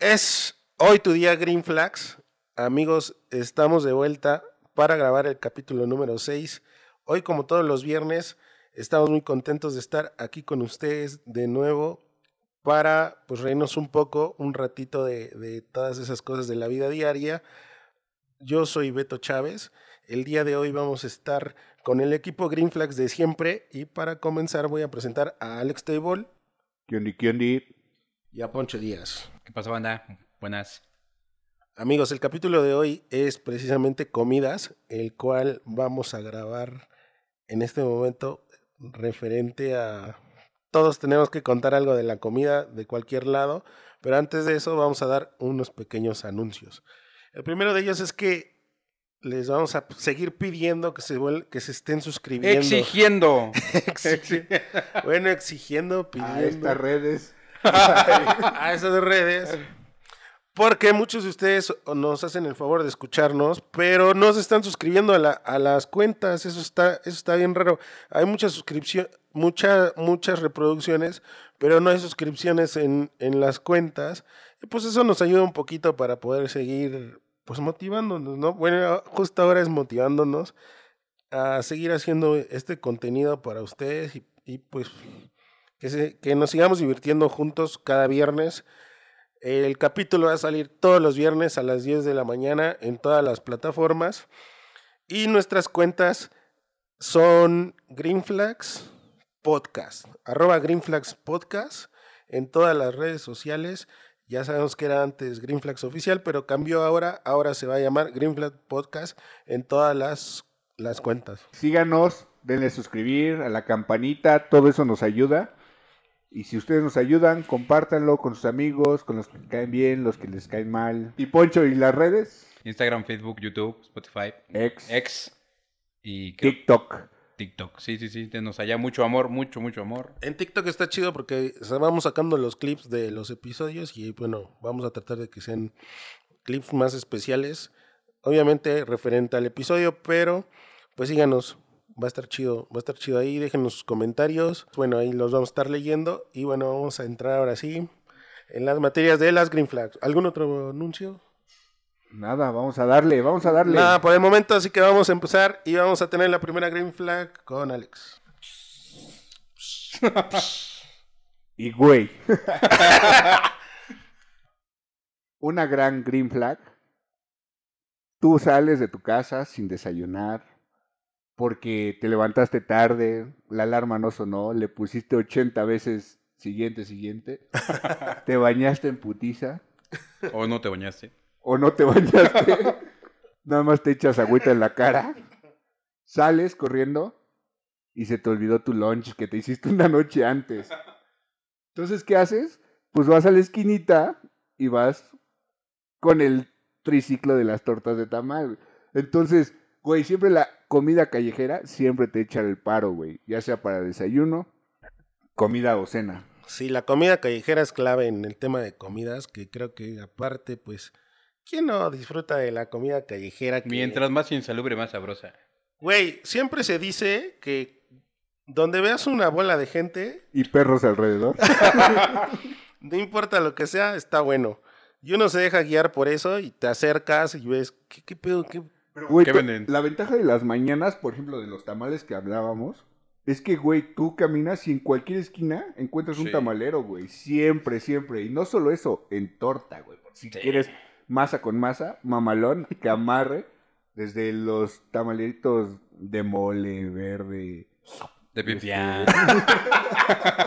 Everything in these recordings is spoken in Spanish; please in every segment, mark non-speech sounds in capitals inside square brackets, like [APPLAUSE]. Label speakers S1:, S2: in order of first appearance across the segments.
S1: Es hoy tu día Green Flags. Amigos, estamos de vuelta para grabar el capítulo número 6. Hoy, como todos los viernes, estamos muy contentos de estar aquí con ustedes de nuevo para pues reírnos un poco, un ratito de, de todas esas cosas de la vida diaria. Yo soy Beto Chávez. El día de hoy vamos a estar con el equipo Green Flags de siempre y para comenzar voy a presentar a Alex Table
S2: Kiondi, Kiondi.
S1: y a Poncho Díaz.
S3: ¿Qué pasó, banda? Buenas.
S1: Amigos, el capítulo de hoy es precisamente comidas, el cual vamos a grabar en este momento referente a... Todos tenemos que contar algo de la comida de cualquier lado, pero antes de eso vamos a dar unos pequeños anuncios. El primero de ellos es que les vamos a seguir pidiendo que se, vuel- que se estén suscribiendo.
S3: Exigiendo.
S1: Exi- bueno, exigiendo, pidiendo
S2: A estas redes.
S1: a esas redes. Porque muchos de ustedes nos hacen el favor de escucharnos, pero no se están suscribiendo a, la- a las cuentas. Eso está, eso está bien raro. Hay muchas suscripción, muchas, muchas reproducciones, pero no hay suscripciones en, en las cuentas. Y pues eso nos ayuda un poquito para poder seguir pues motivándonos, ¿no? Bueno, justo ahora es motivándonos a seguir haciendo este contenido para ustedes y, y, pues que, se- que nos sigamos divirtiendo juntos cada viernes. El capítulo va a salir todos los viernes a las 10 de la mañana en todas las plataformas. Y nuestras cuentas son Greenflags Podcast, arroba Greenflags Podcast en todas las redes sociales. Ya sabemos que era antes Greenflags Oficial, pero cambió ahora. Ahora se va a llamar Greenflags Podcast en todas las, las cuentas.
S2: Síganos, denle suscribir, a la campanita, todo eso nos ayuda. Y si ustedes nos ayudan, compártanlo con sus amigos, con los que caen bien, los que les caen mal. Y Poncho, ¿y las redes?
S3: Instagram, Facebook, YouTube, Spotify,
S2: Ex,
S3: X y creo-
S2: TikTok.
S3: TikTok. Sí, sí, sí. Nos allá mucho amor, mucho, mucho amor.
S1: En TikTok está chido porque o sea, vamos sacando los clips de los episodios y bueno, vamos a tratar de que sean clips más especiales. Obviamente referente al episodio, pero pues síganos. Va a estar chido, va a estar chido ahí. Déjenos sus comentarios. Bueno, ahí los vamos a estar leyendo. Y bueno, vamos a entrar ahora sí en las materias de las Green Flags. ¿Algún otro anuncio?
S2: Nada, vamos a darle, vamos a darle.
S1: Nada, por el momento, así que vamos a empezar y vamos a tener la primera Green Flag con Alex.
S2: Y güey. [LAUGHS] Una gran green flag. Tú sales de tu casa sin desayunar porque te levantaste tarde, la alarma no sonó, le pusiste 80 veces siguiente, siguiente, [LAUGHS] te bañaste en putiza
S3: O no te bañaste.
S2: o no te [LAUGHS] bañaste, nada más te echas agüita en la cara, sales corriendo y se te olvidó tu lunch que te hiciste una noche antes. Entonces, ¿qué haces? Pues vas a la esquinita y vas con el triciclo de las tortas de tamal. güey. Entonces, güey, siempre la comida callejera siempre te echa el paro, güey, ya sea para desayuno, comida o cena.
S1: Sí, la comida callejera es clave en el tema de comidas, que creo que aparte, pues, ¿quién no disfruta de la comida callejera? que-
S3: Mientras más insalubre, más sabrosa.
S1: Güey, siempre se dice que donde veas una bola de gente,
S2: Y perros alrededor.
S1: no importa lo que sea, está bueno. Y uno se deja guiar por eso y te acercas y ves, ¿qué, qué pedo? qué-?"
S2: Güey,
S3: ¿Qué
S2: tú-
S3: venden?
S2: La ventaja de las mañanas, por ejemplo, de los tamales que hablábamos, es que, güey, tú caminas y en cualquier esquina encuentras un
S3: Sí.
S2: tamalero, güey. Siempre, siempre. Y no solo eso, en torta, güey. Si
S3: Sí.
S2: quieres masa con masa, mamalón, [LAUGHS] que amarre, desde los tamalitos de mole verde, este,
S3: De pipián.
S2: [LAUGHS]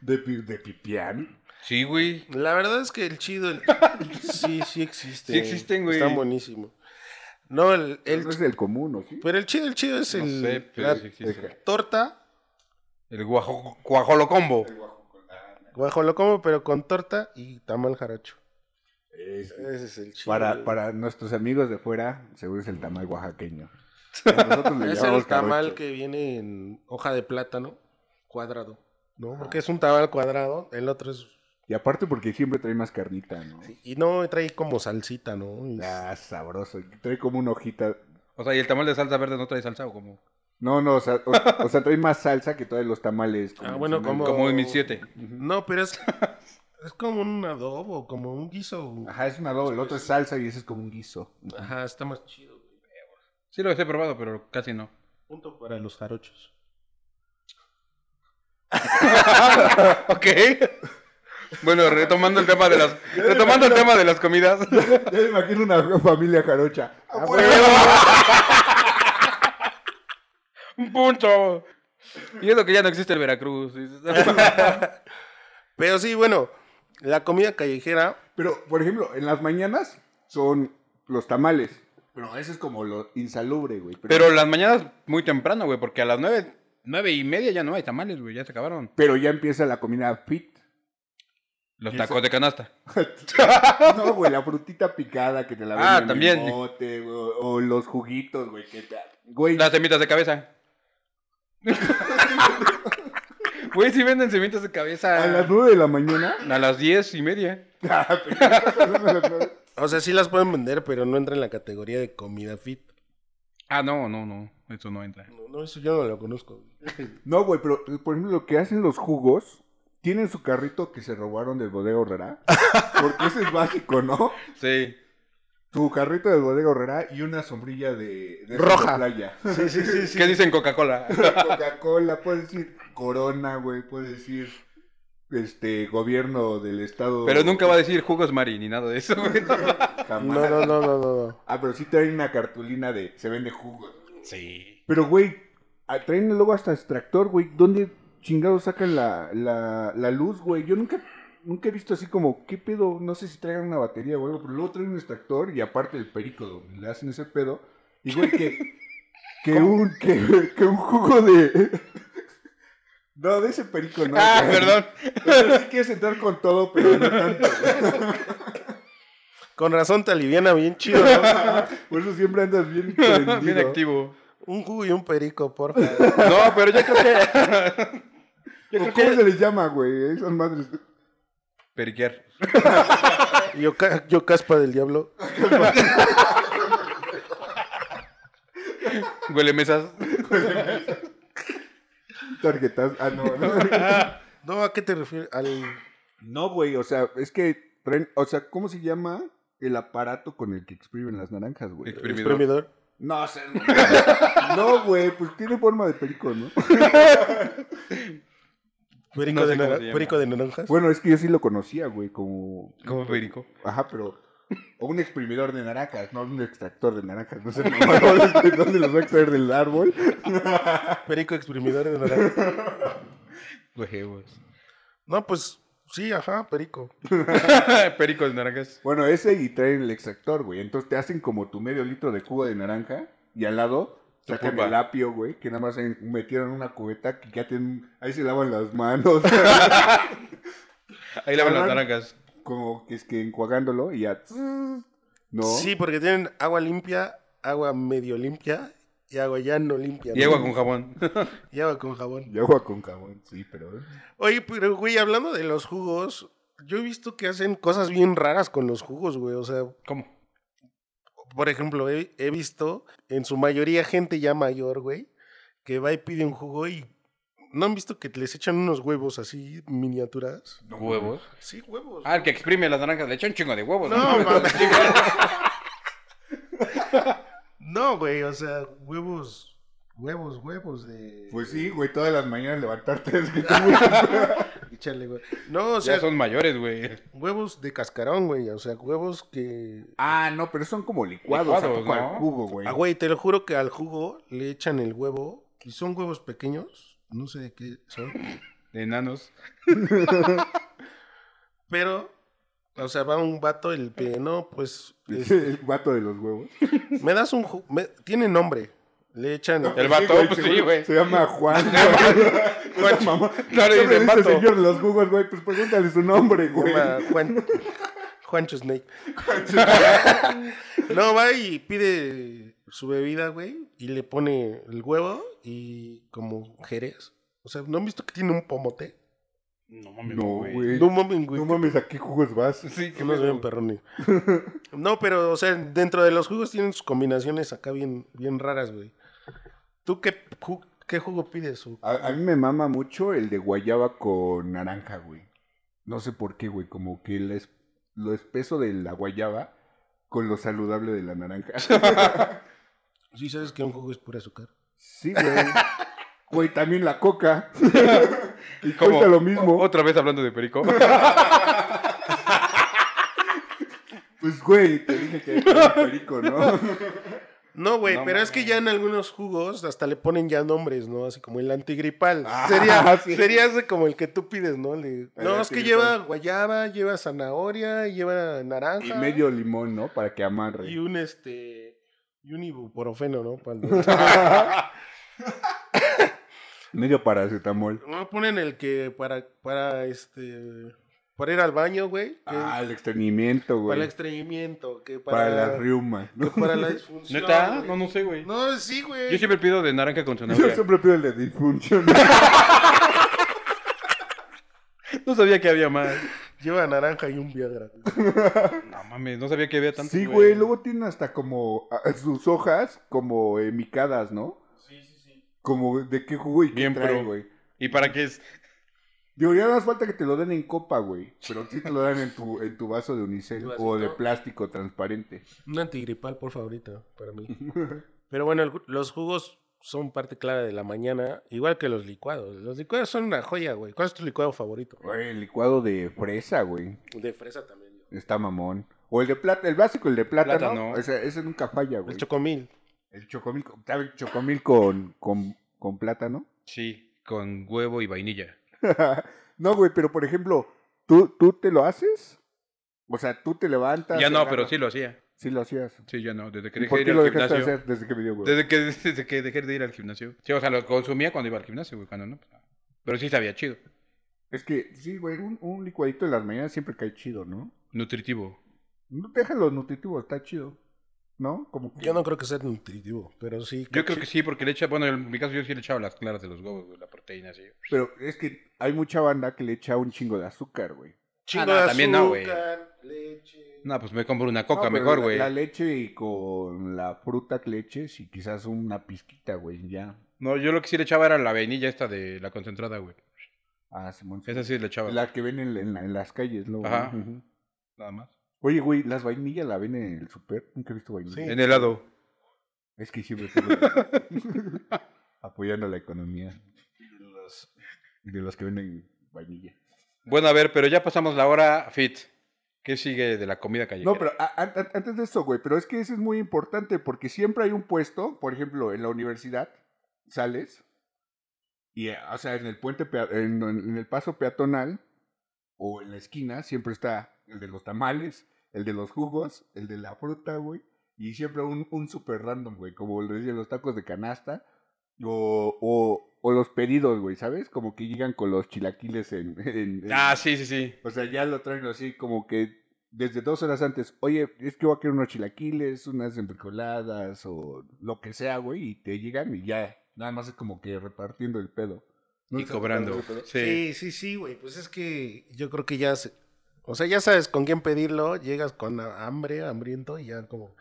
S2: de, pi- de pipián.
S3: Sí, güey.
S1: La verdad es que el chido,
S3: [LAUGHS]
S1: el- sí, sí existe.
S3: Sí existen, güey.
S1: Está buenísimo. No, el, el-
S2: no es el común, ¿o sí?
S1: pero el chido, el chido es
S3: No
S1: el,
S3: sé,
S1: la
S3: pero sí existe.
S1: torta
S3: El guajo, guajolo combo.
S1: Guajolo como, pero con torta y tamal jaracho.
S2: Es-
S3: Eh,
S1: Ese es el chido.
S2: para, para nuestros amigos de fuera, seguro es el
S1: [LAUGHS]
S2: tamal oaxaqueño. Nosotros le
S1: Es
S2: llamamos
S1: el tamal
S2: jarocho.
S1: que viene en hoja de plátano, cuadrado, Ah. ¿no? Porque es un tamal cuadrado, el otro es...
S2: Y aparte porque siempre trae más carnita, ¿no?
S1: Y no trae como salsita, ¿no? Y-
S2: Ah, sabroso. Trae como una hojita.
S3: O sea, y el tamal de salsa verde no trae salsa o como.
S2: No, no, o sea, o- o sea, trae más salsa que todos los tamales.
S1: Ah, bueno,
S2: convencionales.
S1: como-
S2: [LAUGHS]
S3: Como en mis siete.
S1: No, pero es... Es como un adobo, como un guiso.
S2: Ajá, es un adobo, el otro es salsa y ese es como un guiso. [LAUGHS]
S1: Ajá, está más chido. güey.
S3: Sí, los he probado, pero casi no.
S1: Punto para los jarochos.
S3: Ok. Bueno, retomando el tema de las. Retomando el tema de las comidas.
S2: Ya me imagino una familia jarocha. Ah,
S3: Un punto. Y es lo que ya no existe el Veracruz. [LAUGHS]
S1: Pero sí, bueno, la comida callejera.
S2: Pero, por ejemplo, en las mañanas son los tamales. Pero eso es como lo insalubre, güey.
S3: Pero las mañanas muy temprano, güey, porque a las nueve, nueve y media ya no hay tamales, güey, ya se acabaron.
S2: pero ya empieza la comida fit.
S3: Los
S2: ¿Y
S3: tacos de canasta.
S2: No, güey, la frutita picada que te la
S3: Ah,
S2: venden
S3: también.
S2: en el bote, güey, o los juguitos, güey, que te- Güey,
S3: Las semitas de cabeza. Güey, si venden semitas de
S2: a
S3: cabeza
S2: las 9 de la mañana. [LAUGHS] Ah,
S3: a las diez y media.
S1: O sea, sí las pueden vender, pero no entra en la categoría de comida fit.
S3: Ah, no, no, no. Eso no entra.
S1: No, no, eso yo no lo conozco. güey.
S2: No, güey, pero por ejemplo, lo que hacen los jugos, tienen su carrito que se robaron del bodega horrera. Porque ese es básico, ¿no?
S3: Sí.
S2: Tu carrito del bodega horrera y una sombrilla de, de
S1: Roja.
S2: playa.
S1: Sí, sí, sí.
S3: ¿Qué dicen Coca-Cola?
S2: Coca-Cola, puedes decir Corona, güey, puedes decir este gobierno del estado.
S3: Pero nunca va a decir jugos Mari ni nada de eso, güey.
S2: Jamás.
S1: No, no, no, no, no. no.
S2: Ah, pero sí traen una cartulina de se vende jugo.
S3: Sí.
S2: Pero, güey, ah, traen luego hasta extractor, güey. ¿Dónde chingados sacan la, la, la luz, güey? Yo nunca, nunca he visto así como, ¿qué pedo? No sé si traigan una batería o algo, pero luego traen un extractor y aparte el perico donde le hacen ese pedo. Y, güey, que, que, un, que, que un jugo de... No, de ese perico no.
S3: Ah,
S2: güey.
S3: perdón.
S2: O sea, sí quieres entrar con todo, pero no
S3: [LAUGHS]
S2: tanto, güey.
S1: Con razón te aliviana bien chido. [LAUGHS] ¿no?
S2: Por eso siempre andas bien prendido.
S3: [LAUGHS] Bien activo.
S1: Un jugo y un perico, por favor.
S3: No, pero yo creo que. Yo
S2: ¿O
S3: creo
S2: ¿Cómo
S3: que.
S2: se les llama, güey? Esas madres.
S3: Periquear.
S1: Yo, ca- yo caspa del diablo.
S3: Huele mesas.
S2: Tarjetas. Ah, no, no.
S1: No, ¿a qué te refieres? Al...
S2: No, güey, o sea, es que traen- o sea, ¿cómo se llama el aparato con el que exprimen las naranjas, güey?
S3: Exprimidor.
S1: Exprimidor.
S2: No, o sea, no, güey, pues tiene forma de perico, ¿no?
S1: Perico,
S3: No sé
S1: de,
S3: cómo
S1: nara-
S3: se llama.
S1: perico de naranjas.
S2: Bueno, es que yo sí lo conocía, güey, como
S3: Como perico.
S2: ajá, pero o un exprimidor de naranjas, no un extractor de naranjas, no sé, [LAUGHS] no, ¿dónde los va a extraer del árbol?
S1: Perico exprimidor de naranjas.
S3: [LAUGHS] Huevos.
S1: No, pues sí, ajá, perico.
S3: perico de naranjas.
S2: Bueno, ese y traen el extractor, güey. Entonces te hacen como tu medio litro de jugo de naranja y al lado
S3: Tu
S2: sacan
S3: pulpa.
S2: el apio, güey, que nada más en- metieron en una cubeta que ya tienen... Ahí se lavan las manos, [LAUGHS]
S3: Ahí lavan las
S2: Naran-
S3: naranjas.
S2: como que es que enjuagándolo y ya... ¿No?
S1: Sí, porque tienen agua limpia, agua medio limpia y agua ya no limpia.
S3: Y
S1: ¿no?
S3: agua con jabón. [LAUGHS]
S1: Y agua con jabón.
S2: Y agua con jabón, sí, pero... eh.
S1: Oye, pero güey, hablando de los jugos, yo he visto que hacen cosas bien raras con los jugos, güey. O sea,
S3: ¿Cómo?
S1: por ejemplo, he, he visto en su mayoría gente ya mayor, güey, que va y pide un jugo y no han visto que les echan unos huevos así miniaturas.
S3: huevos.
S1: Sí, huevos.
S3: Ah, el que exprime las naranjas. Le echa un chingo de huevos.
S1: No,
S3: [LAUGHS]
S1: mames. No, güey, o sea, huevos, huevos, huevos de...
S2: Pues sí, güey, todas las mañanas levantarte [LAUGHS] es que
S1: [LAUGHS] Échale, güey. No, o sea,
S3: Ya son mayores, güey.
S1: huevos de cascarón, güey. O sea, huevos que...
S2: Ah, no, pero son como licuados,
S3: Licuados,
S2: a poco al
S3: ¿no?
S2: jugo, güey.
S1: Ah, güey, te lo juro que al jugo le echan el huevo y son huevos pequeños. No sé de qué son.
S3: De enanos.
S1: Pero, o sea, va un vato el que no, pues... es-
S2: Es [LAUGHS] el vato de los huevos.
S1: me das un... ju- me- tiene nombre. Le echan...
S3: El vato,
S2: güey,
S3: pues
S2: seguro
S3: sí, güey.
S2: Se llama
S3: [LAUGHS]
S2: Juan. güey. [LAUGHS] Esa mamá.
S3: No le
S2: Siempre
S3: dicen
S2: dice
S3: vato.
S2: señor de los jugos, güey. Pues pregúntale su
S3: [LAUGHS]
S2: nombre,
S1: Se
S2: güey. [LAUGHS]
S1: llama Juan, Juancho Snake. no, va y pide su bebida, güey, y le pone el huevo y como jerez. O sea, ¿no han visto que tiene un pomote?
S3: No mames,
S2: No, güey.
S1: No
S2: No,
S1: mames, güey.
S2: mames, ¿a qué jugos vas?
S3: Sí,
S1: Que
S3: que
S1: nos
S3: me
S1: vean perrones. No, pero, o sea, dentro de los jugos tienen sus combinaciones acá bien, bien raras, güey. ¿Tú qué, ju- qué jugo pides? o-
S2: A, a mí me mama mucho el de guayaba con naranja, güey. No sé por qué, güey, como que el es- lo espeso de la guayaba con lo saludable de la
S3: [LAUGHS]
S2: naranja.
S1: Sí, sabes que un jugo es pura azúcar.
S2: sí, güey. Güey, también la coca.
S3: [LAUGHS]
S2: y
S3: Como-
S2: cuesta lo mismo.
S3: o- Otra vez hablando de perico.
S2: Pues, güey, te dije que era perico,
S3: [LAUGHS]
S2: ¿no?
S1: No, güey,
S3: No
S1: pero es que
S3: mames.
S1: ya en algunos jugos hasta le ponen ya nombres, ¿no? Así como el antigripal.
S2: Ah,
S1: sería,
S2: [LAUGHS] sí.
S1: sería ese como el que tú pides, ¿no? Le-
S2: El
S1: no, es que
S2: antigripal.
S1: lleva guayaba, lleva zanahoria, lleva naranja.
S2: y medio limón, ¿no? Para que amarre.
S1: Y un este. Y un ibuprofeno, ¿no? Cuando-
S2: [LAUGHS] Medio paracetamol.
S1: no ponen el que para, para este. Para ir al baño, güey. que-
S2: Ah, el extrañimiento,
S1: para el
S2: güey.
S1: estreñimiento, que para,
S2: Para, la riuma.
S1: [LAUGHS] que para
S2: [LAUGHS]
S1: la disfunción.
S3: ¿Neta?
S1: güey.
S3: No, no sé, güey.
S1: No, sí, güey.
S3: Yo siempre pido de naranja con
S2: Yo
S3: zanahoria.
S2: siempre pido el de
S1: [LAUGHS]
S2: disfunción.
S3: No sabía que había más.
S1: Lleva naranja y un Viagra.
S3: No mames, no sabía que había tanto.
S2: Sí, güey, luego tienen hasta como ah, sus hojas como eh, micadas, ¿no?
S1: Sí, sí, sí.
S2: Como de qué jugo y qué
S3: Bien
S2: trae,
S3: pro.
S2: güey.
S3: ¿Y para qué es?
S2: Digo, ya no hace falta que te lo den en copa, güey. Pero sí te lo dan en tu, en tu vaso de unicel
S1: Tu vasito.
S2: o de plástico transparente.
S1: Un antigripal, por favorito, para
S3: [LAUGHS]
S1: mí. Pero bueno, el- los jugos son parte clara de la mañana, igual que los licuados. Los licuados son una joya, güey. ¿Cuál es tu licuado favorito?
S2: Güey, el licuado de fresa, güey.
S1: De fresa también. güey.
S2: Está mamón. O el de plata, el básico, el de plátano.
S3: Plátano.
S2: Ese, ese nunca falla, güey.
S1: El chocomil.
S2: El chocomil, con- ¿sabe el chocomil con, con, con plátano? [LAUGHS]
S3: Sí, con huevo y vainilla.
S2: no, güey, pero por ejemplo, ¿tú, ¿tú te lo haces? O sea, tú te levantas.
S3: Ya no,
S2: agarras-
S3: pero sí lo hacía.
S2: Sí lo hacías.
S3: Sí, ya no. Desde que
S2: ¿Y
S3: dejé
S2: por
S3: de ir
S2: qué lo
S3: al
S2: dejaste de
S3: gimnasio.
S2: hacer desde que me dio, güey?
S3: Desde que, [LAUGHS] desde que dejé de ir al gimnasio. Sí, o sea, lo consumía cuando iba al gimnasio, güey. Cuando no. pues, no. Pero sí sabía chido.
S2: Es que, sí, güey, un, un licuadito de las mañanas siempre cae chido, ¿no?
S3: Nutritivo.
S2: No, Déjalo nutritivo, está chido. ¿No? Como que...
S1: Yo no creo que sea nutritivo, pero sí.
S3: Yo creo que sí, porque le echa. Bueno, en mi caso yo sí le echaba las claras de los huevos, güey, la proteína, así.
S2: Pero es que hay mucha banda que le echa un chingo de azúcar, güey.
S1: Chingo
S3: Ah, no,
S1: de
S3: también no, güey.
S1: azúcar, leche.
S3: No, pues me compro una coca
S2: No, pero
S3: mejor,
S2: la-
S3: güey.
S2: La leche y con la fruta que le eches y quizás una pizquita, güey, ya.
S3: No, yo lo que sí le echaba era la vainilla esta de la concentrada, güey.
S2: Ah, Simón.
S3: Esa sí le echaba.
S2: La que ven en, en la- en las calles, luego.
S3: Ajá.
S2: ¿no? Ujú.
S3: Nada más.
S2: Oye, güey, las vainillas la ven en el super. Nunca he visto
S1: Sí.
S2: vainilla.
S3: En helado.
S2: Es que
S1: [LAUGHS]
S2: siempre estuve apoyando la economía
S1: Los-
S2: de los que venden vainilla.
S3: Bueno, a ver, pero ya pasamos la hora fit. ¿Qué sigue de la comida callejera?
S2: No, pero a- a- a- antes de eso, güey, pero es que eso es muy importante porque siempre hay un puesto, por ejemplo, en la universidad, sales, y, eh, o sea, en el puente, pea- en, en el paso peatonal o en la esquina, siempre está el de los tamales, el de los jugos, el de la fruta, güey, y siempre un, un super random, güey, como le dicen los tacos de canasta o, o, o los pedidos, güey, ¿sabes? Como que llegan con los chilaquiles en. en- en-
S3: Ah, sí, sí, sí.
S2: o sea, ya lo traen así como que desde dos horas antes, oye, es que voy a querer unos chilaquiles, unas embricoladas o lo que sea, güey, y te llegan y ya, nada más es como que repartiendo el pedo. ¿No
S3: Y
S2: les ha tocado
S3: cobrando.
S2: ese pedo?
S3: Sí.
S1: Sí, sí, sí, güey. Pues es que yo creo que ya. se- O sea, ya sabes con quién pedirlo. Llegas con ha- hambre, hambriento y ya como.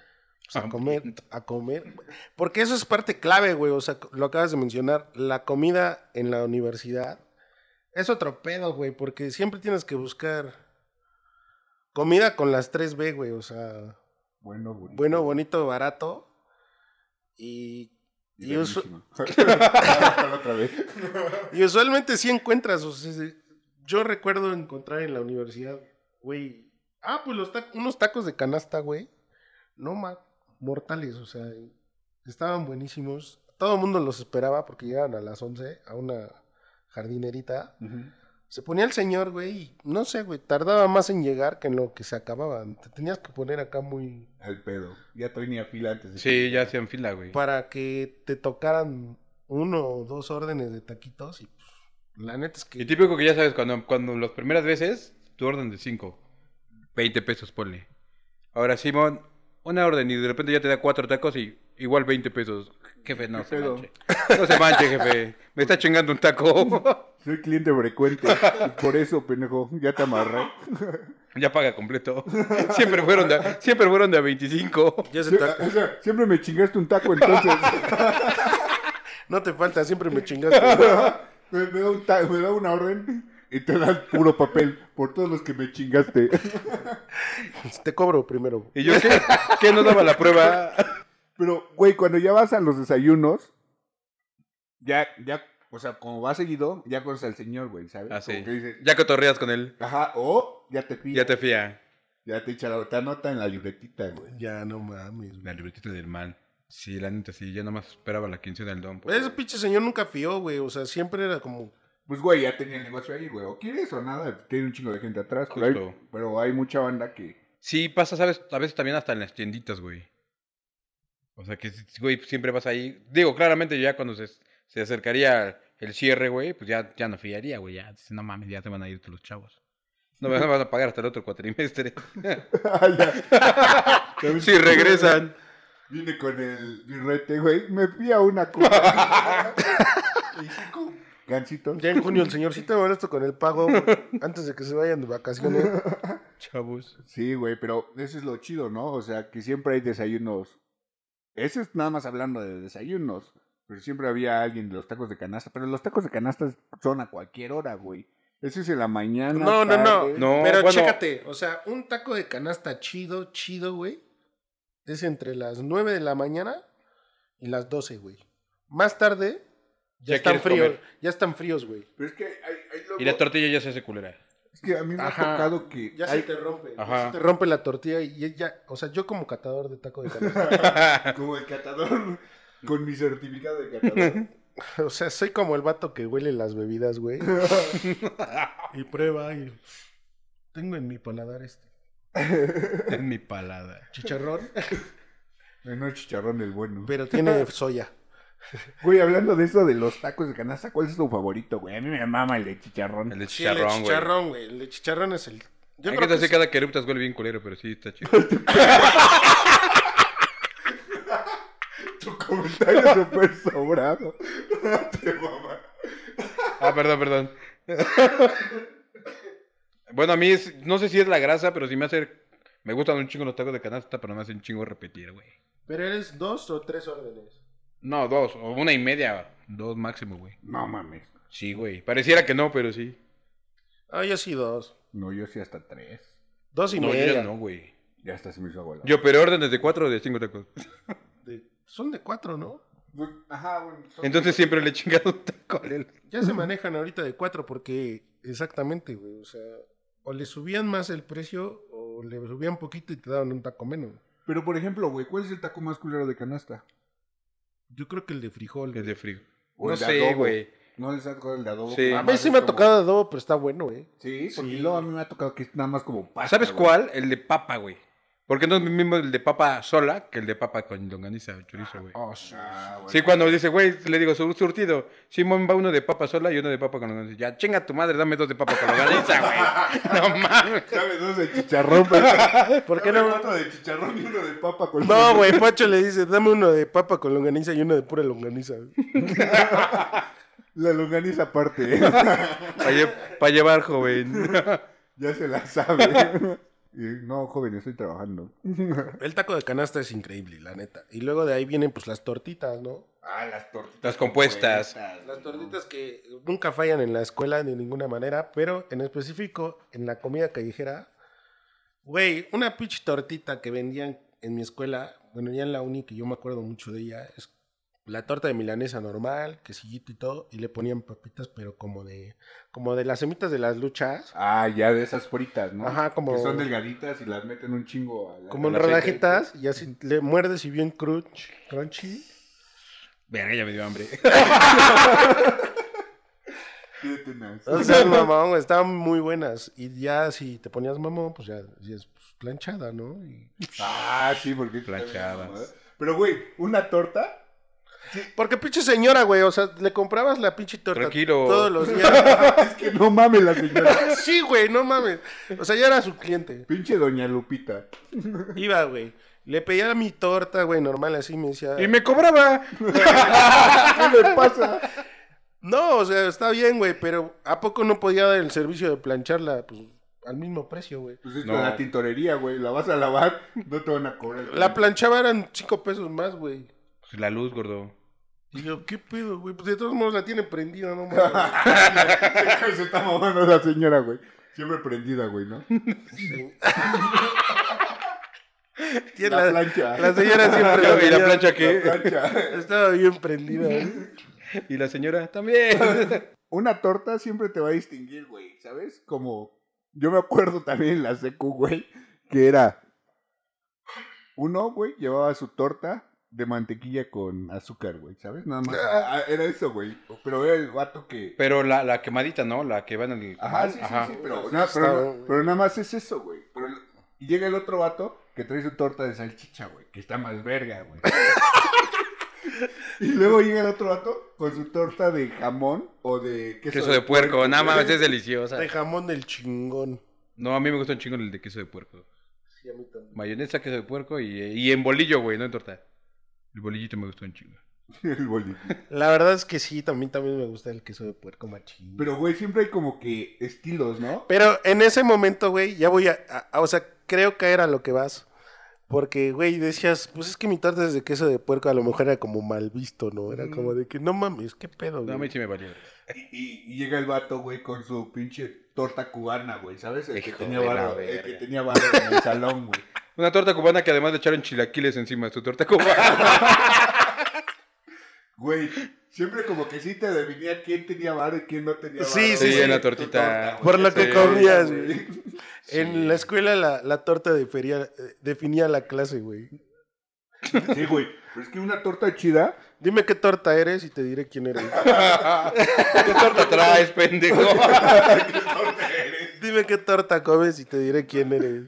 S1: pues, a comer,
S3: Hambriento.
S1: a comer. Porque eso es parte clave, güey. O sea, lo acabas de mencionar. La comida en la universidad es otro pedo, güey. Porque siempre tienes que buscar comida con las 3B, güey. O sea,
S2: Bueno, bonito.
S1: bueno, bonito, barato. Y.
S2: Y
S1: y usu-
S2: buenísimo. [LAUGHS] Otra vez.
S1: y usualmente sí encuentras, o sea, sí- yo recuerdo encontrar en la universidad, güey, ah, pues los ta- unos tacos de canasta, güey, no más, mortales, o sea, y estaban buenísimos. Todo el mundo los esperaba porque llegaban a las 11 a una jardinerita.
S2: Ujú.
S1: Se ponía el señor, güey, y no sé, güey, tardaba más en llegar que en lo que se acababan. Te tenías que poner acá muy...
S2: Al pedo. Ya traía fila antes. de
S3: Sí,
S2: que-
S3: ya se enfila, güey.
S1: para que te tocaran uno o dos órdenes de taquitos y pues, la neta es que...
S3: Y típico que ya sabes, cuando, cuando las primeras veces, tu orden de 5. 20 pesos, ponle. Ahora, Simón, una orden y de repente ya te da cuatro tacos y igual 20 pesos. Jefe, no
S2: ¿Qué
S3: se
S2: pedo?
S3: manche. No se manche, jefe. Me está chingando un taco. [LAUGHS]
S2: Soy cliente frecuente. Por eso, pendejo, ya te amarré.
S3: ya paga
S2: [LAUGHS]
S3: completo. Siempre fueron de, a- siempre fueron de a 25.
S1: Ya se
S2: Sie-
S1: te-
S2: o sea, siempre me chingaste un taco, entonces.
S3: [LAUGHS]
S1: No te falta, siempre me chingaste.
S3: [LAUGHS]
S2: [LAUGHS] me, me da un ta- me da una orden. Y te dan puro papel por todos los que me chingaste.
S1: Te cobro primero.
S3: ¿Y yo qué? ¿Qué no daba la prueba?
S2: [LAUGHS] Pero, güey, cuando ya vas a los desayunos, ya, ya, o sea, como va seguido, ya conoces al señor, güey, ¿sabes?
S3: Ah, sí.
S2: Como que dices,
S3: Ya cotorreas con él.
S2: ajá, o ya te pide.
S3: Ya te fía.
S2: Ya te echa la te anota en la libretita, güey.
S1: Ya, no mames.
S3: La libretita del mal. Sí, la neta, sí. Ya nomás esperaba la quincena del don. pues. porque-
S1: Pues Ese pinche señor nunca fió, güey. O sea, siempre era como.
S2: Pues, güey, ya tenía el negocio ahí, güey. O quieres o nada, tiene un chingo de gente atrás. Pero hay,
S3: Justo.
S2: pero hay mucha banda que...
S3: [LAUGHS]
S2: [LAUGHS]
S3: Sí, pasa, ¿sabes? A veces también hasta en las tienditas, güey. O sea, que, güey, siempre vas ahí. Digo, claramente ya cuando se, se acercaría el cierre, güey, pues ya, ya no fiaría, güey. Ya, dices, no mames, ya te van a irte los chavos. No me van a pagar hasta el otro [LAUGHS] cuatrimestre.
S2: Ah, ya. Ya ves,
S3: si [LAUGHS] regresan.
S2: Vine con el birrete, güey. Me fui a una cosa. y cinco gancitos.
S1: Ya en junio el señor sí te molesto con el pago antes de que se vayan de
S3: [LAUGHS]
S1: vacaciones.
S3: Chavos.
S2: Sí, güey, pero eso es lo chido, ¿no? O sea, que siempre hay desayunos. Eso es nada más hablando de desayunos. Pero siempre había alguien de los tacos de canasta. Pero los tacos de canasta son a cualquier hora, güey. Eso es en la mañana.
S1: No, no, no.
S2: tarde.
S3: No,
S1: Pero
S3: bueno,
S1: chécate, o sea, un taco de canasta chido, chido, güey, es entre las 9 de la mañana y las 12, güey. Más tarde, ya,
S3: Ya
S1: están
S3: quieres
S1: fríos,
S3: comer.
S1: ya están fríos, güey.
S2: Pero es que hay, hay luego-
S3: Y la tortilla ya se hace culera.
S2: Es que a mí me
S1: Ajá.
S2: ha tocado que.
S1: Ya
S2: hay-
S1: se te rompe, ya
S3: Ajá.
S1: se te rompe la tortilla y ya, o sea, yo como catador de taco de canasta,
S2: Como el catador. [LAUGHS] Con mi certificado de catador.
S1: o sea, soy como el vato que huele las bebidas, güey. [LAUGHS] y prueba y tengo en mi paladar este
S3: [LAUGHS] en mi palada.
S1: chicharrón,
S2: no el chicharrón, el bueno.
S1: pero tiene soya.
S2: Güey, hablando de eso de los tacos de canasta, ¿cuál es tu favorito, güey? A mí me mama el de chicharrón.
S3: El de
S1: Sí, el de
S3: chicharrón, güey.
S1: chicharrón, güey. El de chicharrón es el yo
S3: Hay
S1: creo
S3: que
S1: que
S3: decir
S1: es-
S3: cada queruptas huele bien culero, pero sí está chido.
S2: [LAUGHS] Tu comentario súper sobrado. Te mama.
S3: Ah, perdón, perdón. bueno, a mí es- no sé si es la grasa, pero si me hace. Me gustan un chingo los tacos de canasta, pero me hace un chingo repetir, güey.
S1: Pero eres dos o tres órdenes.
S3: No, dos, o una y media, dos máximo, güey.
S2: No mames.
S3: Sí, güey. Pareciera que no, pero sí.
S1: Ah, yo sí dos.
S2: No, yo sí hasta tres.
S1: Dos y
S3: no, yo
S1: media.
S3: ya no, güey.
S2: Ya hasta se me hizo abuela.
S3: Yo pero órdenes de cuatro o de cinco tacos.
S1: De- son de cuatro, ¿no?
S2: Ajá, bueno. son-
S3: Entonces siempre le he chingado un taco a él.
S1: Ya se manejan ahorita de cuatro porque exactamente, güey. O sea, o le subían más el precio o le subían poquito y te daban un taco menos.
S2: Pero, por ejemplo, güey, ¿cuál es el taco más culero de canasta?
S1: Yo creo que el de frijol.
S3: Es de frío.
S2: O
S3: No
S2: el de
S3: sé,
S2: adobo.
S3: güey.
S2: No les ha tocado el de adobo.
S3: Sí.
S2: nada
S1: A mí
S2: más
S1: sí
S2: es
S1: me ha
S2: como-
S1: tocado de adobo, pero está bueno, ¿eh?
S2: Sí, porque
S1: Sí.
S2: luego a mí me ha tocado que es nada más como pasta.
S3: ¿Sabes
S2: güey.
S3: cuál? El de papa, güey. Porque no es mismo el de papa sola que el de papa con longaniza o chorizo, güey.
S1: Oh, sí.
S2: Ah, bueno.
S3: Sí, cuando dice, güey, le digo, "Sur- surtido. Simón va uno de papa sola y uno de papa con longaniza. Ya, chinga tu madre, dame dos de papa con [LAUGHS] longaniza, güey. No mames.
S2: ¿Sabes dos de chicharrón? pero-
S1: ¿Eh? ¿Por qué
S2: Dame
S1: no?
S2: Cuatro de chicharrón y uno de papa con
S1: No, güey, Pacho le dice, dame uno de papa con longaniza y uno de pura longaniza.
S2: La longaniza aparte.
S3: Para llevar, joven.
S2: Ya se la sabe. [LAUGHS] Y, no, joven, estoy trabajando.
S1: El taco de canasta es increíble, la neta. Y luego de ahí vienen pues las tortitas, ¿no?
S2: Ah, las tortitas.
S3: Las compuestas.
S1: Las tortitas que nunca fallan en la escuela de ninguna manera, pero en específico en la comida callejera. Güey, una pinche tortita que vendían en mi escuela, bueno, ya en la uni, que yo me acuerdo mucho de ella, es la torta de milanesa normal, quesillito y todo, y le ponían papitas, pero como de, como de las semitas de las luchas,
S2: Ah, ya de esas fritas, ¿no?
S1: Ajá, como-
S2: Que son delgaditas y las meten un chingo. A la-
S1: como en
S2: a la aceite.
S1: rodajitas, y así le muerdes y bien crunch, crunchy.
S3: [LAUGHS] Verga, ya me dio hambre.
S2: Qué tenaz.
S1: [LAUGHS]
S3: Ah,
S1: O sea, mamón, güey, estaban muy buenas. Y ya si te ponías mamón, pues ya, ya es pues, planchada, ¿no? Y-
S2: Ah, sí, porque.
S3: Planchadas.
S2: ¿eh? Pero, güey, una torta. [LAUGHS]
S1: Porque pinche señora, güey, o sea, le comprabas la pinche torta
S3: Tranquilo.
S1: todos los días.
S3: [LAUGHS]
S2: Es que no mames la señora. [LAUGHS]
S1: sí, güey, no mames. O sea, ya era su cliente.
S2: Pinche doña Lupita.
S1: Iba, güey. Le pedía mi torta, güey, normal, así me decía.
S3: [LAUGHS] Y me cobraba.
S2: ¿Qué le pasa?
S1: No, o sea, está bien, güey, pero ¿a poco no podía dar el servicio de plancharla, pues, al mismo precio, güey?
S2: Pues es
S3: No.
S2: con la tintorería, güey. La vas a lavar, no te van a cobrar.
S1: La planchaba eran cinco pesos más, güey.
S3: Pues la luz, gordo.
S1: Y yo, ¿qué pedo, güey? Pues de todos modos la tiene prendida, [LAUGHS] no mames.
S2: [LAUGHS] Se está mamando la señora, güey. Siempre prendida, güey, ¿no?
S1: Tiene
S2: La
S1: la,
S2: plancha.
S1: la señora siempre
S3: [LAUGHS] ¿Y la
S1: tenía-
S3: plancha
S2: La
S3: qué?
S1: [LAUGHS]
S2: plancha.
S1: Estaba bien prendida. ¿eh? güey.
S3: Y la señora [LAUGHS] también.
S2: Una torta siempre te va a distinguir, güey, ¿sabes? Como yo me acuerdo también en la secu, güey, que era uno, güey, llevaba su torta de mantequilla con azúcar, güey, ¿sabes? Nada más. Ah, Era eso, güey. Pero era el vato que
S3: Pero la, la quemadita, ¿no? La que va en el...
S2: Ajá, sí,
S3: Ajá.
S2: sí, sí, pero,
S1: Sí,
S2: nada,
S1: está
S2: pero,
S1: bueno.
S2: pero nada más es eso, güey. Pero el- Y llega el otro vato que trae su torta de salchicha, güey, que está más verga, güey. y luego llega el otro vato con su torta de jamón o de queso,
S3: Queso de puerco, nada más es deliciosa.
S1: De jamón del chingón.
S3: No, a mí me gusta un chingo el de queso de puerco.
S1: Sí, a mí también.
S3: Mayonesa, queso de puerco y, y en bolillo, güey, no en torta. El bolillito me gustó un chingo.
S2: [LAUGHS] El bolillo.
S1: La verdad es que sí, también, también me gusta el queso de puerco machín. Pero,
S2: Pero, güey, siempre hay como que estilos, ¿no?
S1: en ese momento, güey, ya voy a, a- a- O sea, creo que era lo que vas. Porque, güey, decías, pues es que mi tarta es de queso de puerco a lo mejor era como mal visto, ¿no? Era como de que, no mames, qué pedo,
S3: No, a
S1: güey.
S3: mí sí me valió.
S2: Y, y- y llega el vato, güey, con su pinche torta cubana, güey, ¿sabes? El que
S3: Hijo
S2: tenía
S3: de la
S2: barro, el que
S3: verga.
S2: tenía barro en el salón, güey.
S3: Una torta cubana que además le echaron chilaquiles encima de su torta cubana. [LAUGHS]
S2: Güey, siempre como que sí te definía quién tenía varo y quién no tenía varo.
S1: Sí, sí,
S2: güey,
S1: sí. en la
S2: tu
S3: tortita.
S2: güey.
S1: Por lo que
S3: Sí.
S1: comías, güey.
S3: Sí.
S1: En la escuela la, la torta de feria, eh, definía la clase, güey.
S2: Sí, güey. Pero es que una torta chida. [LAUGHS]
S1: Dime qué torta eres y te diré quién eres.
S3: ¿Qué torta traes, pendejo?
S1: Dime qué torta comes y te diré quién eres.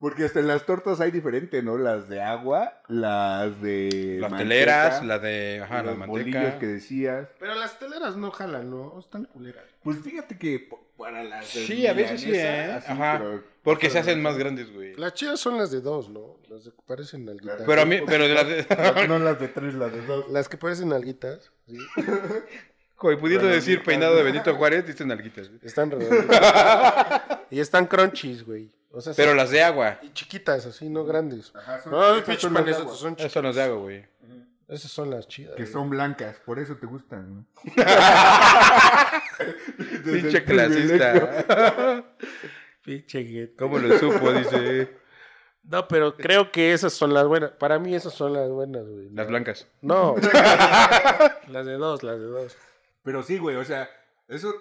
S2: Porque hasta en las tortas hay diferente, ¿no? Las de agua, las de.
S3: Las
S2: manteca,
S3: teleras, la de... Ajá, la
S2: los bolillos
S3: manteca.
S2: que decías.
S1: Pero las teleras no jalan, ¿no? Están culeras.
S2: Pues fíjate que po- para las.
S3: Sí, a veces sí, ¿eh?
S2: milanesas, así,
S3: Ajá.
S2: pero-
S3: Porque se hacen más grandes, güey.
S1: Las chidas son las de dos, ¿no? Las de que parecen alguitas.
S3: Pero a mí... Pero de las de...
S2: No, no las de tres, las de dos.
S1: Las que parecen alguitas, ¿sí?
S3: [LAUGHS] Como pudiendo
S2: Pero
S3: decir
S2: no,
S3: peinado de
S2: no.
S3: Benito Juárez, dicen alguitas. güey.
S1: Están redonditas. y están crunchies, güey. O sea,
S3: Pero
S1: son-
S3: las de agua.
S1: Y chiquitas, así, no grandes.
S2: Ajá, son-
S1: No,
S2: esas
S1: pinche
S2: son las de
S1: panes,
S2: agua,
S1: esas son
S3: Esas son las de agua, güey.
S1: Esas son las chidas.
S2: Que
S1: güey.
S2: son blancas, por eso te gustan,
S3: [LAUGHS]
S2: ¿no? Desde el
S3: Pinche
S2: privilegio.
S3: clasista.
S2: [LAUGHS]
S1: Pinche gueto.
S3: ¿Cómo lo supo? Dice.
S1: No, pero creo que esas son las buenas. Para mí esas son las buenas, güey.
S3: Las blancas.
S1: No. [LAUGHS] las de dos, las de dos.
S2: Pero sí, güey, o sea, eso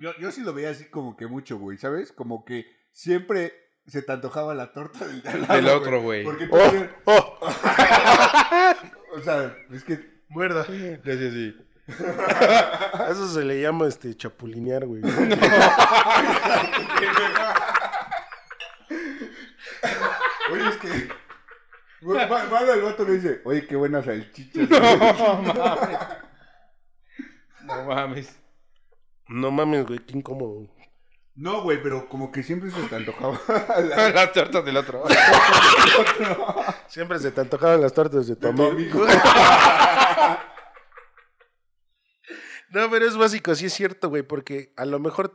S2: yo, yo sí lo veía así como que mucho, güey, ¿sabes? Como que siempre se te antojaba la torta del, de al lado,
S3: Del otro, güey.
S2: Porque tú,
S1: ¡Oh! ¡Oh!
S2: o sea, es que
S1: Muerda.
S3: Le hacía así.
S2: [LAUGHS]
S1: A eso se le llama este chapulinear,
S3: [LAUGHS]
S1: güey.
S2: oye, es que güey, va, va el vato y le dice, "Oye, qué buenas salchichas."
S3: [LAUGHS] No mames. [LAUGHS] No mames.
S1: No mames, güey, qué incómodo.
S2: No, güey, pero como que siempre se te antojaba. [LAUGHS] la-
S3: Las tortas del [LAUGHS] otro.
S1: Siempre se te antojaban las tortas de tu
S2: de tu
S1: amigo.
S2: amigo.
S1: [LAUGHS] No, pero es básico, sí es cierto, güey, porque a lo mejor.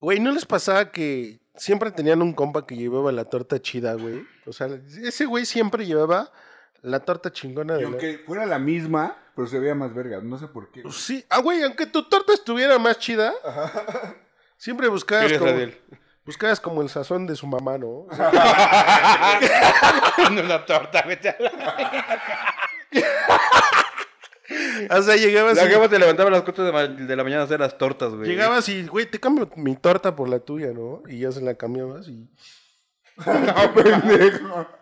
S1: Güey, ¿no les pasaba que siempre tenían un compa que llevaba la torta chida, güey? O sea, ese güey siempre llevaba la torta chingona
S2: Y
S1: de. la-
S2: aunque fuera la misma, pero se veía más verga, no sé por qué. güey.
S1: Sí, ah, güey, aunque tu torta estuviera más chida, siempre buscabas
S3: Querías la
S1: como,
S3: de él.
S1: buscabas como el sazón de su mamá, ¿no?
S3: [LAUGHS] No una torta, vete a la.
S1: O sea, llegabas
S3: La
S1: y,
S3: gama te levantaba a las 4 de, ma- de la mañana a hacer las tortas, güey.
S1: llegabas y, güey, te cambio mi torta por la tuya, ¿no? Y ya se la cambiabas y...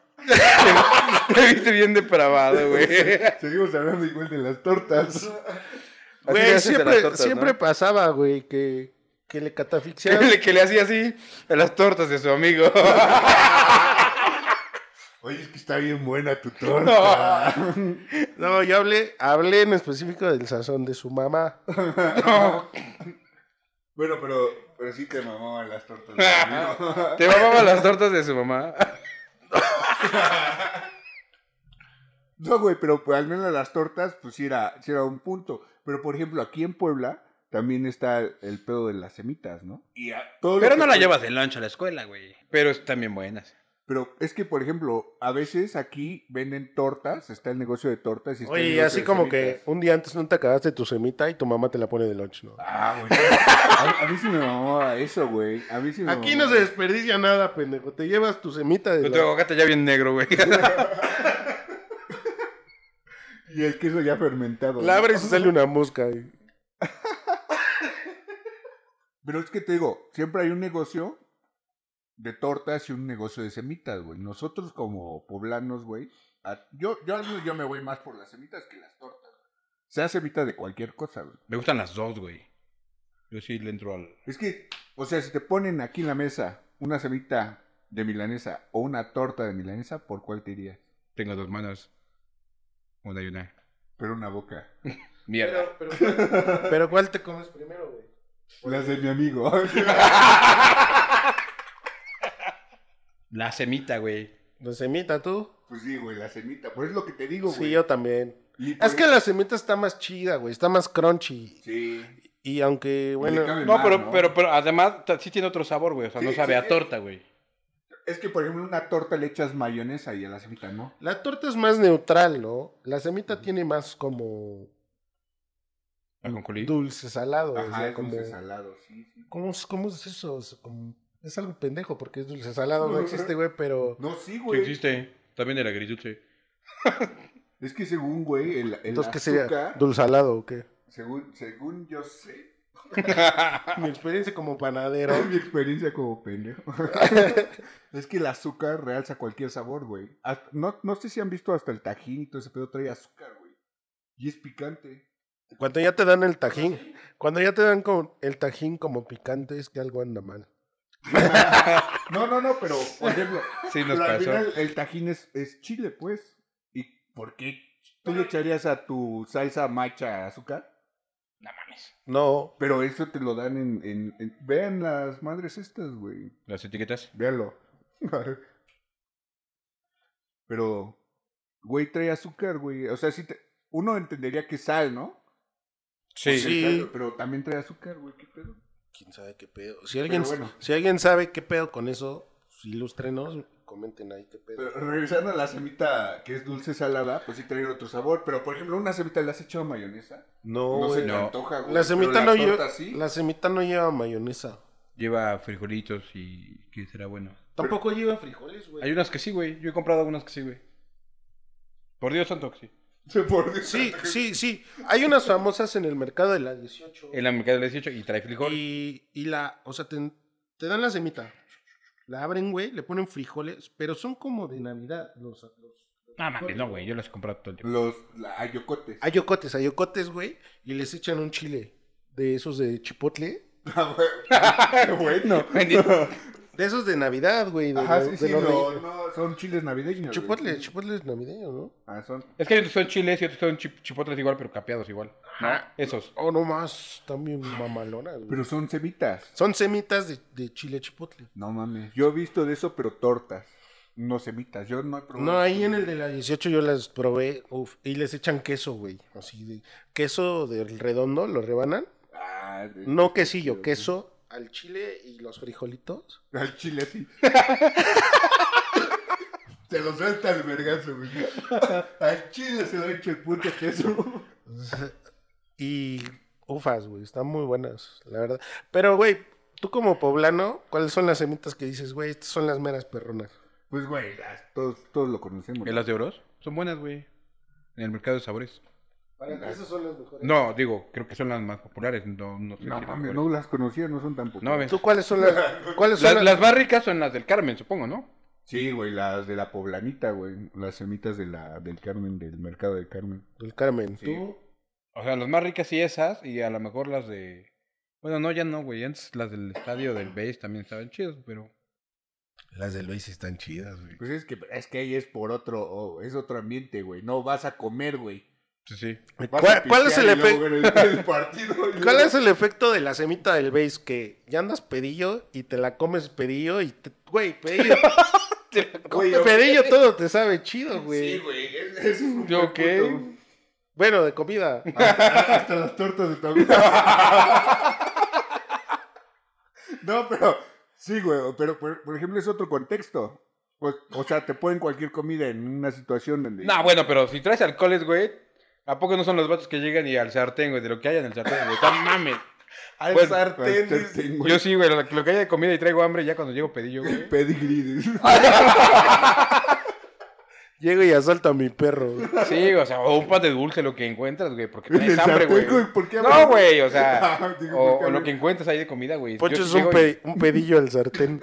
S3: [LAUGHS] Te viste bien depravado, güey.
S2: [LAUGHS] Seguimos hablando igual de las tortas.
S3: Así le
S1: Güey,
S3: haces a las
S1: siempre,
S3: tortas,
S1: siempre
S3: ¿no?
S1: pasaba, güey, que, que le
S3: Que [LAUGHS]
S1: catafixiaban.
S3: le- que le hacía así a las tortas de su [LAUGHS] amigo.
S2: Oye, es que está bien buena tu torta.
S1: No, yo hablé, hablé en específico del sazón de su mamá.
S2: Bueno, pero, pero sí te mamaban las tortas. ¿no?
S3: Te mamaba las tortas de su mamá.
S2: [LAUGHS] no, güey, pero pues, al menos las tortas, pues sí era, sí era un punto. Pero, por ejemplo, aquí en Puebla también está el, el pedo de las semitas, ¿no? Y a- todo lo
S3: Pero
S2: que
S3: no la
S2: tú-
S3: llevas de lunch a la escuela, güey. Pero están bien buenas.
S2: Pero es que, por ejemplo, a veces aquí venden tortas, está el negocio de tortas. Y está el
S1: Oye, y
S2: negocio
S1: así
S2: de
S1: como que
S2: semitas.
S1: un día antes no te acabaste tu semita y tu mamá te la pone de lunch, ¿no?
S2: Ah, güey. [LAUGHS] A, a mí sí me mamaba eso, güey. A mí sí me
S1: Aquí no
S2: mamaba.
S1: se desperdicia nada, pendejo. Te llevas tu semita de
S3: Con tu
S1: la-
S3: aguacate ya bien negro, güey.
S2: Y el queso ya fermentado.
S1: La
S2: ¿no?
S3: [LAUGHS]
S1: abres y sale una mosca. y-
S2: Pero es que te digo, siempre hay un negocio de tortas y un negocio de semitas, güey. Nosotros como poblanos, güey, a- yo, yo, al menos yo me voy más por las semitas que las tortas. Sea semita de cualquier cosa, güey.
S3: [LAUGHS] Me gustan las dos, güey. Yo sí le entro al.
S2: Es que, o sea, si te ponen aquí en la mesa una semita de milanesa o una torta de milanesa, ¿por cuál te irías?
S3: Tengo dos manos. Una y una.
S2: Pero una boca.
S3: Mierda.
S1: Pero, pero- pero ¿cuál te comes primero, güey?
S2: Las de mi amigo. [LAUGHS]
S3: La semita, güey.
S1: ¿La semita tú?
S2: pues sí, güey, la semita. Pues es lo que te digo, güey.
S1: Sí, yo también.
S2: Y
S1: Es
S2: por-
S1: que la semita está más chida, güey. Está más crunchy.
S2: Sí.
S1: Y aunque,
S2: le cabe
S1: bueno...
S3: No,
S2: más,
S3: pero, pero, pero además ta- sí tiene otro sabor, güey. O sea, no
S2: Sí,
S3: sabe
S2: sí,
S3: a
S2: sí.
S3: torta, güey.
S2: Es que, por ejemplo, una torta le echas mayonesa y a la semita no.
S1: La torta es más neutral, ¿no? La semita tiene más como
S3: ¿La concluí?
S1: dulce salado. o
S2: Ajá,
S1: sea,
S2: es
S1: como...
S2: dulce salado, sí, sí.
S1: ¿Cómo, es- cómo es eso? Es, como- es algo pendejo porque es dulce salado,
S2: [LAUGHS]
S1: no existe, güey, pero...
S2: No, sí,
S3: Sí
S2: güey.
S3: existe. También el agridulce.
S2: Es que según, güey, el, el
S1: Entonces, ¿qué sería?
S2: azúcar,
S1: ¿Dulzalado o
S2: [LAUGHS]
S1: qué?
S2: según, según yo sé,
S1: Mi experiencia como panadero.
S2: [LAUGHS] mi experiencia como pendejo,
S1: [LAUGHS]
S2: es que el azúcar realza cualquier sabor, güey. Hasta- No, no sé si han visto hasta el tajín y todo ese pedo trae azúcar, güey. Y es picante.
S1: Cuando ya te dan el tajín, cuando ya te dan con el tajín como picante, es que algo anda mal.
S2: No, no, no, pero, por ejemplo,
S3: Sí, nos
S2: pero al
S3: pasó.
S2: final el tajín es, es chile, pues. ¿Y por qué? ¿Tú le echarías a tu salsa macha azúcar?
S3: No mames.
S1: No,
S2: Pero eso te lo dan en... en- en- Vean las madres estas, güey.
S3: Las etiquetas.
S2: Véanlo. [LAUGHS] Pero, güey, trae azúcar, güey. O sea, sí te- uno entendería que es sal, ¿no?
S3: Sí.
S1: Sí.
S2: Claro, Pero también trae azúcar, güey. ¿Qué pedo?
S1: quién sabe qué pedo. Si alguien,
S2: Pero bueno.
S1: si alguien sabe qué pedo con eso, ilústrenos, comenten ahí qué pedo.
S2: Pero regresando a la semita que es dulce salada, pues sí trae otro sabor. Pero, por ejemplo, una semita le has echado mayonesa.
S1: no,
S2: No se
S1: güey.
S2: te
S3: no.
S2: antoja, güey.
S1: La
S2: Pero
S1: semita no
S2: torta
S1: lleva,
S2: sí.
S1: la semita no lleva mayonesa.
S3: Lleva frijolitos y que será bueno.
S1: Tampoco lleva frijoles, güey.
S3: Hay unas que sí, güey. Yo he comprado algunas que sí, güey. Por Dios santo que sí.
S2: [LAUGHS] Por Dios.
S1: Sí, sí, sí. Hay unas famosas en el mercado de la 18.
S3: En la mercado del 18 y trae frijol.
S1: Y, y la, o sea, te, te dan la semita. La abren, güey, le ponen frijoles, pero son como de Navidad. Los, los-
S3: No mames, no, güey. Yo las he comprado todo
S2: [LAUGHS]
S3: el tiempo.
S2: Los la- ayocotes. [LAUGHS]
S1: Ayocotes, ayocotes, güey, y les echan un chile de esos de chipotle.
S2: Ah,
S1: [LAUGHS]
S2: [LAUGHS] bueno.
S3: Bendito.
S1: De esos de Navidad, güey. De,
S2: Ajá,
S1: de-
S2: sí,
S1: de
S2: sí,
S1: los
S2: no,
S1: de-
S2: no, son chiles navideños. güey.
S1: Chipotle, chipotle es navideño, ¿no?
S2: Ah, son.
S3: Es que hay otros que son chiles y otros son chip- chipotles igual, pero capeados igual. ¿No? Esos.
S1: Oh, no más, también mamalonas, güey.
S2: Pero son semitas.
S1: Son semitas de, de chile chipotle.
S2: No mames. Yo he visto de eso, pero tortas. No semitas. Yo no he probado.
S1: No, ahí en el de la 18 yo las probé, uf, y les echan queso, güey. Así de queso del redondo, lo rebanan.
S2: Ah, de-
S1: No quesillo, queso al chile y los frijolitos.
S2: Al
S1: [LAUGHS]
S2: chile así. se lo suelta el
S1: [LAUGHS]
S2: vergazo, güey. Al chile se lo echa el puto queso.
S1: [LAUGHS] Y ufas, güey, están muy buenas, la verdad. Pero, güey, tú como poblano, ¿cuáles son las semitas que dices, güey, estas son las meras perronas?
S2: Pues, güey, las- todos, todos lo conocemos.
S3: ¿En las de oros? Son buenas, güey. En el mercado de sabores.
S1: Para ti esas son las mejores.
S3: No, digo, creo que son las más populares. No, no sé
S2: No mames,
S3: si mejores.
S2: no las conocía, no son tan
S3: No,
S2: populares.
S3: ves.
S1: ¿Tú cuáles son [LAUGHS] las, cuáles son
S3: Las, las más ricas son las del Carmen, supongo, ¿no?
S2: Sí, güey, las de la poblanita, güey. Las semitas de la, del Carmen, del mercado del Carmen.
S1: El Carmen,
S2: Sí.
S1: tú.
S3: O sea, las más ricas sí esas y a lo mejor las de... Bueno, no, ya no, güey. Antes las del estadio del Base también estaban chidas, pero...
S1: Las del Luis están chidas, güey.
S2: Pues es que, es que ahí es por otro, oh, es otro ambiente, güey. No vas a comer, güey.
S3: Sí, sí.
S2: Vas
S1: ¿Cuál,
S2: a
S1: cuál es el
S2: pistear y luego
S1: efecto?
S2: ver el- el partido
S1: [LAUGHS]
S2: y
S1: ¿Cuál
S2: luego-
S1: es el efecto de la semita del base? Que ya andas pedillo y te la comes pedillo y te. Güey, [LAUGHS] pedillo.
S2: Güey, yo-
S1: pedillo todo te sabe chido,
S2: Sí,
S1: güey.
S2: güey. es- es un
S3: Yo,
S2: buen
S3: ¿qué?
S2: punto.
S1: bueno, de comida.
S2: Hasta las tortas de tu amiga. No, pero. Sí, güey. Pero, por, por ejemplo, es otro contexto. Pues, o sea, te ponen cualquier comida en una situación donde.
S3: No, bueno, pero si traes alcoholes, güey, ¿a poco no son los vatos que llegan y al sartén, güey, de lo que haya en el sartén, güey? ¡Tan mames!
S1: Al
S3: Bueno,
S1: sartén.
S2: Sartén,
S1: dice.
S2: [LAUGHS] güey.
S3: Yo sí, güey, lo, lo que haya de comida y traigo hambre, ya cuando llego pedí yo,
S2: [LAUGHS]
S3: güey.
S2: Pedigrí. "Ah,
S1: Llego y asalto a mi perro. güey.
S3: Sí, o sea, o un pan de dulce, lo que encuentras, güey, porque
S2: En el
S3: traes hambre,
S2: sartén,
S3: güey.
S2: güey, ¿por qué hambre?
S3: No, güey, o sea,
S2: [LAUGHS] Ah, digo, ¿por
S3: o,
S2: qué
S3: o lo
S2: hambre?
S3: que encuentras ahí de comida, güey.
S1: Poncho
S3: Yo
S1: es un,
S3: llego y-
S1: pe- un pedillo al sartén.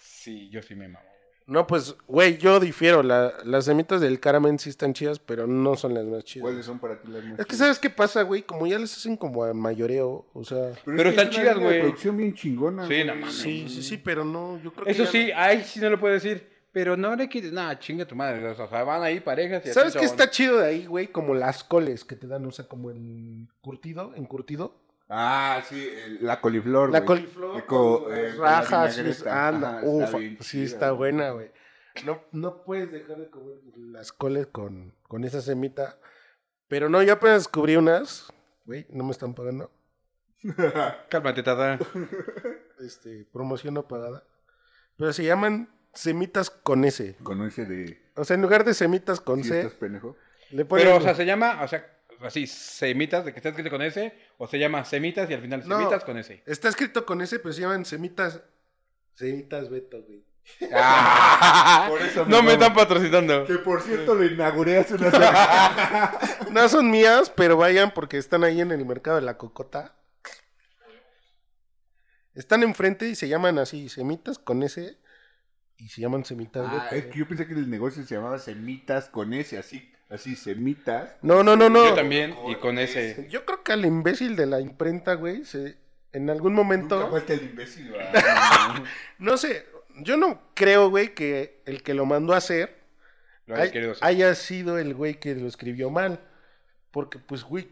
S3: Sí, yo sí me mamo.
S1: [LAUGHS] No, pues, güey, yo difiero. La- las semitas del caramen sí están chidas, pero no son las más chidas.
S2: ¿Cuáles son para ti las
S1: Es
S2: más
S1: que,
S2: chidas?
S1: ¿sabes qué pasa, güey? Como ya les hacen como al mayoreo, o sea...
S3: Pero
S2: es es
S3: están
S2: una línea
S3: chidas,
S2: de
S3: güey.
S2: producción bien chingona.
S3: Sí,
S2: güey.
S3: no mames.
S1: Sí, sí, sí, pero no, yo creo que...
S3: Eso
S1: ya
S3: sí, ahí sí no lo puedo decir. Pero no le quites nada, chinga tu madre. O sea, van ahí parejas y
S1: no.
S3: así
S1: ¿Sabes qué
S3: son.
S1: está chido de ahí, güey? Como las coles que te dan, o sea, como el curtido, encurtido.
S2: Ah, sí, el- la coliflor.
S1: La
S2: güey.
S1: coliflor,
S2: co-
S1: con
S2: eh,
S1: las
S2: con la
S1: rajas, y es-
S2: vinagreta.
S1: anda,
S2: Ajá,
S1: ufa,
S2: está bien
S1: sí
S2: chida,
S1: está
S2: güey.
S1: buena, güey. No, no puedes dejar de comer las coles con, con esa semita. Pero no, yo apenas descubrí unas, güey, no me están pagando,
S3: Cálmate, tata.
S1: este, promoción no pagada. Pero se llaman semitas con S.
S2: Con ese de.
S1: O sea, en lugar de semitas con
S2: ¿Sí
S1: C,
S2: estás pendejo?
S1: le ponen...
S3: Pero, o sea, se llama, o sea, así, semitas, de que está escrito con S, o se llama semitas y al final
S1: No.
S3: semitas con S.
S1: Está escrito con S, pero se llaman semitas... Semitas Beto, güey.
S2: Por eso me
S3: Ah. no
S2: mamo.
S3: me están patrocinando.
S2: Que por cierto lo inauguré hace
S3: [LAUGHS]
S2: una semana.
S1: No son mías, pero vayan porque están ahí en el mercado de la cocota. Están enfrente y se llaman así, semitas con ese y se llaman semitas.
S2: Ah,
S1: Beto.
S2: es que yo pensé que el negocio se llamaba Semitas con ese, así, así, Semitas.
S1: No, no, no, no.
S3: Yo también, y con S.
S1: Yo creo que al imbécil de la imprenta, güey, se, en algún momento...
S2: Nunca falta el imbécil, ¿verdad?
S1: No sé, yo no creo, güey, que el que lo mandó a hacer
S3: Lo hayas
S1: hay-
S3: querido hacer.
S1: haya sido el güey que lo escribió mal. Porque, pues, güey,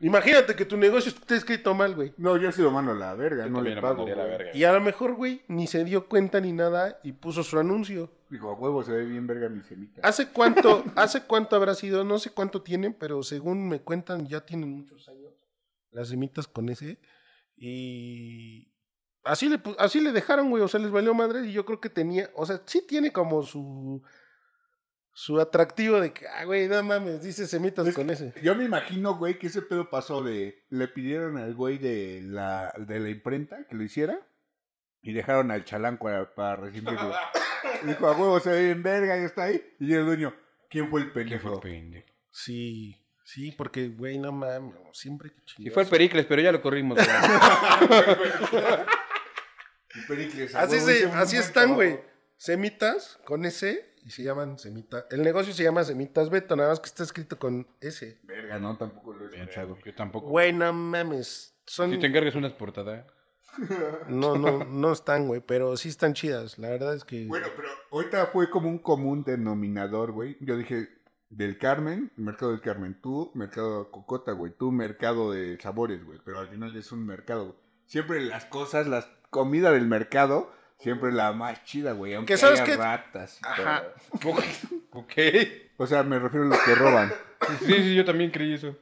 S1: imagínate que tu negocio esté escrito mal, güey.
S2: [LAUGHS] No, yo sí lo mando a la verga,
S3: Yo
S2: no
S3: también
S2: le
S3: lo
S2: pago.
S3: mandaría a la
S2: güey.
S3: verga.
S1: Y a lo mejor, güey, ni se dio cuenta ni nada y puso su anuncio.
S2: Dijo, a huevo se ve bien verga mi semita.
S1: ¿Hace cuánto, hace cuánto habrá sido? No sé cuánto tienen, pero según me cuentan, ya tienen muchos años. Las semitas con ese. Y así le, pu- así le dejaron, güey. O sea, les valió madre. Y yo creo que tenía, o sea, sí tiene como su su atractivo de que, ah, güey, no mames, dice semitas
S2: Es
S1: con ese.
S2: Yo me imagino, güey, que ese pedo pasó de. Le pidieron al güey de la, de la imprenta que lo hiciera. Y dejaron al chalán para,
S1: [LAUGHS]
S2: para recibirlo. Y Dijo, a huevo se ve bien verga, ya está ahí. Y el dueño, ¿quién fue el
S3: ¿Quién fue
S2: pendejo?
S3: el pendejo?
S1: Sí, sí, porque, güey, no mames, siempre que
S3: Sí, fue el Pericles, pero ya lo corrimos. güey.
S2: El Pericles, a
S1: Así,
S2: huevo,
S1: se-
S2: hice un
S1: así
S2: buen
S1: están, güey.
S2: trabajo.
S1: Semitas con S y se llaman semitas. El negocio se llama Semitas Beto, nada más que está escrito con S.
S2: Verga, no, tampoco lo he escuchado.
S3: Yo tampoco.
S1: Güey, no mames. Son...
S3: Si te encargas unas portadas.
S1: No, no, no están, güey, pero sí están chidas. La verdad es que...
S2: Bueno, pero ahorita fue como un común denominador, güey. Yo dije, del Carmen, mercado del Carmen, tú, mercado de Cocota, güey, tú, mercado de sabores, güey. Pero al final es un mercado, güey. Siempre las cosas, las comida del mercado, siempre la más chida, güey. Aunque
S1: Que sabes
S2: haya
S1: que-
S2: ratas. y
S1: Ajá.
S2: todo.
S3: Ok. ok. Sí,
S2: O sea, me refiero a los que roban.
S3: sí, yo también creí eso.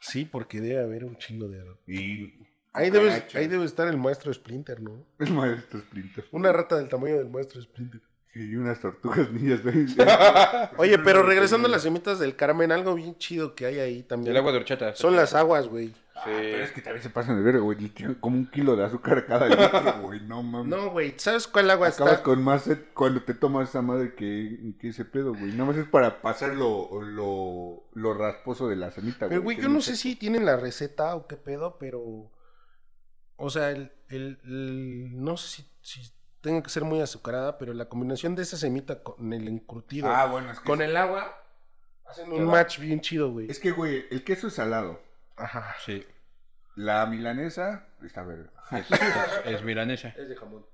S1: Sí, porque debe haber un chingo de...
S2: Y
S1: Ahí debe,
S2: cucarachas.
S1: ahí debe estar el maestro Splinter, ¿no?
S2: El maestro Splinter.
S1: Una rata del tamaño del maestro Splinter.
S2: Y unas tortugas niñas,
S1: [LAUGHS]
S2: güey.
S1: Oye, pero regresando a las semitas del Carmen, algo bien chido que hay ahí también.
S3: El agua de horchata.
S1: Son las aguas, güey.
S2: Ah, Pero es que también se pasan de verga, güey. Le tiran como un kilo de azúcar cada litro, güey. No mames.
S1: No, güey, ¿sabes cuál agua
S2: Acabas
S1: está?
S2: con más sed cuando te tomas esa madre que, que ese pedo, güey. Nada más es para pasar lo, lo, lo rasposo de la cenita, güey.
S1: Pero, güey,
S2: que
S1: yo no sé si tienen la receta o qué pedo, pero. O sea, el. el- el- no sé si, si tenga que ser muy azucarada, pero la combinación de esa semita con el encurtido,
S2: Ah, bueno, es que,
S1: con el agua, hacen un
S2: Claro.
S1: match bien chido, güey.
S2: es que, güey, el queso es salado.
S1: Ajá.
S3: Sí.
S2: La milanesa está [LAUGHS] verga.
S3: Es, es- es milanesa.
S1: Es de jamón.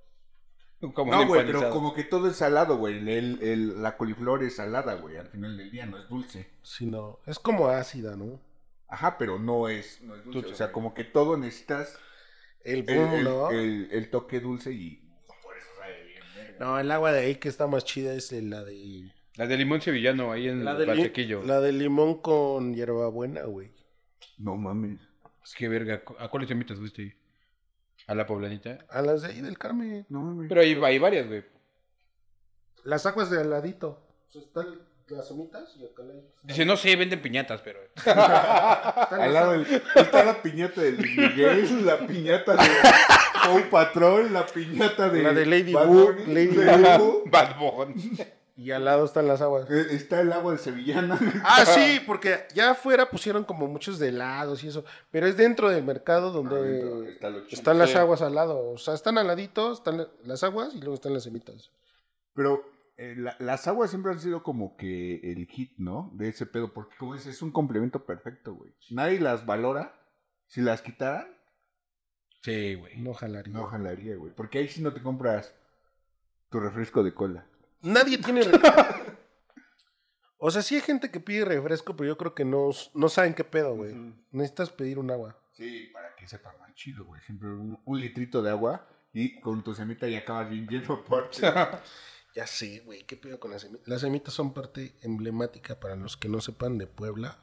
S3: Como
S2: No,
S3: un
S2: güey, pero
S3: empanizado.
S2: como que todo es salado, güey. El- el- el- la coliflor es salada, güey. Al final del día no es dulce.
S1: Sí, no. Es como ácida, ¿no?
S2: Ajá, pero no es, no es dulce.
S3: Dulce,
S2: O sea,
S3: güey.
S2: como que todo necesitas
S1: El
S2: el,
S1: boom,
S2: el-
S1: ¿no?
S2: el- el toque dulce y por eso sabe bien. verga.
S1: No, el agua de ahí que está más chida es la de.
S3: La de limón sevillano ahí en
S1: La de,
S3: Pachequillo.
S1: la de limón con hierbabuena, güey.
S2: No mames.
S3: Es que verga, ¿cu- ¿a cuáles semitas fuiste? ¿A la poblanita?
S1: A las de ahí del Carmen.
S2: No mames.
S3: Pero hay, hay varias, güey.
S1: Las aguas de al ladito. O sea, están las somitas y acá la-
S3: Dice, no sé, venden piñatas, pero. [LAUGHS]
S1: están las-
S2: Al lado del- está la piñata de Luis Miguel, la piñata de Paw Patrol, la piñata de.
S1: La de Lady
S2: Bad
S1: Wu,
S2: Bunny,
S1: Lady
S2: de Wu.
S3: Bad Bunny.
S1: Y al lado están las aguas.
S2: Eh, Está el agua de Sevillana.
S1: [LAUGHS] Ah, sí, porque ya afuera pusieron como muchos de helados y eso. Pero es dentro del Ah, mercado donde
S2: Está lo chido.
S1: están las
S3: Sí.
S1: aguas al lado. O sea, están al ladito, están la- las aguas y luego están las semitas.
S2: Pero eh, la- las aguas siempre han sido como que el hit, ¿no? De ese pedo, porque como dices, es un complemento perfecto, güey. Nadie las valora. Si las quitaran,
S3: Sí, güey.
S1: No jalaría.
S2: no jalaría, güey. Porque ahí sí no te compras tu refresco de cola.
S1: Nadie tiene refresco. [LAUGHS] O sea, sí hay gente que pide refresco, pero yo creo que no, no saben qué pedo, güey. Necesitas pedir un agua.
S2: Sí, para que sepa más chido, güey. Siempre un, un litrito de agua y con tu semita ya acabas bien lleno [LAUGHS] aparte.
S3: [LAUGHS]
S1: Ya sé, güey, qué pedo con las semitas. Las semitas son parte emblemática para los que no sepan de Puebla.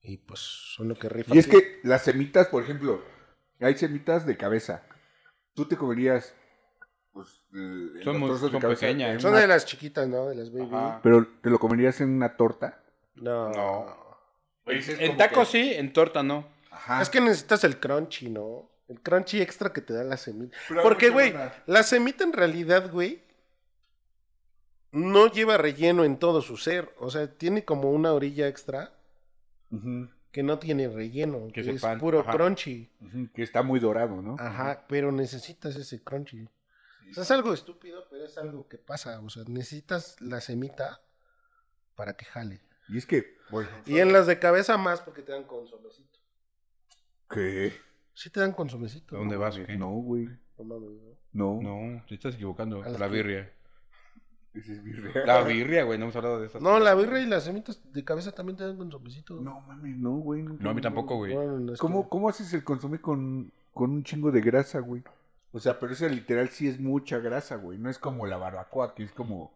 S1: Y pues son lo que rifan.
S2: y es que las semitas, por ejemplo, hay semitas de cabeza. Tú te comerías, pues, eh,
S3: Son
S2: los
S3: muy-
S2: trozos de
S3: son
S2: cabeza
S3: pequeñas.
S2: en
S1: son
S2: una-
S1: de las chiquitas, ¿no? De las baby.
S2: Ajá. Pero te lo comerías en una torta.
S1: No.
S3: No.
S2: Pues es
S3: en
S2: como
S3: tacos
S2: que-
S3: sí, en torta no.
S2: Ajá.
S1: Ah. Es que necesitas el crunchy, ¿no? El crunchy extra que te da la semita.
S2: Pero hay
S1: Porque,
S2: muchas
S1: güey,
S2: otras.
S1: la semita en realidad, güey, no lleva relleno en todo su ser. O sea, tiene como una orilla extra
S2: Ujú,
S1: que no tiene relleno.
S3: Que
S1: Que
S3: es
S1: es,
S3: el pan,
S1: puro
S3: ajá.
S1: crunchy.
S2: ujú, que está muy dorado, ¿no?
S1: Ajá, pero necesitas ese crunchy. O sea, es algo estúpido, pero es algo que pasa. O sea, necesitas la semita para que jale.
S2: Y es que, por ejemplo,
S1: Y en las de cabeza más porque te dan consomecito.
S2: ¿qué?
S1: Sí te dan consomecito.
S3: ¿Dónde vas? o
S2: güey,
S3: qué?
S2: No, güey.
S1: No mames, ¿no?
S2: No.
S3: No, te estás equivocando.
S1: A las
S3: La
S1: que-
S3: birria.
S2: Ese es birria.
S3: La birria, güey, no hemos hablado de esas.
S1: No, la birra y las semitas de cabeza también te dan consomecito.
S2: No, mames, no, güey. nunca
S3: No, a mí
S2: me-
S3: tampoco, güey.
S1: Bueno, no es
S2: ¿Cómo,
S1: que-
S2: ¿Cómo haces el consomé con, con un chingo de grasa, güey? O sea, pero esa literal sí es mucha grasa, güey. No es como la barbacoa, que es como...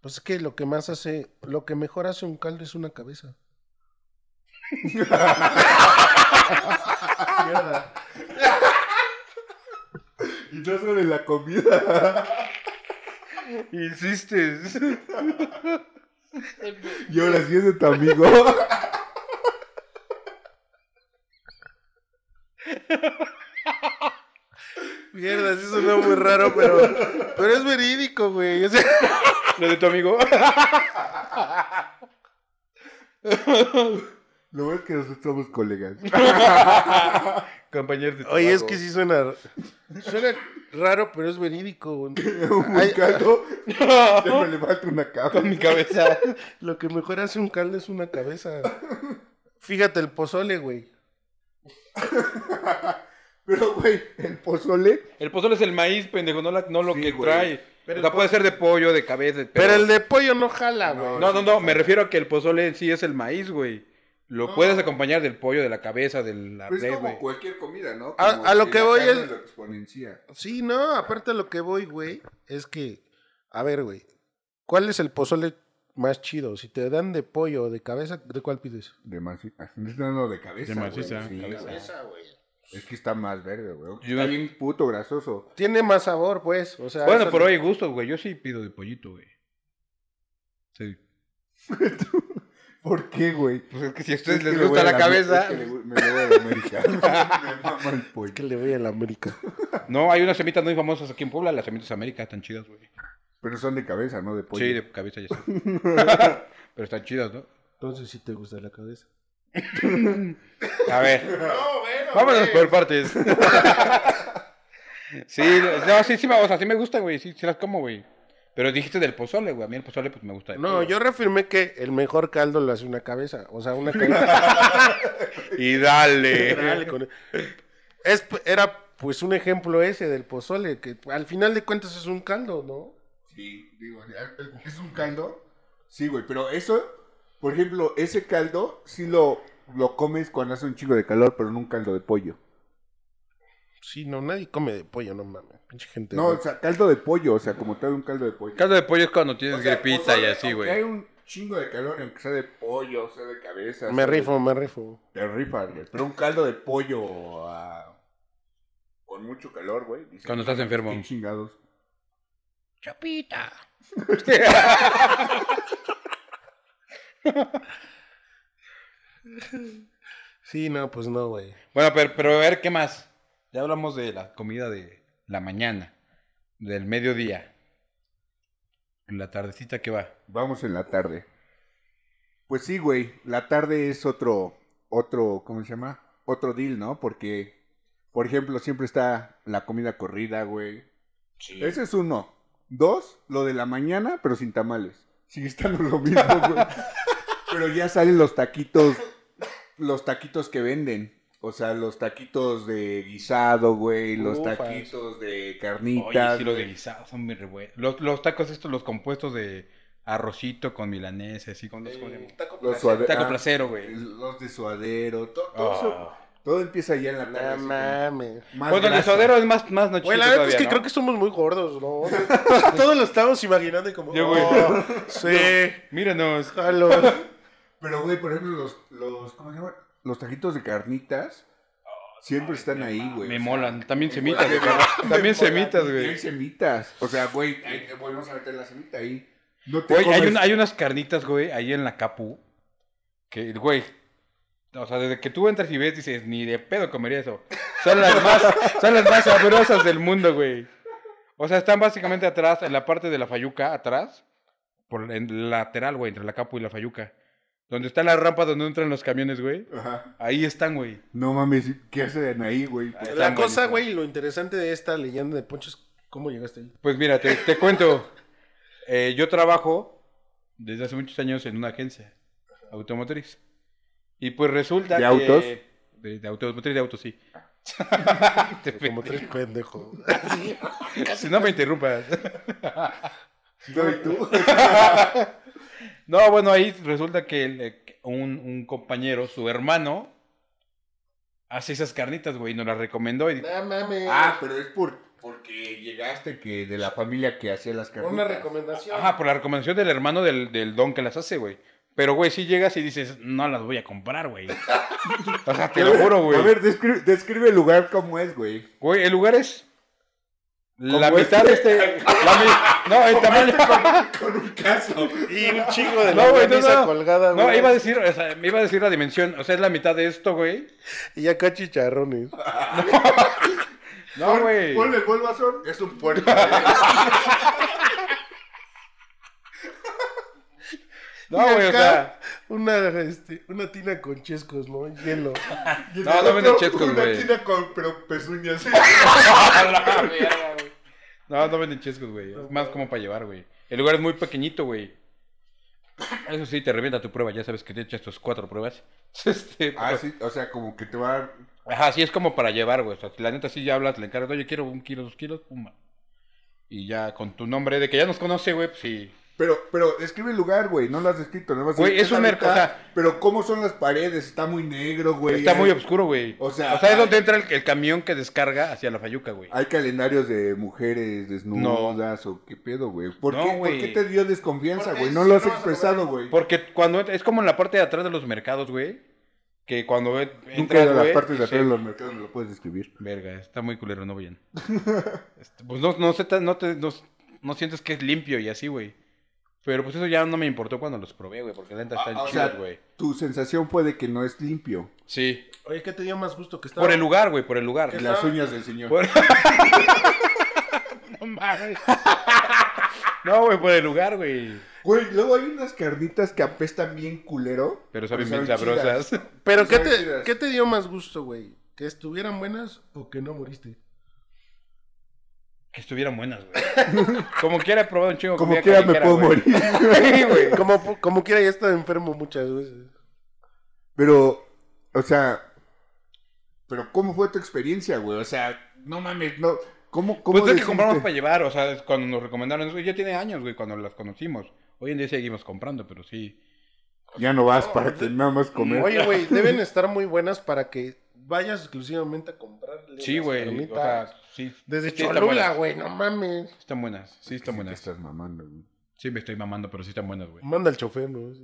S1: Pues es que lo que más hace, lo que mejor hace un caldo es una cabeza.
S2: [LAUGHS] Y no sobre la comida.
S3: Insistes.
S2: Y ahora sí es de tu amigo.
S1: [LAUGHS]
S2: [LAUGHS]
S1: Mierda, eso suena muy raro, pero, pero es verídico, güey. O sea,
S3: [LAUGHS] Lo de
S1: [LAUGHS]
S3: tu amigo.
S2: Lo bueno es que nosotros somos colegas. [LAUGHS]
S3: Compañeros de
S1: Oye, es
S3: trabajo.
S1: que sí suena. [LAUGHS] Suena raro, pero es verídico. güey.
S2: Un
S1: Ay.
S2: caldo,
S1: [LAUGHS]
S2: ya me levanto una
S3: Con
S2: cama.
S3: mi cabeza.
S1: Lo que mejor hace un caldo es una cabeza. Fíjate el pozole, güey.
S2: Pero, güey, el pozole...
S3: El pozole es el maíz, pendejo, no, la- no lo
S2: Sí,
S3: que
S2: güey.
S3: trae.
S1: Pero
S3: o sea,
S1: el
S3: puede ser de pollo, de cabeza, de-
S1: Pero, el de pollo no jala, güey.
S3: No, no, no, me refiero a que el pozole en sí es el maíz, güey. Lo puedes acompañar del pollo, de la cabeza, del la
S2: Pues
S3: red,
S2: es como
S3: güey.
S2: cualquier comida, ¿no?
S1: A-
S2: Como
S1: a lo
S2: la
S1: que voy
S2: carne
S1: es-
S2: lo exponencia.
S1: Sí, no, aparte a lo que voy, güey, es que, a ver, güey, ¿cuál es el pozole más chido? Si te dan de pollo o de cabeza, ¿de cuál pides?
S2: De maciza. [LAUGHS] No, no, de cabeza.
S3: De
S2: güey,
S3: maciza,
S2: sí,
S3: cabeza.
S2: güey.
S1: güey.
S2: Es que está más verde, güey.
S3: Yo-
S2: Está bien puto grasoso.
S1: Tiene más sabor, pues, o sea...
S3: Bueno,
S1: eso
S3: por
S1: es-
S3: hoy gusto, güey. Yo sí pido de pollito, güey. Sí.
S2: ¿Por qué, güey?
S3: Pues es que si a
S2: Es
S3: ustedes
S2: que
S3: les
S2: le voy
S3: gusta
S2: a
S3: la cabeza.
S2: es que le voy- me voy a la América. [LAUGHS]
S3: [LAUGHS]
S2: me mama el pollo.
S1: Que le voy a la América.
S3: No, hay unas semitas muy famosas aquí en Puebla, las semitas América, están chidas, güey.
S2: Pero son de cabeza, no de pollo.
S3: Sí, de cabeza ya sé. Pero están chidas, ¿no?
S1: Entonces sí te gusta la cabeza.
S3: A ver. Vámonos por partes. sí, no, sí, sí, me- o sea, sí me gustan, güey. Sí, sí las como, güey. Pero dijiste del pozole, güey. A mí el pozole, pues me gusta. de
S1: No,
S3: pollo.
S1: yo reafirmé que el mejor caldo lo hace una cabeza, o [LAUGHS] sea, una cabeza...
S3: Y dale.
S1: Dale con- Es- era, pues, un ejemplo ese del pozole, que al final de cuentas es un caldo, ¿no?
S2: Sí, digo, es un caldo. Sí, güey, pero eso, por ejemplo, ese caldo sí lo, lo comes cuando hace un chingo de calor, pero no un caldo de pollo.
S1: Sí, no, nadie come de pollo, no mames. Pinche gente.
S2: No, o
S1: loca.
S2: sea, caldo de pollo, o sea, como tal un caldo de pollo.
S3: Caldo de pollo es cuando tienes
S2: O sea,
S3: gripita
S2: pozole,
S3: y así, güey.
S2: aunque Hay un chingo de calor, aunque sea de pollo, sea de cabeza.
S1: me
S2: sea de-
S1: rifo, me rifo.
S2: Te rifas, güey. Pero un caldo de pollo ah, con mucho calor, güey. dices, "Ah,
S3: Cuando estás enfermo.
S2: "Qué chingados.
S3: Chapita.
S1: Sí, no, pues no, güey.
S3: [LAUGHS] Bueno, pero, pero a ver, ¿qué más? Ya hablamos de la comida de la mañana, del mediodía, la tardecita que va.
S2: Vamos en la tarde. Pues sí, güey, la tarde es otro, otro, ¿cómo se llama? Otro deal, ¿no? Porque, por ejemplo, siempre está la comida corrida, güey. Ese es uno. Dos, lo de la mañana, pero sin tamales. Sigue estando lo mismo,
S3: [LAUGHS]
S2: güey. pero ya salen los taquitos, los taquitos que venden. O sea, los taquitos de guisado, güey, los
S3: Ufas.
S2: taquitos de
S3: Oye,
S2: carnitas.
S3: sí, los de
S2: güey.
S3: guisado son muy re buenos. Los, los tacos estos, los compuestos de arrocito con milanesa, así con los... ¿cómo se llama?
S2: Eh, Los suade-
S3: Taco
S2: ah,
S3: placero, güey.
S2: Los de suadero, to- todo, eso-
S1: Ah.
S3: Oh.
S2: todo empieza ya en la tarde.
S1: No
S2: así como-
S1: Ah, mames.
S2: Más
S3: Bueno, el
S2: grasa.
S3: guisadero es más, más nochito
S1: Güey, la verdad es
S3: todavía,
S1: que
S3: ¿no?
S1: creo que somos muy gordos, ¿no? [LAUGHS] Todos lo estamos imaginando y como.
S3: Yo, güey.
S1: "Oh, sí,
S3: Míranos. [LAUGHS]
S1: jalo.
S2: Pero, güey, por ejemplo, los, los, ¿cómo se llama? Los taquitos de carnitas siempre están ahí, güey.
S3: Me
S2: o sea,
S3: molan.
S2: [LAUGHS]
S3: También
S2: me
S3: semitas,
S2: molan,
S3: güey. También semitas,
S2: Y hay
S3: güey.
S2: semitas. O sea, güey, ahí te volvemos a meter la semita ahí. No te
S3: Güey, hay,
S2: comes-
S3: una- hay unas carnitas, güey, ahí en la Capu. Que, güey. O sea, desde que tú entras y ves, dices, ni de pedo comería eso. Son las más, son las más sabrosas del mundo, güey. O sea, están básicamente atrás, en la parte de la Fayuca, atrás. Por el lateral, güey, entre la Capu y la Fayuca. Donde está la rampa donde entran los camiones, güey.
S2: Ajá.
S3: Ahí están, güey.
S2: No mames, ¿qué hacen ahí, güey?
S3: Ahí
S1: La
S3: están,
S1: cosa,
S3: buenísimas.
S1: güey, lo interesante de esta leyenda de Poncho es cómo llegaste ahí.
S3: Pues mira, te, te cuento. Eh, yo trabajo desde hace muchos años en una agencia automotriz. Y pues resulta
S2: ¿De
S3: que...
S2: autos?
S3: De, de automotriz, de
S2: [LAUGHS]
S3: autos, sí. Te
S1: Como tres pendejos.
S3: [LAUGHS]
S1: [LAUGHS]
S3: pendejas, no me interrumpas.
S2: No, ¿y tú?
S3: No, bueno, ahí resulta que el- eh, que un, un compañero, su hermano, hace esas carnitas, güey, y nos las recomendó. Y,
S1: No mames.
S2: ah, pero es por, porque llegaste que de la familia que hacía las carnitas.
S1: Una recomendación.
S3: Ajá, por la recomendación del hermano del, del don que las hace, güey. Pero, güey, si llegas y dices, no las voy a
S2: [LAUGHS]
S3: comprar, güey. O sea, te lo juro, güey.
S2: A ver, describe, describe el lugar como es, güey.
S3: Güey, el lugar es. La
S2: Como
S3: mitad de este. la mi- No, el tamaño.
S2: Con un caso.
S1: Y un chingo este de
S3: [LAUGHS] No, güey, no,
S1: longaniza
S3: no.
S1: colgada, güey.
S3: No, iba a decir, o sea, me iba a decir la dimensión. O sea, es la mitad de esto, güey.
S1: Y acá chicharrones.
S3: No, güey.
S2: Ponle Bulbasaur, es un
S3: [LAUGHS]
S2: puerco.
S3: [LAUGHS] No,
S1: Y
S3: güey, o
S1: acá,
S3: sea.
S1: Una, este, una tina con chescos, ¿no? Hielo.
S3: No, no venden chescos, güey. [LAUGHS]
S2: con, pero pezuñas.
S3: No, no venden chescos, güey. Es más como para llevar, güey. El lugar es muy pequeñito, güey. Eso sí, te revienta tu prueba. Ya sabes que te echas tus cuatro pruebas. [LAUGHS] Este,
S2: [LAUGHS] ah, sí, o sea, como que te va a dar...
S3: Ajá, sí es como para llevar, güey. O sea, la neta sí ya hablas, le encargas, oye, quiero un kilo, dos kilos, pumba. Y ya con tu nombre, de que ya nos conoce, güey, pues sí.
S2: Pero, pero, escribe el lugar, güey, no lo has escrito. nada más
S3: Güey,
S2: dices,
S3: es un
S2: "Ah,
S3: mercado,
S2: está,
S3: o sea-
S2: Pero, ¿cómo son las paredes? Está muy negro, güey.
S3: Está
S2: hay-
S3: muy oscuro, güey.
S2: O sea-
S3: es donde entra el, el camión que descarga hacia la Fayuca, güey.
S2: Hay calendarios de mujeres desnudas o qué pedo, güey. ¿Por,
S3: No,
S2: qué, por
S3: güey.
S2: qué te dio desconfianza,
S1: Porque
S2: güey?
S1: es-
S2: No lo has
S1: no vas a
S2: expresado,
S1: poder-
S2: güey.
S3: Porque cuando ent- es como en la parte de atrás de los mercados, güey, que cuando ve-
S2: Nunca
S3: entras,
S2: de las
S3: güey,
S2: partes de
S3: dice,
S2: atrás de los mercados lo puedes describir.
S3: Verga, está muy culero,
S2: [LAUGHS]
S3: no bien. Este, pues no, no, se te- no, te, no, no sientes que es limpio y así, güey. Pero pues eso ya no me importó cuando los probé, güey, porque la neta están
S2: Ah, o
S3: chidos,
S2: sea,
S3: güey.
S2: Tu sensación puede que no es limpio.
S3: Sí.
S1: Oye, ¿qué te dio más gusto que estaba?
S3: Por el lugar, güey, por el lugar.
S1: ¿Qué
S2: Las
S1: está-
S2: uñas del señor.
S3: Por- no mames. No, güey, por el lugar, güey.
S2: Güey, luego hay unas carnitas que apestan bien culero.
S3: Pero saben bien sabrosas. [LAUGHS]
S2: chidas.
S3: Pues
S1: Pero ¿qué
S2: Saben
S1: te,
S2: chidas.
S1: ¿qué te dio más gusto, güey? ¿Que estuvieran buenas o que no moriste?
S3: Que estuvieran buenas, güey. Como quiera he probado un chingo. de
S2: Como
S3: comida
S2: quiera me
S3: callejera,
S2: puedo
S3: güey.
S2: morir.
S3: [LAUGHS] [LAUGHS] Sí, güey.
S1: Como, como quiera, ya está enfermo muchas veces.
S2: Pero, o sea, pero ¿cómo fue tu experiencia, güey? O sea, no mames, no. ¿Cómo, cómo
S3: Pues es que
S2: decirte?
S3: compramos para llevar, o sea, es cuando nos recomendaron eso, ya tiene años, güey, cuando las conocimos. Hoy en día seguimos comprando, pero sí.
S2: Ya no vas para que nada más comer.
S1: Oye,
S3: [LAUGHS]
S1: güey, deben estar muy buenas para que vayas exclusivamente a comprarle.
S3: Sí,
S1: las
S3: güey. O
S1: palomitas.
S3: sea, sí.
S1: Desde
S3: sí están
S1: Cholula,
S3: buenas.
S1: güey, no mames.
S3: Están buenas, sí están
S2: Sí te
S3: buenas.
S2: estás mamando, güey.
S3: Sí me estoy mamando, pero sí están
S2: [LAUGHS]
S3: buenas, güey.
S1: Manda al chofer, ¿no?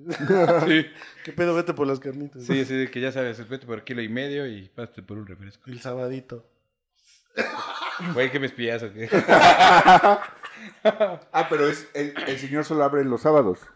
S1: [LAUGHS]
S3: Sí,
S1: ¿Qué pedo? Vete por las carnitas.
S3: sí, sí, que ya sabes, vete por kilo y medio y pásate por
S2: [LAUGHS]
S3: un refresco.
S1: El sabadito.
S3: Güey, que me espías, o qué?
S2: Ah, pero es, el, el señor solo abre los sábados.
S3: [LAUGHS]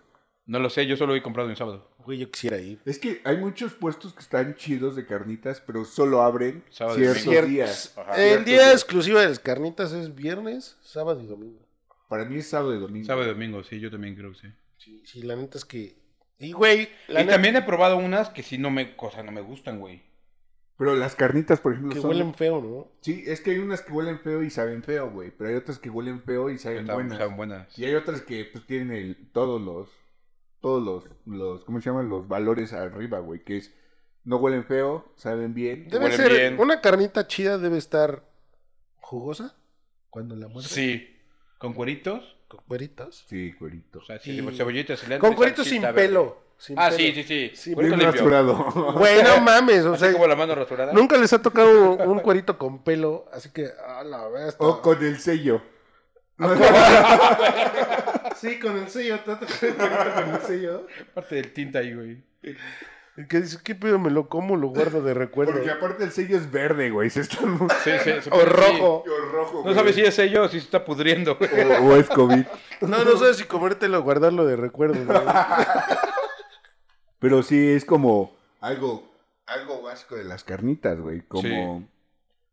S3: No lo sé, yo solo he comprado un sábado.
S1: Güey, yo quisiera ir.
S2: Es que hay muchos puestos que están chidos de carnitas, pero solo abren
S3: Sábado y
S2: ciertos
S3: domingo.
S2: días.
S3: Ajá.
S1: El
S2: Ciertos
S1: día
S2: días.
S1: exclusivo de las carnitas es viernes, sábado y domingo.
S2: Para mí es sábado y domingo.
S3: Sábado y domingo, sí, yo también creo que sí.
S1: Sí, sí, la neta es que. Y, güey, la
S3: y
S1: neta
S3: también he probado unas que sí no me, cosa, no me gustan, güey.
S2: Pero las carnitas, por ejemplo,
S1: que
S2: son...
S1: huelen feo, ¿no?
S2: Sí, es que hay unas que huelen feo y saben feo, güey. Pero hay otras que huelen feo y saben
S3: Estaban
S2: buenas.
S3: estaban buenas.
S2: Y hay otras que pues, tienen el- todos los, todos los, los, ¿cómo se llaman? Los valores arriba, güey, que es, no huelen feo, saben bien.
S1: Debe
S3: huelen
S1: ser.
S3: bien.
S1: Una carnita chida debe estar jugosa cuando la muerdes.
S3: Sí. Con cueritos.
S1: Con cueritos.
S2: Sí, cuerito.
S3: O sea,
S1: Sí.
S3: ceboll- cebollitas, cilantro
S1: Con
S3: y
S1: cueritos sin
S3: salsita verde.
S1: pelo. sin
S3: Ah,
S1: pelo.
S3: sí, sí, sí.
S1: Sí,
S3: Cuerito
S2: bien
S3: limpio.
S2: rasurado.
S1: [LAUGHS] Güey, no mames, o
S3: Así
S1: sea,
S3: como la mano rasurada.
S1: nunca les ha tocado un cuerito con pelo, así que, a la bestia.
S2: o con el sello. [LAUGHS]
S1: Sí, con el sello, trata de pegar con el sello.
S3: Parte del tinta ahí, güey.
S1: Y Que dice, ¿qué pedo? Me lo como, lo guardo de recuerdo.
S2: Porque aparte el sello es verde, güey. Se está
S3: Sí, sí, se
S1: O
S3: pone así.
S1: rojo.
S2: o [LAUGHS] rojo,
S3: No sabes [LAUGHS] si es sello o si se está pudriendo, güey.
S2: O, o es COVID.
S1: No, no sabes si comértelo o guardarlo de recuerdo.
S3: [LAUGHS]
S1: güey.
S2: Pero sí es como algo, algo básico de las carnitas, güey. Como...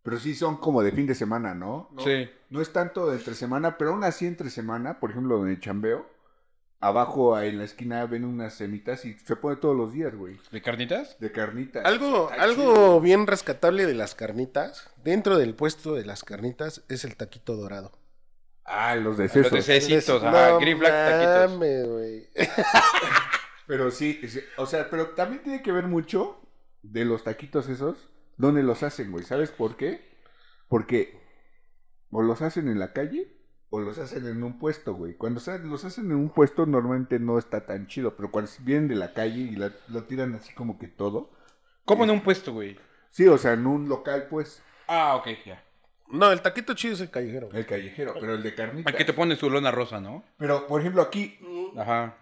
S2: Pero sí son como de fin de semana, ¿no? No,
S3: Sí.
S2: no es tanto de entre semana, pero aún así entre semana, por ejemplo, donde chambeo, abajo ahí en la esquina ven unas semitas y se pone todos los días, güey.
S3: ¿De carnitas?
S2: De carnitas.
S1: Algo,
S2: Está
S1: algo bien rescatable de las carnitas, dentro del puesto de las carnitas, es el taquito dorado.
S2: Ah, los de
S3: Los
S2: sesos.
S3: de cecitos, ajá.
S1: No
S3: Green Flag, taquitos.
S1: mames, güey.
S2: Pero sí, es- o sea, pero también tiene que ver mucho de los taquitos esos, dónde los hacen, güey. ¿Sabes por qué? Porque o los hacen en la calle o los hacen en un puesto, güey. Cuando sa- los hacen en un puesto normalmente no está tan chido, pero cuando vienen de la calle y la- lo tiran así como que todo.
S3: ¿Cómo en un puesto, güey?
S2: Sí, o sea, en un local, pues,
S3: Ah, ok, ya.
S1: No, el taquito chido es el callejero. güey.
S2: el callejero, pero el de carnita.
S3: Aquí te pone su lona rosa, ¿no?
S2: Pero, por ejemplo, aquí,
S3: Ajá.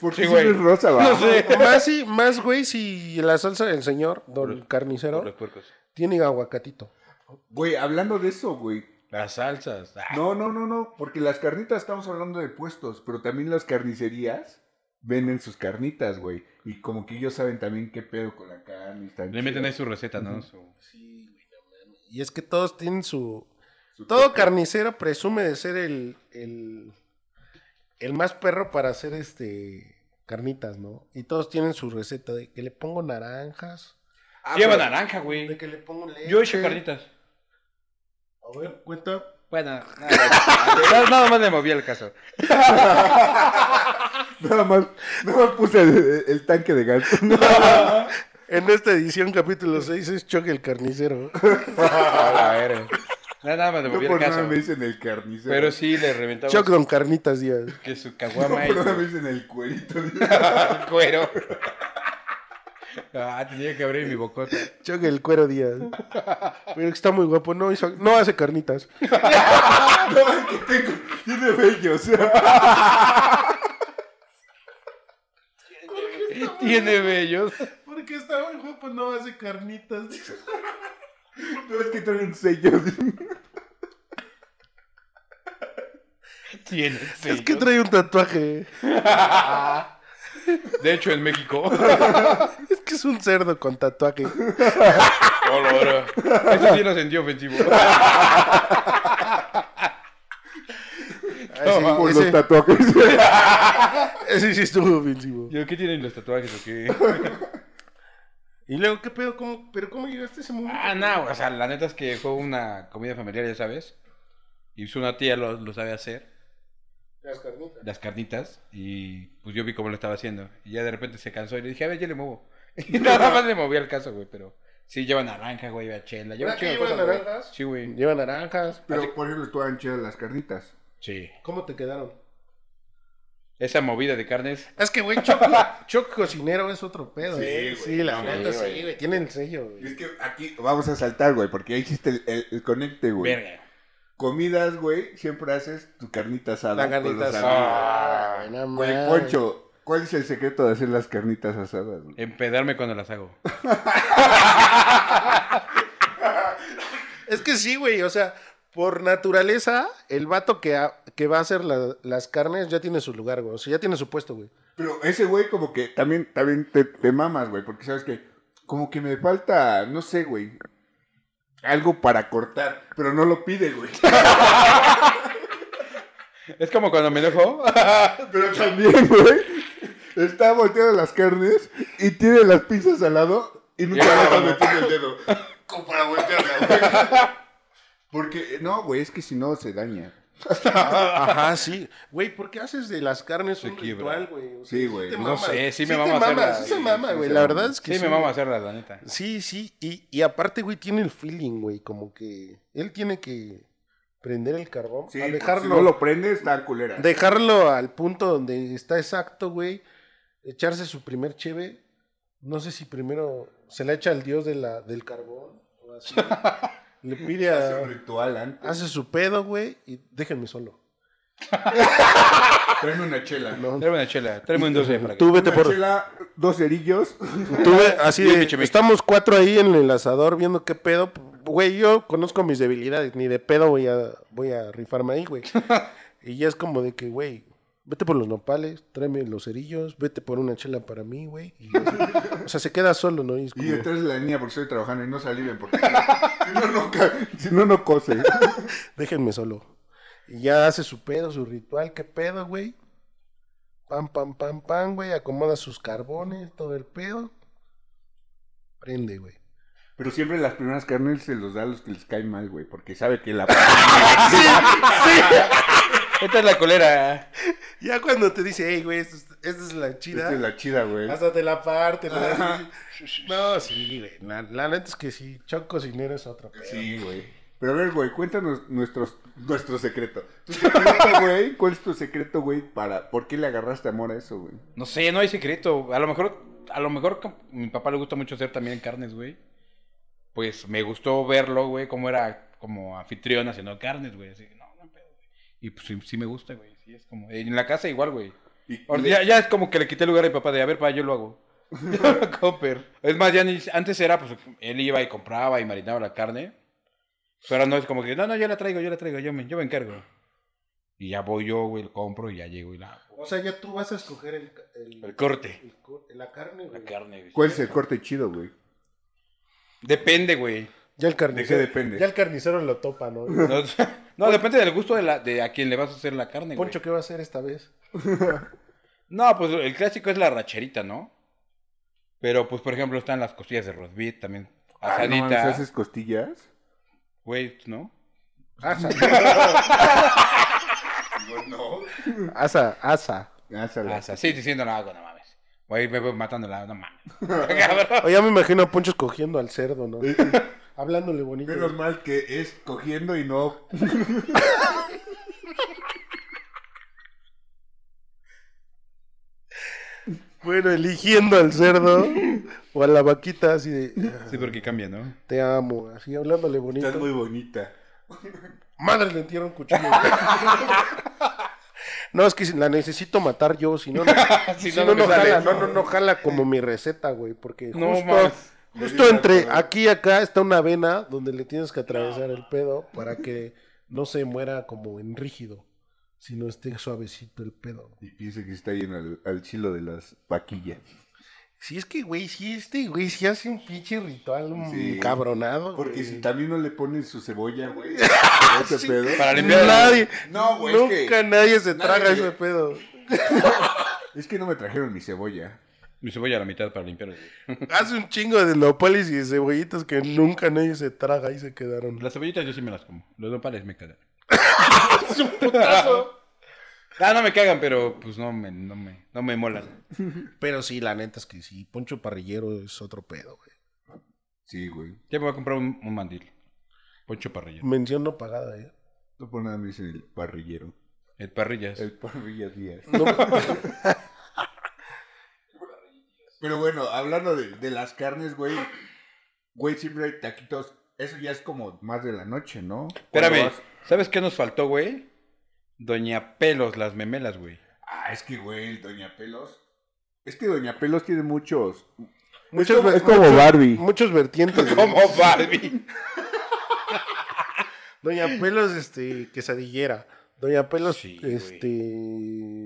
S2: ¿por
S3: Sí,
S2: qué
S3: güey.
S2: siempre es rosa,
S1: No
S2: va?
S3: [LAUGHS]
S1: sé, más, sí, más güey si la salsa del señor, don
S3: Por
S1: carnicero,
S3: los puercos.
S1: tiene aguacatito.
S2: Güey, hablando de eso, güey,
S3: Las salsas. Ah,
S2: No, no, no, no, porque las carnitas estamos hablando de puestos, pero también las carnicerías venden sus carnitas, güey. Y como que ellos saben también qué pedo con la carne. y están
S3: Le meten ahí
S2: chidas.
S3: su receta, ¿no?
S2: Ujú.
S3: Su-
S1: Sí, güey, no mames. Y es que todos tienen su...
S2: Su
S1: Todo
S2: toque.
S1: carnicero presume de ser el, el, el más perro para hacer este carnitas, ¿no? Y todos tienen su receta de que le pongo naranjas,
S2: Ah,
S3: Lleva
S2: pero-
S3: naranja,
S1: de
S3: güey.
S1: que le pongo leche.
S3: Yo he hecho carnitas.
S1: A
S2: Ah,
S1: ver, cuenta.
S3: Bueno, [LAUGHS] nada, nada más le moví el caso.
S2: Nada más, nada más puse el, el tanque de gas. [LAUGHS]
S1: En esta edición, capítulo 6, es Choque el Carnicero.
S3: A ver. Nada, nada más le
S2: No
S3: moví
S2: por
S3: el
S2: nada
S3: caso.
S2: me dicen el carnicero.
S3: Pero sí le reventaba
S1: Choc Don Carnitas Díaz.
S3: que su
S2: [LAUGHS] No
S3: caguama y
S2: por nada me
S3: su
S2: dicen el cuerito. [LAUGHS]
S3: el [LAUGHS] cuero. Ah, tenía que abrir mi bocota.
S1: Choque el Cuero Díaz. [LAUGHS] Pero está muy guapo. No, hizo- no hace carnitas.
S2: No, que tengo, tiene bellos.
S3: [LAUGHS] Tiene bellos.
S1: [LAUGHS] Porque está muy guapo, no hace carnitas.
S2: [LAUGHS] No es que trae un sello.
S3: Tiene
S1: Es que
S3: bellos.
S1: trae un tatuaje.
S3: Ah, De hecho,
S2: [LAUGHS]
S3: en México.
S1: Es que es un cerdo con tatuaje.
S3: Olor. Eso sí lo sentí ofensivo.
S1: Ah,
S3: Ah,
S1: Ese-
S2: por los
S1: ese-
S2: tatuajes.
S1: Ese sí estuvo ofensivo.
S3: Yo, ¿qué tienen los tatuajes o qué?
S1: [LAUGHS] Y luego, ¿qué pedo? ¿Cómo, ¿Pero cómo llegaste a ese momento?
S3: Ah, no, o sea, la neta es que fue una comida familiar, ya sabes. Y pues una tía lo, lo sabe hacer,
S1: Las carnitas.
S3: las carnitas. Y pues yo vi cómo lo estaba haciendo. Y ya de repente se cansó y le dije, a ver, yo le muevo. [LAUGHS] Y nada más le moví al caso, güey, pero sí lleva naranja, güey, lleva chela, lleva
S1: ¿Verdad que
S3: chela.
S1: lleva naranjas?
S3: ¿eh? Sí, güey.
S1: Lleva naranjas.
S2: Pero por ejemplo, estaban chidas las carnitas.
S3: Sí.
S1: Ah, ¿Cómo te quedaron?
S3: Esa movida de carnes.
S1: Es que, güey, Choc, Choc cocinero es otro pedo.
S2: Sí,
S1: eh.
S2: güey.
S1: sí la
S3: Sí,
S1: neta,
S3: güey.
S1: sí, güey. Tiene el sello,
S2: Y Es
S1: güey.
S2: que aquí vamos a saltar, güey, porque ahí hiciste el, el- el conecte, güey.
S3: Verga.
S2: Comidas, güey, siempre haces tu carnita asada.
S1: La
S2: con
S1: carnita
S2: los
S1: asada.
S2: amigos.
S1: Ay, no
S2: Güey,
S1: mames.
S2: Poncho, ¿cuál es el secreto de hacer las carnitas asadas, güey?
S3: Empedarme cuando las hago. [LAUGHS]
S1: Es que sí, güey. O sea, por naturaleza, el vato que, ha- que va a hacer la- las carnes ya tiene su lugar, güey. O sea, ya tiene su puesto, güey.
S2: Pero ese güey como que también, también te, te mamas, güey, porque sabes que como que me falta, no sé, güey, algo para cortar, pero no lo pide, güey.
S3: Es como cuando me enojo. [LAUGHS]
S2: Pero también, güey, está volteando las carnes y tiene las pinzas al lado y nunca
S3: Ya,
S2: le está
S3: güey.
S2: metiendo el dedo. [LAUGHS] Como para voltearla, güey. Porque, no, güey, es que si no se daña.
S1: [LAUGHS] Ajá, sí. Güey, ¿por qué haces de las carnes
S3: Se
S1: un
S3: quiebra.
S1: ritual, güey? O sea,
S2: Sí, güey,
S1: te
S2: no
S1: mama.
S3: sé, sí me
S1: te
S3: mama
S1: mama,
S3: hacerla,
S1: Sí se
S3: sí,
S1: mama,
S2: sí,
S1: güey.
S2: sí.
S1: La verdad es que
S3: Sí, me vamos a hacerla, la neta.
S1: Sí, sí, y, y aparte, güey, tiene el feeling, güey, como que él tiene que prender el carbón,
S2: Sí,
S1: a
S2: si
S1: dejarlo,
S2: no lo prende, está culera.
S1: dejarlo al punto donde está exacto, güey, echarse su primer cheve, no sé si primero se la echa al dios de la, del carbón, o [LAUGHS] así, le pide
S2: Hace un
S1: a...
S2: ritual antes.
S1: Hace su pedo, güey, y déjenme solo.
S2: Tráeme una chela.
S1: No,
S3: Tráeme una chela, tráeme un 12 para que.
S1: tú vete
S2: Una
S1: por...
S2: chela, dos cerillos.
S1: Tú ve- así
S3: Bien,
S1: de,
S3: Michi Michi.
S1: estamos cuatro ahí en el asador viendo qué pedo. Güey, yo conozco mis debilidades, ni de pedo voy a, voy a rifarme ahí, güey. y ya es como de que, güey, vete por los nopales, tráeme los cerillos, vete por una chela para mí, güey. Y yo- [LAUGHS] o sea, se queda solo, ¿no? Y es
S2: Y
S1: como-
S2: detrás de la niña porque estoy trabajando y no [LAUGHS] salí bien porque si no, no, ca- si no, no cose.
S1: déjenme solo. Y ya hace su pedo, su ritual, qué pedo, güey. Pam, pam, pam, pam, güey. Acomoda sus carbones, todo el pedo. Prende, güey.
S2: Pero siempre las primeras carnes se los da a los que les cae mal, güey, porque sabe que la... [LAUGHS]
S3: Esta es la colera.
S1: Ya cuando te dice, hey, güey, esto es- esta es la chida.
S2: Esta es la chida, güey.
S1: Hasta te la parte, ¿no? No, sí, güey. La, la neta es que sí, Choc Cocinero es otro. pedo.
S2: Sí, güey. Pero a ver, güey, cuéntanos nuestros, nuestro secreto. ¿Tu secreto, [LAUGHS] güey? ¿Cuál es tu secreto, güey, para... ¿Por qué le agarraste amor a eso, güey?
S3: No sé, no hay secreto. A lo mejor, a lo mejor com- mi papá le gusta mucho hacer también carnes, güey. Pues me gustó verlo, güey, cómo era como anfitrión haciendo carnes, güey. Así, no, no pedo, güey. Y pues sí, sí me gusta, güey. Sí, es como... En la casa igual, güey.
S2: Y-
S3: Ahora, Ya, ya es como que le quité el lugar a mi papá de, a ver, pa, yo
S2: [LAUGHS]
S3: lo hago. [LAUGHS] Yo lo compro. Es más, ya ni- antes era, pues, él iba y compraba y marinaba la carne. Pero ahora no es como que, no, no, yo la traigo, yo la traigo, yo me, yo me encargo. Y ya voy yo, güey, lo compro y ya llego y la hago.
S1: O sea, ya tú vas a escoger el, ca- el-
S3: El corte.
S1: el cor- la carne,
S3: La
S1: güey.
S3: carne, güey.
S2: ¿Cuál es el corte chido, güey? [LAUGHS]
S3: Depende, güey.
S1: Ya el carnicero.
S2: ¿De qué depende?
S1: Ya el carnicero lo topa, ¿no?
S3: No, [LAUGHS] no, depende del gusto de, la, de a quién le vas a hacer la carne, güey.
S1: Poncho, ¿qué va a hacer esta vez?
S3: No, pues el clásico es la racherita, ¿no? Pero, pues, por ejemplo, están las costillas de roast beef también.
S2: Ah, no mames,
S3: Asadita.
S2: ¿Haces costillas?
S3: Güey, ¿no?
S1: [LAUGHS]
S2: Bueno.
S1: Asa, asa.
S2: Házala.
S3: Así Ah, sí, diciendo no hago, no mames. Voy, me voy matando la, no mames. Cabrón.
S1: O ya me imagino a Poncho escogiendo al cerdo, ¿no? Hablándole bonito.
S2: Menos mal que es cogiendo y no.
S1: Bueno, eligiendo al cerdo o a la vaquita así de,
S3: Sí, porque cambia, ¿no?
S1: te amo, así hablándole bonito.
S2: Estás muy bonita.
S1: Madre, le entierro un cuchillo. no, es que la necesito matar yo, si no, no,
S3: Si
S1: si
S3: no,
S1: no,
S3: no
S1: no
S3: me sale.
S1: jala, no, no, no jala como mi receta, güey, porque
S3: No
S1: justo,
S3: mames.
S1: justo entre aquí y acá está una vena donde le tienes que atravesar el pedo para que no se muera como en rígido, sino esté suavecito el pedo.
S2: Y piensa que está lleno al, al chilo de las vaquillas.
S1: Si es que, güey, si este güey si hace un pinche ritual un
S2: Sí.
S1: cabronado,
S2: Porque
S1: güey.
S2: si también no le ponen su cebolla, [LAUGHS] güey. ese pedo.
S3: Para limpiar.
S1: Nadie,
S2: No, güey, es que-
S1: nunca nadie se
S2: nadie-
S1: traga ese pedo.
S2: Es que no me trajeron mi cebolla.
S3: Mi cebolla a la mitad para limpiar. güey.
S1: Hace un chingo de nopales y de cebollitas que nunca nadie se traga y se quedaron.
S3: Las cebollitas yo sí me las como. Los nopales me [LAUGHS] cagan.
S1: Es un putazo.
S3: [LAUGHS] Ah, no me cagan, pero pues no me, no me, no me molan.
S1: Pero sí, la neta es que sí. Poncho Parrillero es otro pedo, güey.
S2: Sí, güey.
S3: Ya me voy a comprar un, un mandil. Poncho parrilla.
S1: Mención no pagada, eh.
S2: No por nada me dicen el parrillero.
S3: El Eh, parrillas.
S2: El parrilla Díaz.
S1: [LAUGHS] No,
S2: Pero bueno, hablando de, de las carnes, güey. Güey, siempre hay taquitos. Eso ya es como más de la noche, ¿no?
S3: Espérame.
S2: Cuando vas-
S3: ¿Sabes qué nos faltó, güey? Doña Pelos, las memelas, güey.
S2: Ah, es que, güey, el Doña Pelos. Es que Doña Pelos tiene muchos.
S1: muchos,
S2: es como,
S1: ver-
S2: es como Barbie.
S1: muchos vertientes. güey.
S3: Como Barbie.
S1: Doña Pelos, este, quesadillera. Doña Pelos,
S3: Sí, güey.
S1: este.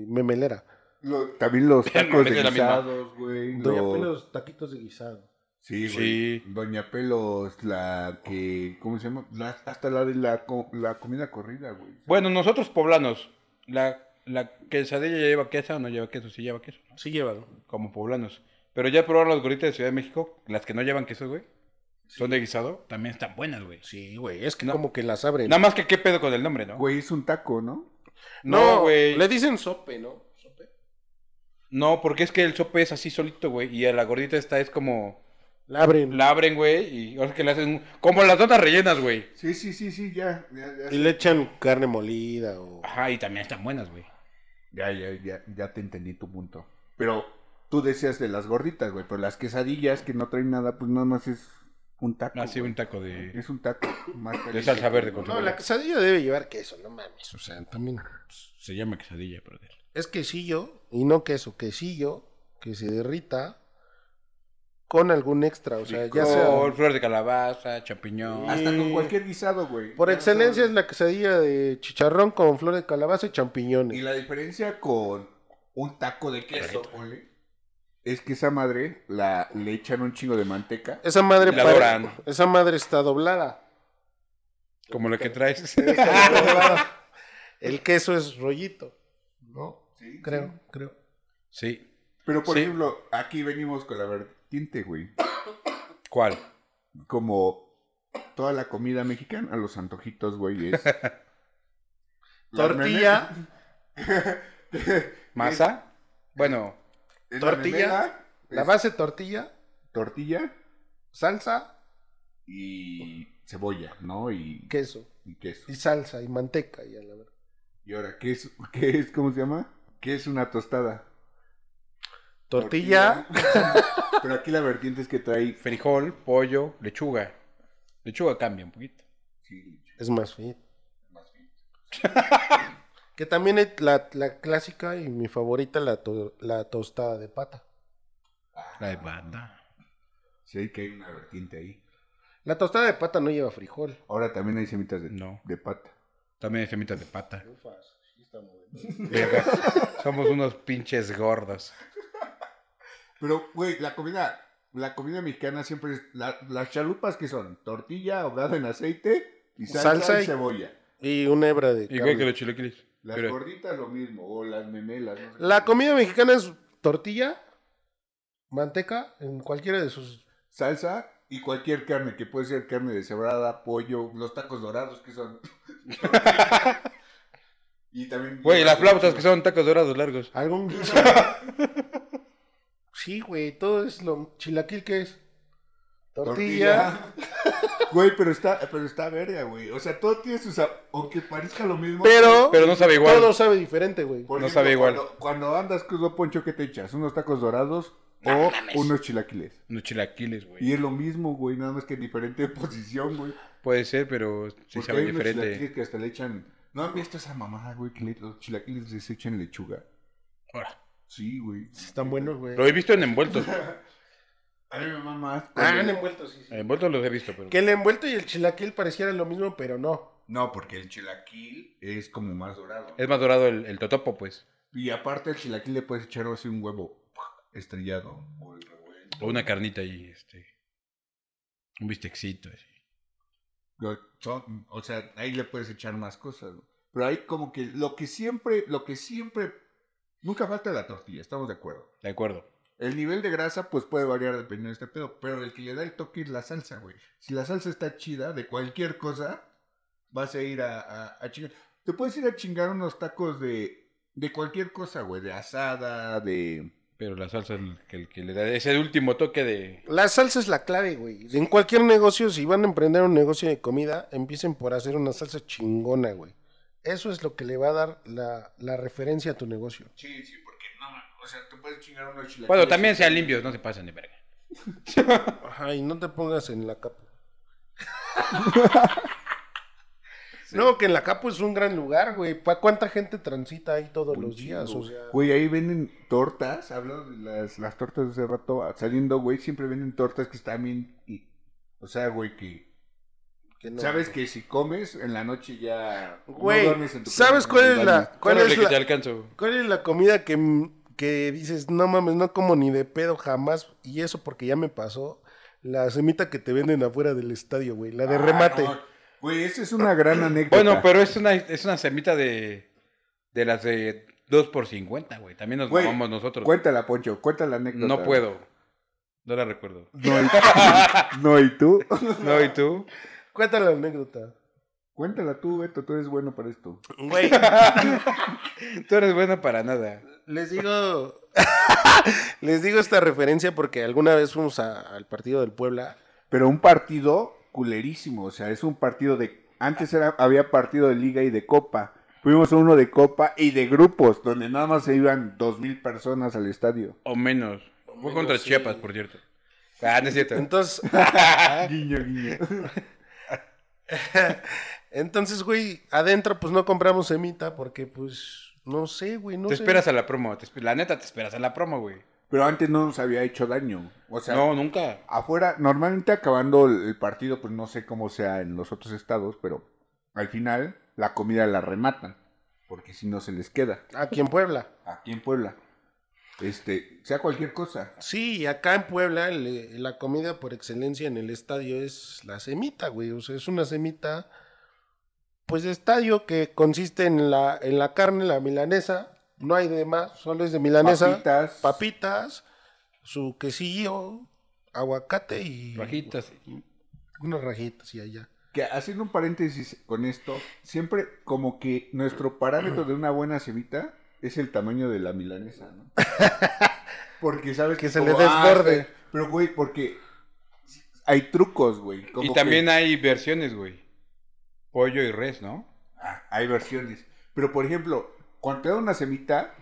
S1: Memelera.
S2: Lo- también los tacos
S3: [LAUGHS] mames,
S2: de
S3: es la misma.
S2: guisados, güey.
S1: Doña
S2: los-
S1: Pelos, taquitos de guisado.
S2: Sí,
S3: Sí.
S2: güey. Doña Pelos, la que. ¿Cómo se llama? La- hasta la de la, co- la comida corrida, güey.
S3: Bueno, nosotros poblanos, la, la quesadilla ya lleva queso o no lleva queso, sí lleva queso, ¿no?
S1: Sí llevan.
S3: como poblanos. Pero ya probaron las gorditas de Ciudad de México, las que no llevan queso, güey. Son de guisado, también están buenas, güey.
S1: Sí, güey. Es que
S3: No.
S1: como que las abren.
S3: Nada más que qué pedo con el nombre, ¿no?
S2: Güey, es un taco, ¿no?
S3: No, güey.
S1: Le dicen sope, ¿no? Sope.
S3: No, porque es que el sope es así solito, güey. Y a la gordita esta es como.
S1: La abren.
S3: La abren, güey. Y ahora que le hacen. un- Como las donas rellenas, güey.
S2: Sí, sí, sí, sí, ya. Ya, ya,
S1: Y le echan carne molida o.
S3: Ajá, y también están buenas, güey.
S2: ya, ya, ya, ya te entendí tu punto. Pero tú decías de las gorditas, güey. Pero las quesadillas que no traen nada, pues nada más es un taco.
S3: Así
S2: güey.
S3: un taco de.
S2: Es un taco. Más
S3: De
S2: caliente.
S3: salsa verde con
S1: No,
S3: cebolla.
S1: la quesadilla debe llevar queso, no mames. O sea, también.
S3: Se llama quesadilla, brother.
S1: Es quesillo y no queso, quesillo que se derrita con algún extra. O sea, ya
S3: Con
S1: sea.
S3: flor de calabaza, champiñón.
S2: Hasta con cualquier guisado, güey.
S1: Por
S2: Ya
S1: excelencia es
S2: sabes.
S1: la quesadilla de chicharrón con flor de calabaza y
S2: Y
S1: champiñones.
S2: la diferencia con un taco de queso, ponle, es que esa madre la, le echan un chingo de manteca.
S1: Esa madre
S3: La
S1: pare-
S3: doran.
S1: Esa madre está doblada. [LAUGHS]
S3: Como la que traes. [LAUGHS]
S1: El queso es rollito, ¿no?
S2: Sí,
S1: Creo,
S2: sí.
S1: creo.
S3: Sí.
S2: Pero por
S3: Sí.
S2: ejemplo, aquí venimos con la vertiente, güey.
S3: ¿Cuál?
S2: Como toda la comida mexicana, los antojitos, güey,
S1: [LAUGHS]
S2: es. La
S1: Tortilla.
S2: mene-
S3: ¿Masa? Bueno,
S2: es
S1: Tortilla.
S2: memela,
S1: La
S2: es
S1: base tortilla,
S2: Tortilla
S1: salsa,
S2: y cebolla, ¿no? Y,
S1: queso.
S2: y queso.
S1: Y salsa, y manteca, y a la verga.
S2: Y ahora, ¿qué es, [LAUGHS] ¿qué es? ¿Cómo se llama? ¿Qué es una tostada?
S1: Tortilla,
S2: Tortilla. Pero aquí la vertiente es que trae.
S3: frijol, pollo, lechuga. Lechuga cambia un poquito.
S1: es más fit. [LAUGHS] Que también es la, la clásica y mi favorita, la, to- la tostada de pata.
S3: La de banda.
S2: Sí, que hay una vertiente ahí.
S1: La tostada de pata no lleva frijol.
S2: Ahora también hay semitas de,
S3: No.
S2: de pata.
S3: También hay semitas de pata. Vergas. Somos unos pinches gordos.
S2: Pero, güey, la comida, la comida mexicana siempre es. la- las chalupas que son tortilla ahogada en aceite y salsa,
S1: Salsa
S2: y
S1: y-
S2: cebolla.
S1: Y una hebra de carne.
S3: Igual que los chilequiles.
S2: Las
S3: Pero-
S2: gorditas lo mismo, o las memelas. no sé
S1: La
S2: qué.
S1: comida mexicana es tortilla, manteca, en cualquiera de sus...
S2: Salsa y cualquier carne, que puede ser carne deshebrada, pollo, los tacos dorados que son. [LAUGHS] y también.
S3: Güey, las flautas que son tacos dorados largos.
S1: Algún [LAUGHS] guiso. sí, güey, todo es lo... Chilaquil, ¿qué es? Tortilla.
S2: [LAUGHS] Güey, pero está, pero está verga, güey. O sea, todo tiene su sabor. Aunque parezca lo mismo.
S1: Pero,
S3: Pero no sabe igual.
S1: todo sabe diferente, güey.
S2: por
S3: no sabe igual.
S2: Cuando, cuando andas crudo, Poncho, ¿qué te echas? ¿Unos tacos dorados o unos chilaquiles?
S3: Unos chilaquiles,
S2: Y
S3: güey.
S2: es lo mismo, güey, nada más que en diferente [LAUGHS] posición, güey.
S3: Puede ser, pero sí
S2: Porque
S3: sabe
S2: hay unos
S3: diferente.
S2: chilaquiles que hasta le echan... ¿No han visto esa mamada, güey, que le- los chilaquiles les echan lechuga?
S3: Ahora,
S2: Sí, güey.
S1: Están buenos, güey.
S3: Lo he visto en envueltos.
S2: A mí me mamá
S1: Ah, en envuelto, sí, sí.
S3: En envueltos los he visto, pero.
S1: Que el envuelto y el chilaquil parecieran lo mismo, pero no.
S2: No, porque el chilaquil es como más dorado.
S3: Es más dorado el, el totopo, pues.
S2: Y aparte el chilaquil le puedes echar así un huevo estrellado. o el revuelto.
S3: O una carnita ahí, este. Un bistecito, así.
S2: Lo- son- o sea, ahí le puedes echar más cosas. ¿no? Pero ahí como que lo que siempre, lo que siempre, nunca falta la tortilla, estamos de acuerdo.
S3: De acuerdo.
S2: El nivel de grasa pues puede variar dependiendo de este pedo, pero el que le da el toque es la salsa, güey. Si la salsa está chida de cualquier cosa, vas a ir a, a- a chingar. Te puedes ir a chingar unos tacos de, de cualquier cosa, güey, de asada, de...
S3: Pero la salsa es el que, el que le da ese último toque de.
S1: La salsa es la clave, güey. En cualquier negocio, si van a emprender un negocio de comida, empiecen por hacer una salsa chingona, güey. Eso es lo que le va a dar la, la referencia a tu negocio.
S2: Sí, sí, porque no, man, o sea, te puedes chingar unos chilaquiles.
S3: Bueno, también sean limpios, no se pasen de verga.
S1: Ajá, y no te pongas en la [LAUGHS] capa. No, que en la capa es un gran lugar, güey. Pa- ¿Cuánta gente transita ahí todos
S2: Un
S1: los días?
S2: chingo.
S1: O sea,
S2: Güey, ahí venden tortas. Hablando de las, las tortas de hace rato, saliendo, güey, siempre venden tortas que están bien. y- o sea, güey, que
S1: que no.
S2: Sabes que si comes en la noche ya
S1: Güey,
S2: no duermes en tu
S1: ¿sabes
S2: cama,
S1: cuál
S2: en
S1: es
S2: el
S1: la-
S2: baño.
S1: ¿Cuál
S3: Órale,
S1: es
S3: que
S1: la-
S3: te alcanzo?
S1: ¿Cuál es la comida que, que dices, no mames, no como ni de pedo jamás? Y eso porque ya me pasó. La semita que te venden afuera del estadio, güey. La de
S2: Ah,
S1: remate.
S2: no. Güey, esa es una gran anécdota.
S3: Bueno, pero es una, es una semita de, de las de 2 por 50, güey. También nos
S2: Güey,
S3: mamamos nosotros.
S2: Cuéntala, Poncho, cuéntala la anécdota.
S3: No puedo. No
S1: [LAUGHS]
S3: la recuerdo.
S2: No, y, no, ¿y tú? [LAUGHS]
S3: No, ¿y tú?
S1: Cuéntale la anécdota.
S2: Cuéntala tú, Beto, tú eres bueno para esto.
S1: Güey,
S3: Tú eres buena para nada.
S1: [LAUGHS] les digo. [LAUGHS] les digo esta referencia porque alguna vez fuimos a- al partido del Puebla.
S2: Pero un partido culerísimo, o sea, es un partido de... Antes era, había partido de liga y de copa. Fuimos a uno de copa y de grupos, donde nada más se iban dos mil personas al estadio.
S3: O menos. Fue
S1: menos,
S3: contra
S1: sí.
S3: Chiapas, por cierto. Ah, no es cierto.
S1: Entonces, [LAUGHS]
S2: [LAUGHS] Guiño, guiño.
S1: entonces, güey, adentro pues no compramos semita porque pues no sé, güey, no
S3: te
S1: sé.
S3: esperas a la promo. te espe- la neta, te esperas a la promo, güey.
S2: Pero antes no nos había hecho daño. O sea,
S3: no, nunca.
S2: afuera, normalmente acabando el el partido, pues no sé cómo sea en los otros estados, pero al final la comida la rematan, porque si no se les queda.
S1: Aquí en Puebla.
S2: Aquí en Puebla, este, sea cualquier cosa.
S1: Sí, acá en Puebla le- la comida por excelencia en el estadio es la semita, güey. O sea, es una semita, pues de estadio que consiste en la, en la carne, la milanesa. No hay de más, solo es de milanesa.
S2: Papitas.
S1: papitas, su quesillo, aguacate y
S3: Bajitas.
S1: unas rajitas y allá.
S2: Que haciendo un paréntesis con esto, siempre como que nuestro parámetro de una buena semita es el tamaño de la milanesa,
S1: [LAUGHS]
S2: ¿no? Porque sabes
S1: Que se le
S2: como, ah,
S1: desborde.
S2: está- Pero güey, porque hay trucos, güey. como
S3: Y
S2: que-
S3: también hay versiones, güey. Pollo y res, ¿no?
S2: Ah, hay versiones. Pero por ejemplo, cuando te dan una semita,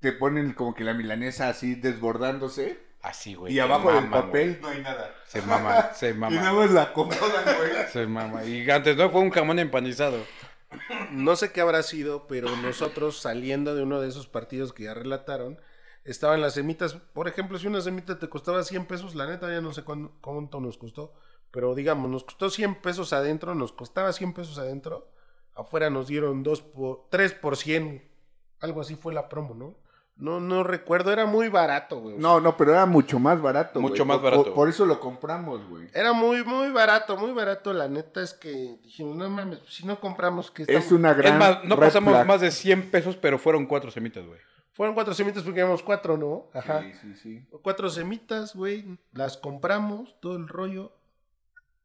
S2: te ponen como que la milanesa así desbordándose
S3: Así, güey.
S2: y
S3: se
S2: abajo del
S3: maman,
S2: papel
S3: güey.
S2: no hay nada.
S3: Se
S2: [LAUGHS]
S3: mama, se
S2: Y nada
S3: mama.
S2: más la acomodan, güey.
S3: Se mama. Y antes no fue un jamón empanizado.
S1: No sé qué habrá sido, pero nosotros saliendo de uno de esos partidos que ya relataron, estaban las semitas. Por ejemplo, si una semita te costaba 100 pesos, la neta ya no sé cuán- cuánto nos costó, pero digamos, nos costó 100 pesos adentro, nos costaba 100 pesos adentro, afuera nos dieron dos por, 3 por 100, algo así fue la promo, ¿no? No, no recuerdo, era muy barato, güey.
S2: No, no, pero era mucho más barato.
S3: Mucho
S2: güey.
S3: más
S2: Por- por-
S3: barato.
S2: Por, eso lo compramos, güey.
S1: Era muy, muy barato, muy barato. La neta es que dijimos, no mames, si no compramos, que
S2: Es una gran.
S3: es más, no
S2: red
S3: pasamos
S2: flag.
S3: más de 100 pesos, pero fueron cuatro semitas, güey.
S1: Fueron cuatro semitas porque éramos cuatro, ¿no? Ajá.
S2: Sí, sí, sí.
S1: Cuatro semitas, güey. Las compramos, todo el rollo.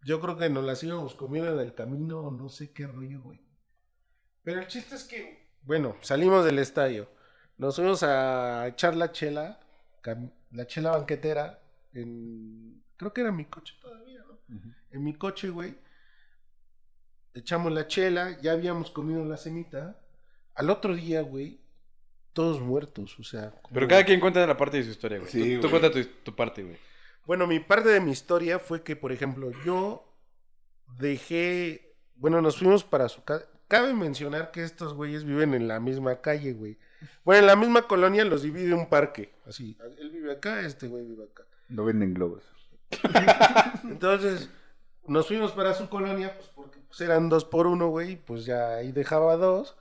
S1: Yo creo que nos las íbamos comiendo en el camino, o no sé qué rollo, güey. Pero el chiste es que, bueno, salimos del estadio. Nos fuimos a echar la chela, cam- la chela banquetera, en... Creo que era mi coche todavía, ¿no?
S2: Ujú.
S1: en mi coche, güey. Echamos la chela, ya habíamos comido la semita. Al otro día, güey, todos muertos, o sea. como-
S3: Pero cada quien cuenta la parte de su historia, güey.
S2: Mm. Sí,
S3: tú, tú
S2: güey.
S3: cuenta tu, tu parte, güey.
S1: Bueno, mi parte de mi historia fue que, por ejemplo, yo dejé. Bueno, nos fuimos para su casa. Cabe mencionar que estos güeyes viven en la misma calle, güey. Bueno, en la misma colonia los divide un parque. Así, él vive acá, este güey vive acá.
S2: No venden globos.
S1: Entonces, nos fuimos para su colonia, pues porque pues, eran dos por uno, güey, pues ya ahí dejaba dos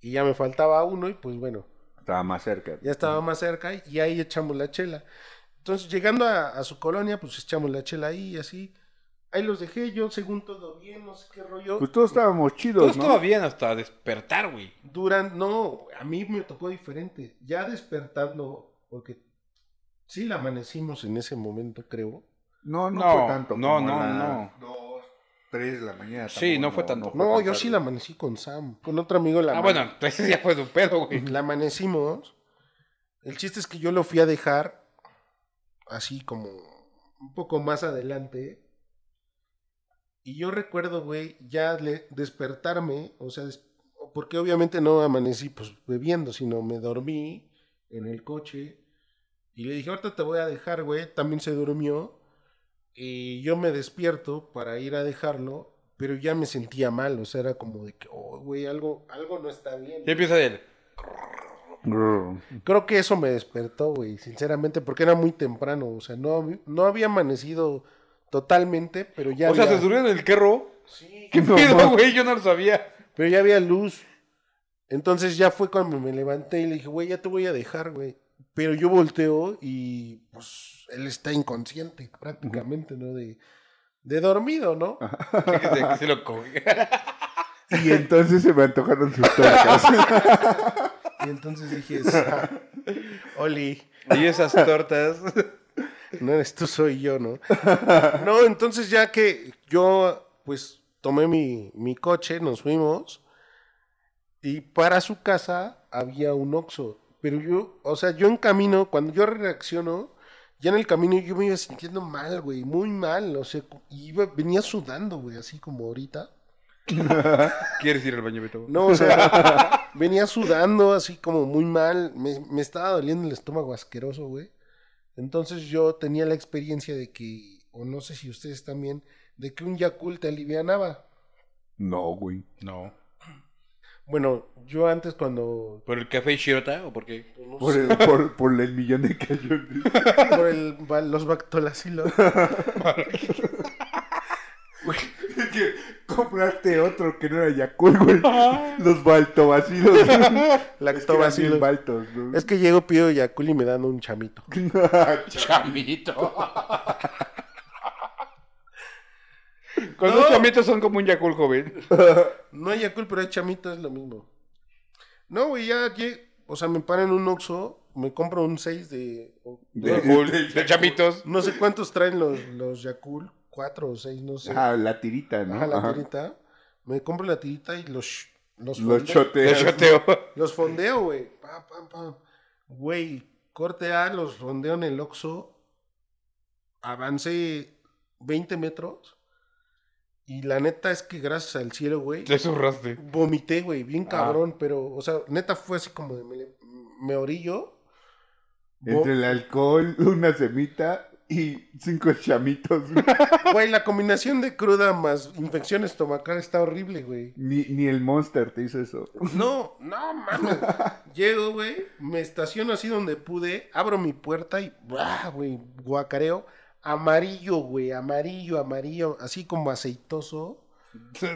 S1: y ya me faltaba uno y pues bueno,
S2: Estaba más cerca.
S1: ya estaba más cerca y ahí echamos la chela. Entonces, llegando a, a su colonia, pues echamos la chela ahí y así. Ahí los dejé yo, según todo bien, no sé qué rollo.
S2: Pues todos estábamos
S3: Todo
S2: chidos, ¿no?
S3: estaba bien hasta despertar, güey.
S1: Duran, no, a mí me tocó diferente. Ya despertando, porque sí la amanecimos en ese momento, creo.
S2: No, no,
S3: No,
S2: fue tanto.
S3: no,
S2: como
S3: no,
S2: las
S3: no.
S2: Dos, tres de la mañana.
S3: Sí,
S2: tampoco,
S3: no fue tanto.
S1: No, yo
S2: tan
S1: sí la
S2: tarde.
S1: amanecí con Sam. Con otro amigo la
S3: Ah,
S1: amane-
S3: bueno, [LAUGHS] entonces ya fue su pedo, güey.
S1: La amanecimos. El chiste es que yo lo fui a dejar así como un poco más adelante. Y yo recuerdo, güey, ya le- despertarme, o sea, des- porque obviamente no amanecí pues bebiendo, sino me dormí en el coche. Y le dije, ahorita te voy a dejar, güey. También se durmió. Y yo me despierto para ir a dejarlo, pero ya me sentía mal, o sea, era como de que, oh, güey, algo, algo no está bien.
S3: Y empieza él.
S2: Grrr.
S1: Creo que eso me despertó, güey, sinceramente, porque era muy temprano, o sea, no, hab- no había amanecido totalmente, pero ya
S3: o sea,
S1: había-
S3: se subieron en el
S2: [LAUGHS]
S3: carro.
S1: Sí,
S3: ¿Qué
S2: No,
S3: pedo,
S2: no.
S3: güey? Yo no lo sabía.
S1: pero ya había luz. Entonces ya fue cuando me levanté y le dije, güey, ya te voy a dejar, güey. Pero yo volteo y pues él está inconsciente prácticamente, ¿no? De, de dormido, ¿no?
S3: Que se, que se lo cogió. [LAUGHS]
S2: Y entonces se me antojaron sus
S3: [LAUGHS]
S2: tortas.
S1: Y entonces dije, Oli,
S3: Y esas tortas. [LAUGHS]
S1: no eres tú, soy yo, ¿no? [LAUGHS] No, entonces ya que yo, pues, tomé mi, mi coche, nos fuimos, y para su casa había un Oxxo. Pero yo, o sea, yo en camino, cuando yo reacciono, ya en el camino yo me iba sintiendo mal, güey, muy mal, o sea, iba, venía sudando, güey, así como ahorita.
S3: ¿Quieres ir al baño, Beto?
S1: No, o sea, [LAUGHS] venía sudando así como muy mal. Me, me estaba doliendo el estómago asqueroso, güey. Entonces yo tenía la experiencia de que, o no sé si ustedes también, de que un Yakult te alivianaba.
S2: No, güey.
S3: No.
S1: Bueno, yo antes cuando...
S3: ¿Por el café Shirota o por qué?
S1: no
S2: Por
S1: sé,
S2: el, por, por el millón de cayotes.
S1: por el- ba- los bactolacilos.
S2: Es que compraste otro que no era Yakult, güey.
S3: Ah.
S2: Los baltobacilos.
S3: [LAUGHS]
S1: Lactobacilos.
S2: baltos, ¿no? Ah,
S1: Es que llego, pido Yakult y me dan un chamito.
S2: [LAUGHS]
S3: Chamito. [LAUGHS] Cuando los
S1: No.
S3: chamitos son como un Yakul joven.
S1: No hay Yakult, pero hay chamito, es lo mismo. No, güey, ya... lle- O sea, me paran en un Oxxo, me compro un 6 de...
S2: De-
S3: Yakul,
S2: de-
S3: de chamitos.
S1: No sé cuántos traen los, los Yakul, cuatro o seis, no sé. Ajá,
S2: Ah, la tirita, ¿no?
S1: la
S2: Ajá.
S1: tirita. Me compro la tirita y los los fondeo,
S2: Los
S3: De
S2: choteas.
S3: choteo. [LAUGHS]
S1: los fondeo, güey. Pa, pa, pa. Güey, corte A, los fondeo en el Oxxo. Avancé 20 metros. Y la neta es que gracias al cielo, güey,
S3: Te zurraste.
S1: vomité, güey, bien
S3: Ah.
S1: cabrón, pero, o sea, neta fue así como de me, me orillo. Vo-
S2: Entre el alcohol, una semita y cinco chamitos. [LAUGHS] güey.
S1: Güey, la combinación de cruda más infección estomacal está horrible, güey.
S2: Ni, ni el Monster te hizo eso.
S1: No, no mames. Llego, güey, me estaciono así donde pude, abro mi puerta y, ¡buah, güey, guacareo. Amarillo, güey, amarillo, amarillo, así como aceitoso.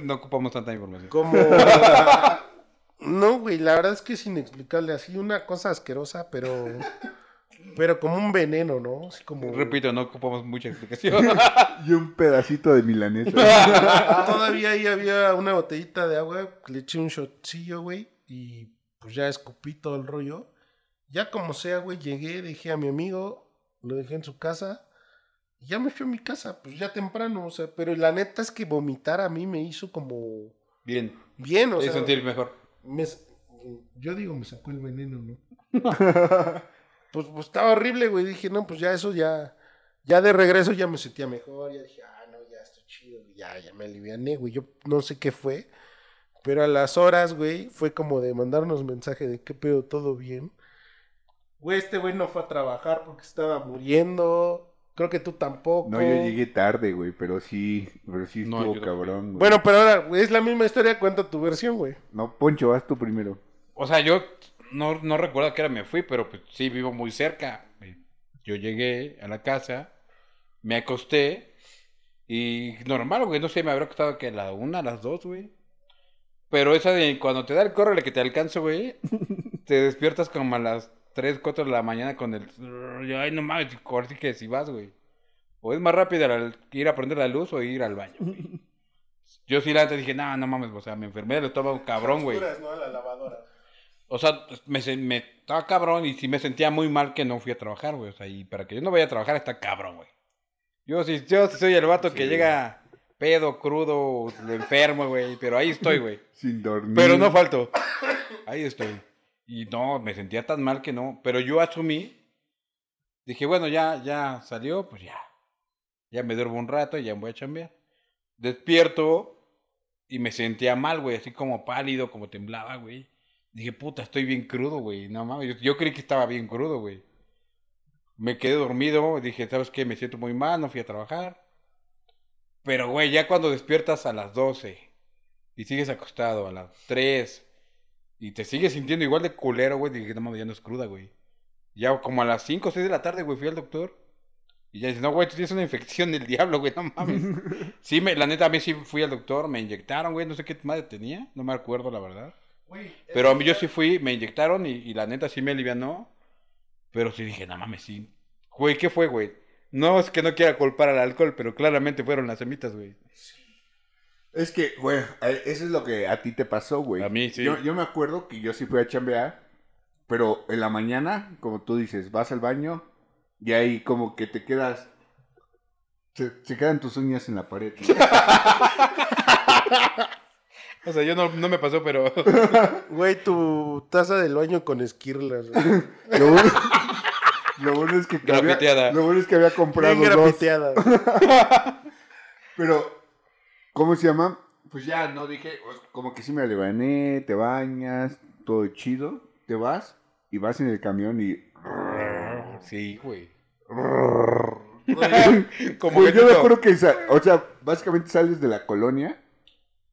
S3: No ocupamos tanta
S1: [LAUGHS]
S3: información.
S1: Como. No, güey, la verdad es que es inexplicable. Así una cosa asquerosa, pero. Pero como un veneno, ¿no? Así como.
S3: Repito, no ocupamos mucha explicación. [LAUGHS]
S2: Y un pedacito de milanesa.
S1: [LAUGHS] Todavía ahí había una botellita de agua, le eché un shotcillo, güey, y pues ya escupí todo el rollo. Ya como sea, güey, llegué, dejé a mi amigo, lo dejé en su casa, y ya me fui a mi casa, pues ya temprano, o sea, pero la neta es que vomitar a mí me hizo como
S3: Bien.
S1: bien, o
S3: Te
S1: sea,
S3: sentir mejor.
S1: me s- yo digo, me sacó el veneno, [LAUGHS] ¿no? pues, pues estaba horrible, güey, dije, no, pues ya eso ya, ya de regreso ya me sentía mejor, ya dije, ah, no, ya estoy chido, güey, ya, ya me aliviané, güey, yo no sé qué fue, pero a las horas, güey, fue como de mandarnos mensaje de qué pedo, todo bien. Güey, este güey no fue a trabajar porque estaba muriendo, creo que tú tampoco.
S2: No, yo llegué tarde, güey, pero sí, pero sí
S3: No,
S2: estuvo
S3: yo no.
S2: cabrón, güey.
S1: Bueno, pero ahora, güey, es la misma historia, cuenta tu versión, güey.
S2: No, Poncho, vas tú primero.
S3: O sea, yo no, no recuerdo que era me fui, pero pues sí, vivo muy cerca. Eh, Yo llegué a la casa, me acosté y normal, güey, no sé, me habrá costado que a la una, a las dos, güey. Pero esa de cuando te da el correo, la que te alcanzo, güey, te despiertas como a las 3, 4 de la mañana con el... Ay, no mames, corte que si vas, güey. O es más rápido la- ir a prender la luz o ir al baño. güey. Yo sí, la antes dije, no, no mames, o sea, me enfermé del estómago, cabrón, güey. O sea, me, se- me estaba cabrón y sí me sentía muy mal que no fui a trabajar, güey. O sea, y para que yo no vaya a trabajar está cabrón, güey. Yo sí, yo sí soy el vato que llega pedo, crudo, enfermo, güey. Pero ahí estoy, güey.
S2: Sin dormir.
S3: Pero no falto. Ahí estoy. Y no, me sentía tan mal que no. Pero yo asumí. Dije, bueno, ya, ya salió, pues ya. Ya me duermo un rato y ya me voy a chambear. Despierto y me sentía mal, güey. Así como pálido, como temblaba, güey. Dije, puta, estoy bien crudo, güey. No mames, yo, yo creí que estaba bien crudo, güey. Me quedé dormido. Dije, ¿sabes qué? Me siento muy mal, no fui a trabajar. Pero, güey, ya cuando despiertas a las 12 y sigues acostado a las 3 y te sigues sintiendo igual de culero, güey, dije, no mames, ya no es cruda, güey. Ya como a las 5 o 6 de la tarde, güey, fui al doctor Y ya dice, no, güey, tú tienes una infección del diablo, güey, no mames. sí, me, la neta, a mí sí fui al doctor, me inyectaron, güey, no sé qué madre tenía, no me acuerdo, la verdad. Pero a mí yo sí fui, me inyectaron y, y la neta sí me alivianó. Pero sí dije, no mames, sí. Güey, ¿qué fue, güey? No es que no quiera culpar al alcohol, pero claramente fueron las semitas, güey.
S2: Es que, güey, eh, eso es lo que a ti te pasó, güey.
S3: A mí, sí.
S2: Yo, yo me acuerdo que yo sí fui a chambear, pero en la mañana, como tú dices, vas al baño y ahí como que te quedas... Se, se quedan tus uñas en la pared. ¿no?
S3: [LAUGHS] O sea, yo no, no me pasó, pero. [LAUGHS]
S1: Güey, tu taza del baño con esquirlas. güey.
S2: Lo bueno, lo bueno es que que había-
S3: Grafiteada.
S2: lo bueno es que había comprado
S1: Bien
S2: dos.
S1: grafiteada.
S2: Pero, ¿cómo se llama? Pues ya, no dije, o- como que sí me levané, te bañas, todo chido, te vas y vas en el camión y...
S3: Sí, güey. Como
S2: Como
S3: que
S2: yo me
S3: tipo-
S2: acuerdo que, sa- o sea, básicamente sales de la colonia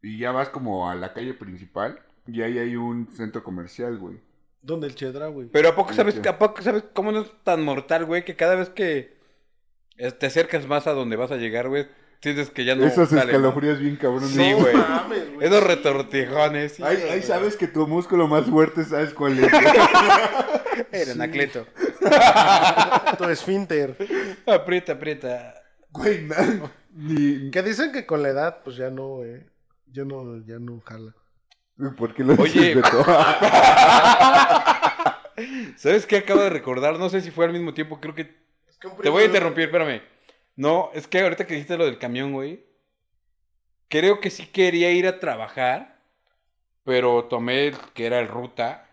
S2: y ya vas como a la calle principal y ahí hay un centro comercial, güey.
S1: ¿Dónde el chedra, güey?
S3: Pero ¿a poco
S2: Sí,
S3: sabes,
S2: sí.
S3: ¿a poco sabes cómo no es tan mortal, güey? Que cada vez que eh, te acercas más a donde vas a llegar, güey, sientes que ya no
S2: Esas
S3: sale, ¿no?
S2: escalofrías bien cabrones.
S3: Sí,
S2: ¿no?
S3: güey.
S1: mames, güey,
S3: Esos
S1: sí.
S3: retortijones. sí,
S2: Ahí,
S3: güey.
S2: ahí sabes que tu músculo más fuerte sabes cuál
S3: [LAUGHS]
S2: es.
S3: Era Anacleto.
S1: Tu esfínter.
S2: [LAUGHS]
S3: Aprieta, aprieta.
S2: Güey, na- ni...
S1: Que dicen que con la edad, pues ya no, eh. Ya no, ya no jala.
S2: ¿Por qué lo
S3: Oye.
S2: dices de
S3: [LAUGHS]
S2: todo?
S3: ¿Sabes qué acabo de recordar? No sé si fue al mismo tiempo, creo que Te voy a interrumpir, espérame. No, es que ahorita que dijiste lo del camión, güey. Creo que sí quería ir a trabajar, pero tomé el que era el ruta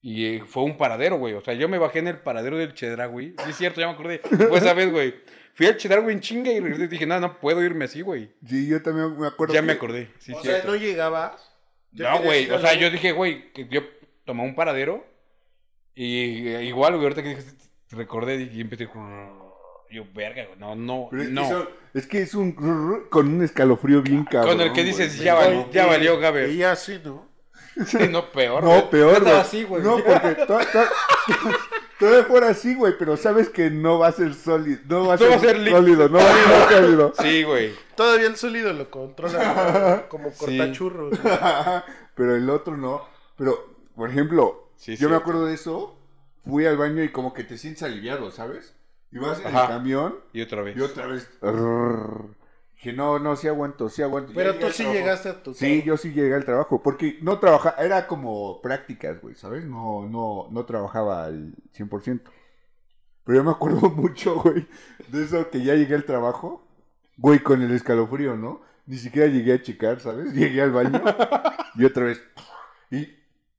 S3: y eh, fue un paradero, güey. O sea, yo me bajé en el paradero del Chedra, güey. Sí, es cierto, ya me acordé. Fue esa vez, güey. Fui al Chedra, güey, en chinga y regresé. Dije, no, no puedo irme así, güey.
S2: Sí, yo también me acuerdo.
S3: Ya
S2: que-
S3: me acordé. Sí,
S1: O sea,
S3: cierto.
S1: no llegabas. Ya
S3: No,
S1: querías
S3: güey.
S1: ir
S3: O
S1: al
S3: sea,
S1: baño.
S3: yo dije, güey, que yo tomé un paradero. Y eh, igual, güey, ahorita que dije, recordé y empecé. Yo, verga, güey. No, no,
S2: Pero es,
S3: no.
S2: que son- es que es un grrr con un escalofrío bien cabrón.
S3: Con el que
S2: güey.
S3: dices, ya, valió, ya valió,
S1: Y
S3: Gabe.
S1: ya sí, ¿no?
S3: [LAUGHS] Sí, no, peor.
S2: No,
S3: güey.
S2: peor.
S3: Yo estaba
S2: güey.
S3: así, güey. [LAUGHS]
S2: No, porque to- to- [LAUGHS] todavía fuera así, güey, pero sabes que no va a ser sólido. No va a
S3: [LAUGHS] No
S2: ser,
S3: va a ser líquido.
S2: sólido. No va a ser
S3: [LAUGHS]
S2: sólido. [LAUGHS]
S3: Sí, güey.
S1: Todavía el sólido lo
S3: [LAUGHS]
S1: controla como cortachurro. güey.
S2: pero el otro no. Pero, por ejemplo,
S3: Sí,
S2: yo
S3: cierto.
S2: me acuerdo de eso. Fui al baño y como que te sientes aliviado, ¿sabes? Y vas en
S3: Ajá. Pues.
S2: el camión
S3: Y otra vez.
S2: y otra vez. grrr. Dije, no, no, sí aguanto, sí aguanto.
S1: Pero
S2: Ya
S1: tú
S2: al
S1: sí
S2: trabajo.
S1: llegaste a tu
S2: Sí, yo sí llegué al trabajo, porque no trabajaba, era como prácticas, güey, ¿sabes? No, no, no trabajaba al 100%. Pero yo me acuerdo [LAUGHS] mucho, güey, de eso que ya llegué al trabajo, güey, con el escalofrío, ¿no? Ni siquiera llegué a checar, ¿sabes? [LAUGHS] Llegué al baño y otra vez. Y,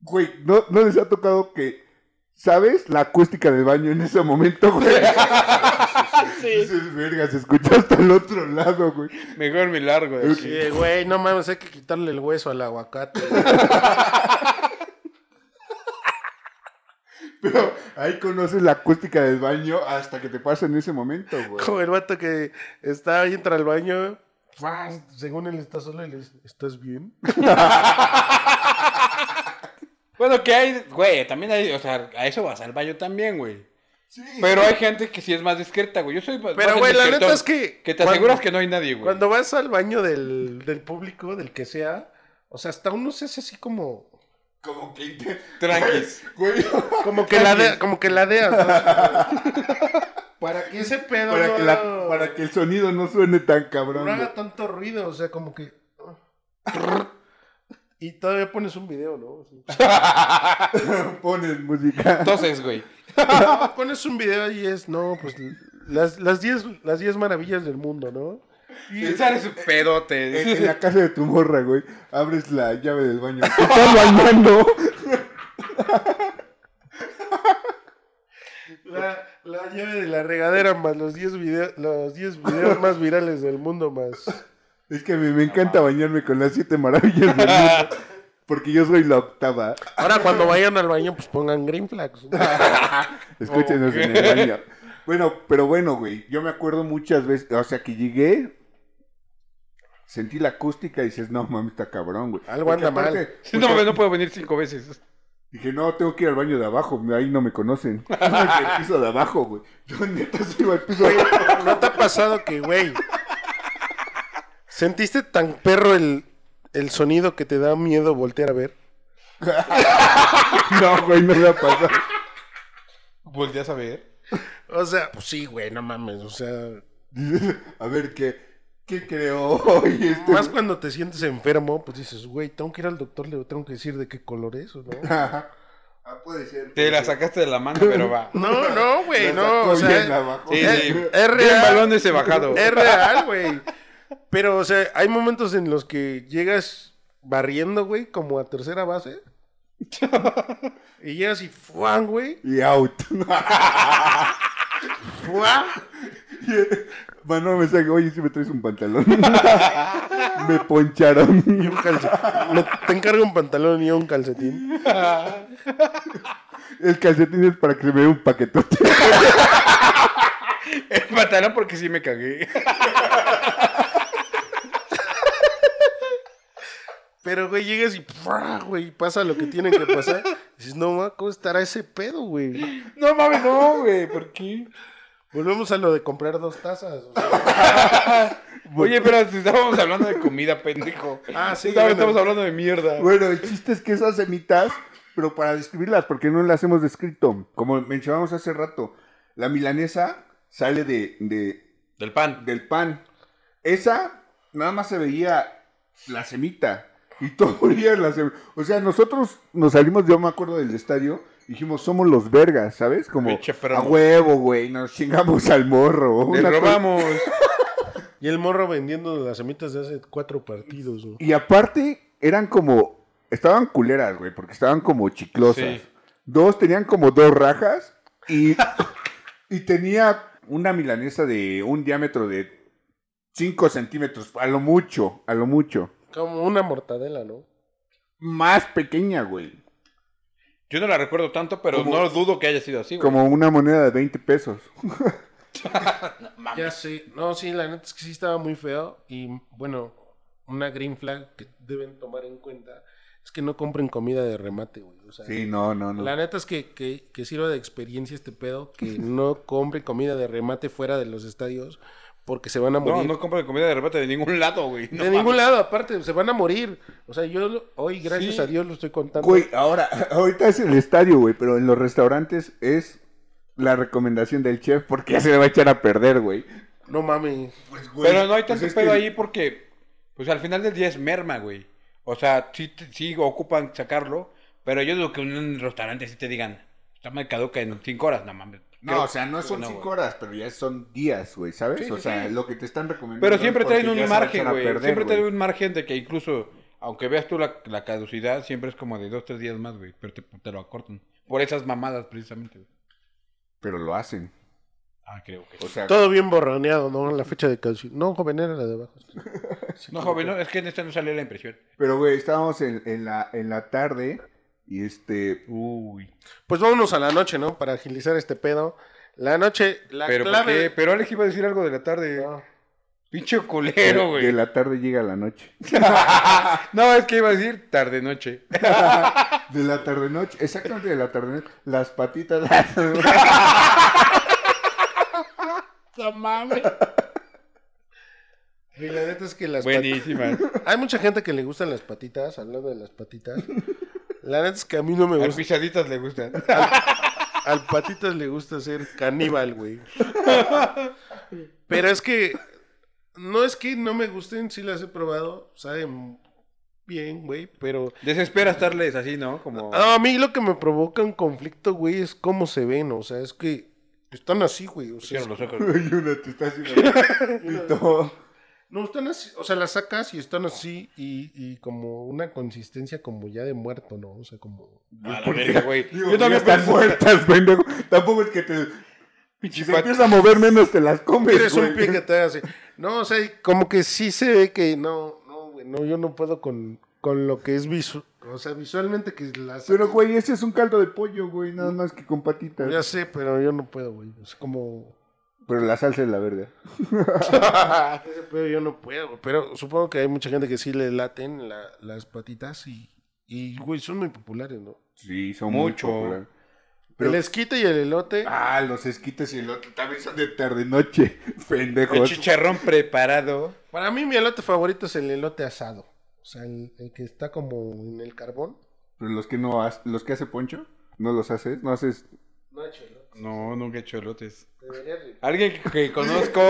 S2: güey, ¿no, no les ha tocado que, ¿sabes? La acústica del baño en ese momento, güey. [LAUGHS] Dices, verga, se escucha hasta el otro lado, güey.
S3: Mejor mi largo. de aquí.
S1: Sí, güey, no mames, hay que quitarle el hueso al aguacate.
S3: [LAUGHS]
S2: Pero ahí conoces la acústica del baño hasta que te pasa en ese momento, güey.
S1: Como el vato que está ahí, entra al baño. ¡fas! Según él está solo, y le dice, ¿estás bien?
S3: Bueno, que hay, güey, también hay, o sea, a eso vas al baño también, güey.
S2: Sí.
S3: Pero hay gente que sí es más discreta, güey. Yo soy más- más
S1: Pero,
S3: el
S1: güey, la
S3: discretón,
S1: neta es que.
S3: Que te
S1: cuando-
S3: aseguras que no hay nadie, güey.
S1: Cuando vas al baño del, del público, del que sea, o sea, hasta uno se hace así como.
S2: Como que te...
S3: Tranquis.
S2: Güey,
S1: Como que la de, como que la para que ese pedo
S2: para
S1: no,
S2: que, la- para que el sonido no suene tan cabrón.
S1: no
S2: güey.
S1: haga tanto ruido, o sea, como que. Y todavía pones un video, ¿no? Así.
S2: [LAUGHS] Pones música.
S3: Entonces, güey.
S1: [LAUGHS] Pones un video y es, no, pues las 10 las diez- las diez maravillas del mundo, ¿no?
S3: Y sale su
S2: eh, En,
S3: pedote.
S2: en la casa de tu morra, güey. Abres la llave del baño. Te estás bañando.
S1: La, la llave de la regadera más los 10 videos, los 10 videos más virales del mundo más.
S2: Es que a mí me encanta bañarme con las siete maravillas del mundo. Porque yo soy la octava.
S1: Ahora cuando vayan al baño, pues pongan green [LAUGHS] flags. ¿no?
S2: Escúchenos
S3: Ok.
S2: en el baño. Bueno, pero bueno, güey. Yo me acuerdo muchas veces. O sea, que llegué. Sentí la acústica y dices, no mami, está cabrón, güey.
S1: Algo
S2: Porque
S1: anda mal.
S2: aparte-
S3: Sí, No, güey, no puedo venir cinco veces.
S2: Dije, no, tengo que ir al baño de abajo, ahí no me conocen. Yo me fui al piso de abajo, güey. Yo neta se iba al piso de
S1: Güey, ¿no te ha pasado que, güey? ¿Sentiste tan perro el, el sonido que te da miedo voltear a ver?
S2: No, güey, no me va a pasar.
S3: Volteas a ver.
S1: O sea, pues sí, güey, no mames, o sea...
S2: A ver, ¿qué, qué creo hoy?
S1: [LAUGHS]
S2: Este...
S1: Más cuando te sientes enfermo, pues dices, güey, tengo que ir al doctor, le tengo que decir de qué color es, ¿o no?
S2: [LAUGHS] Ah, puede ser.
S3: Te la sacaste de la mano, pero va.
S1: No, no, güey,
S2: La
S1: no,
S2: sacó
S1: o sea...
S2: bien abajo.
S3: Sí,
S1: es-
S3: sí.
S1: [LAUGHS] es real.
S3: Bien balones he bajado.
S1: Es real, güey. Pero, o sea, hay momentos en los que llegas barriendo, güey, como a tercera base. y llegas y fuan, güey.
S2: Y out. [LAUGHS]
S1: ¡fuan!
S2: Mano, me saca, oye, si me traes un pantalón. [LAUGHS] me poncharon.
S1: Y un calcetín. Me- te encargo un pantalón y un calcetín.
S2: El calcetín es para que me dé un paquetote.
S3: El pantalón porque sí me cagué.
S1: Pero, güey, llegas y ¡fua! güey, pasa lo que tiene que pasar. Dices, no, ma, ¿cómo estará ese pedo, güey?
S3: No mames, no, güey. ¿Por qué?
S1: Volvemos a lo de comprar dos tazas. o sea,
S3: Oye, pero si estábamos hablando de comida, pendejo.
S1: Ah, sí,
S3: Estaba-
S1: bueno.
S3: Estamos hablando de mierda.
S2: [LAUGHS] Bueno, el chiste es que esas semitas, pero para describirlas, porque no las hemos descrito. Como mencionamos hace rato, la milanesa sale de, de-
S3: Del pan.
S2: del pan. Esa nada más se veía la semita. Y [LAUGHS] todo veía la semita. O sea, nosotros nos salimos, yo me acuerdo del estadio, dijimos, somos los vergas, ¿sabes? Como
S3: Pinche perro.
S2: a huevo, güey, nos chingamos al morro.
S3: Le
S2: Una cosa-
S3: robamos.
S1: y el morro vendiendo las semitas de hace cuatro partidos, güey.
S2: Y aparte, eran como. Estaban culeras, güey, porque estaban como chiclosas.
S3: Sí.
S2: Dos tenían como dos rajas y, [LAUGHS] y tenía una milanesa de un diámetro de 5 centímetros, a lo mucho, a lo mucho.
S1: Como una mortadela, ¿no?
S2: Más pequeña, güey.
S3: Yo no la recuerdo tanto, pero
S2: Como-
S3: no dudo que haya sido así, güey.
S2: Como una moneda de 20 pesos.
S1: Ya sé, no, sí, la neta es que sí estaba muy feo y bueno, una green flag que deben tomar en cuenta es que no compren comida de remate, güey. O sea,
S2: Sí, no, no, no.
S1: la neta es que, que, que sirva de experiencia este pedo,
S3: [LAUGHS]
S1: que no compren comida de remate fuera de los estadios porque se van a
S3: No,
S1: morir.
S3: no compro comida de remate de ningún lado, güey.
S1: de
S3: No mames.
S1: ningún lado, aparte, se van a morir. O sea, yo lo- hoy, gracias
S3: Sí.
S1: a Dios, lo estoy contando.
S2: Güey, ahora, [LAUGHS] ahorita es el estadio, güey, pero en los restaurantes es la recomendación del chef porque ya se le va a echar a perder, güey.
S1: No mames.
S3: Pero no hay tanto
S2: Pues es
S3: pedo
S2: que-
S3: ahí porque, pues al final del día es merma, güey. O sea, sí, te- sí ocupan sacarlo, pero yo digo que en un restaurante sí te digan, está mal caduca en cinco horas, no mames.
S2: No,
S3: Creo-
S2: o sea, no son
S3: no,
S2: cinco
S3: güey.
S2: horas, pero ya son días, güey, ¿sabes?
S3: Sí,
S2: o
S3: sí,
S2: sea,
S3: sí.
S2: lo que te están recomendando.
S3: Pero siempre
S2: es porque
S3: traen
S2: ya
S3: un
S2: se va a
S3: margen,
S2: echar a
S3: güey.
S2: perder,
S3: siempre
S2: güey.
S3: traen un margen de que incluso, aunque veas tú la, la caducidad, siempre es como de dos, tres días más, güey. Pero te, te lo acortan. Por esas mamadas, precisamente, güey.
S2: Pero lo hacen.
S3: Ah, creo que
S2: O sea,
S1: Todo bien borroneado, ¿no? La fecha de caducidad. No, joven, era la de abajo.
S3: No, joven, no, es que en esta no salió la impresión.
S2: pero güey, estábamos en, en la, en la tarde y este.
S3: Uy.
S1: Pues vámonos a la noche, ¿no? Para agilizar este pedo. La noche, la
S3: Pero, ¿por
S1: clave...
S3: qué? pero Alex iba a decir algo de la tarde.
S1: No.
S3: Pinche culero,
S2: Eh, de
S3: güey.
S2: la tarde llega la noche.
S3: No, es que iba a decir tarde-noche.
S2: De la tarde noche, exactamente de la tarde noche. Las patitas. [LAUGHS]
S1: Güey, la neta es que las
S2: [LAUGHS]
S3: Buenísima.
S1: pat- Hay mucha gente que le gustan las patitas, hablando de las patitas. La neta es que a mí no me
S3: Las
S1: gusta.
S3: pisaditas le gustan.
S1: Al patitas le gusta ser caníbal, güey. Pero es que. No es que no me gusten, sí las he probado. Saben bien, güey, pero.
S3: Desespera estarles así, ¿no? Como...
S1: No, a mí lo que me provoca un conflicto, güey, es cómo se ven. O sea, es que. Están así, güey. O sea,
S3: Cierro
S2: [LAUGHS]
S3: los ojos.
S2: y una te está haciendo. y todo.
S1: No, están así, o sea, las sacas y están así y, y como una consistencia como ya de muerto, ¿no? O sea, como...
S3: A la verga, güey.
S2: Digo,
S3: Yo
S2: ya
S3: también
S2: están
S3: pensé...
S2: muertas, [LAUGHS] pendejo. Tampoco es que te. Si
S3: Pinche
S2: se
S3: pat-
S2: empieza a mover menos, te las comes.
S1: Tienes un
S2: Pues, güey.
S1: pie que te hace... No, o sea, y como que sí se ve que no, no, güey, no, yo no puedo con, con lo que es visual, o sea, visualmente que las...
S2: [LAUGHS] Pero, güey, ese es un caldo de pollo, güey, nada más que con patitas.
S1: Ya sé, pero yo no puedo, güey. Es
S2: [LAUGHS]
S1: como...
S2: Pero la salsa es la verga.
S1: Ese pedo yo no puedo, güey, pero supongo que hay mucha gente que sí le laten la- las patitas y, Y, güey, son muy populares, ¿no?
S2: Sí, son
S3: Mucho.
S2: muy populares. Pero-
S1: el esquite y el elote.
S2: Ah, los esquites y el otro también son de tarde [LAUGHS] noche,
S3: El
S2: pendejos.
S3: chicharrón preparado.
S1: Para mí, mi elote favorito es el elote asado. O sea, el, el que está como en el carbón.
S2: Pero los que no ha- los que hace Poncho, no los haces, no haces.
S1: No, chulo.
S3: No, nunca he hecho elotes.
S1: Debería de-
S3: Alguien que, que
S2: [LAUGHS]
S3: conozco.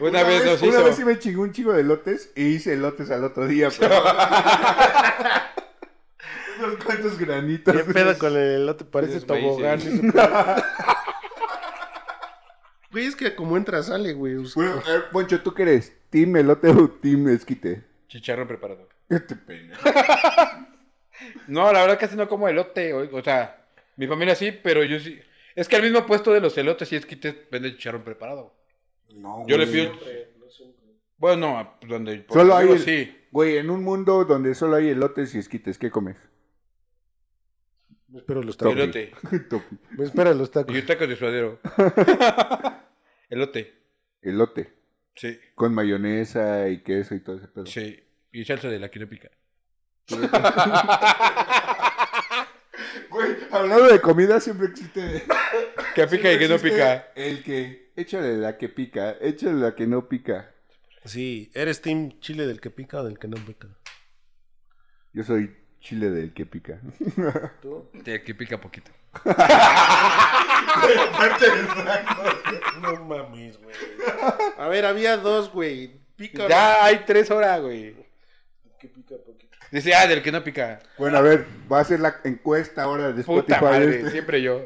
S3: una, vez, nos
S2: una
S3: hizo.
S2: vez sí me chingó un chico de lotes y hice lotes al otro
S3: [LAUGHS]
S2: día, pero. [LAUGHS] Unos cuantos granitos.
S1: ¿Qué pedo con el elote? Parece
S3: Esos güeyes,
S1: tobogán.
S3: sí.
S1: ese- [LAUGHS] Güey, es que como entra, sale, güey. O sea,
S2: [LAUGHS] Bueno, a ver, Poncho, ¿tú qué eres? ¿Team elote o team esquite?
S3: Chicharrón preparado.
S2: Este pena.
S3: No, la verdad casi no como elote. O, o sea, mi familia sí, pero yo sí. Es que al mismo puesto de los elotes y esquites vende chicharrón preparado.
S2: [LAUGHS] No,
S3: Yo le
S2: güey.
S3: pido. Bueno, no, donde. por
S2: Solo
S3: donde
S2: hay
S3: vivo,
S2: el-
S3: Sí.
S2: Güey, en un mundo donde solo hay elotes y esquites, ¿qué comes?
S1: Espero los tacos.
S2: Topi.
S3: Elote.
S2: Topi.
S1: Espero los tacos.
S3: Y un taco
S2: [LAUGHS]
S3: de suadero. elote.
S2: elote.
S3: Sí.
S2: Con mayonesa y queso y todo ese pedo.
S3: Sí. Y salsa de la quiropica.
S2: Güey, hablando de comida siempre existe.
S3: Que [LAUGHS] pica y que no pica.
S2: El que. Échale la que pica, échale la que no pica.
S1: Sí, ¿eres team chile del que pica o del que no pica?
S2: Yo soy chile del que pica. [LAUGHS]
S1: ¿Tú?
S3: Te- Que pica poquito.
S1: No mames, güey. A ver, había dos, güey. Pica o
S3: Ya hay tres horas, güey.
S1: no? que pica poquito.
S3: Dice, ah, del que no pica.
S2: Bueno, a ver, va a ser la encuesta ahora de Spotify.
S3: Puta madre,
S2: este.
S3: siempre yo.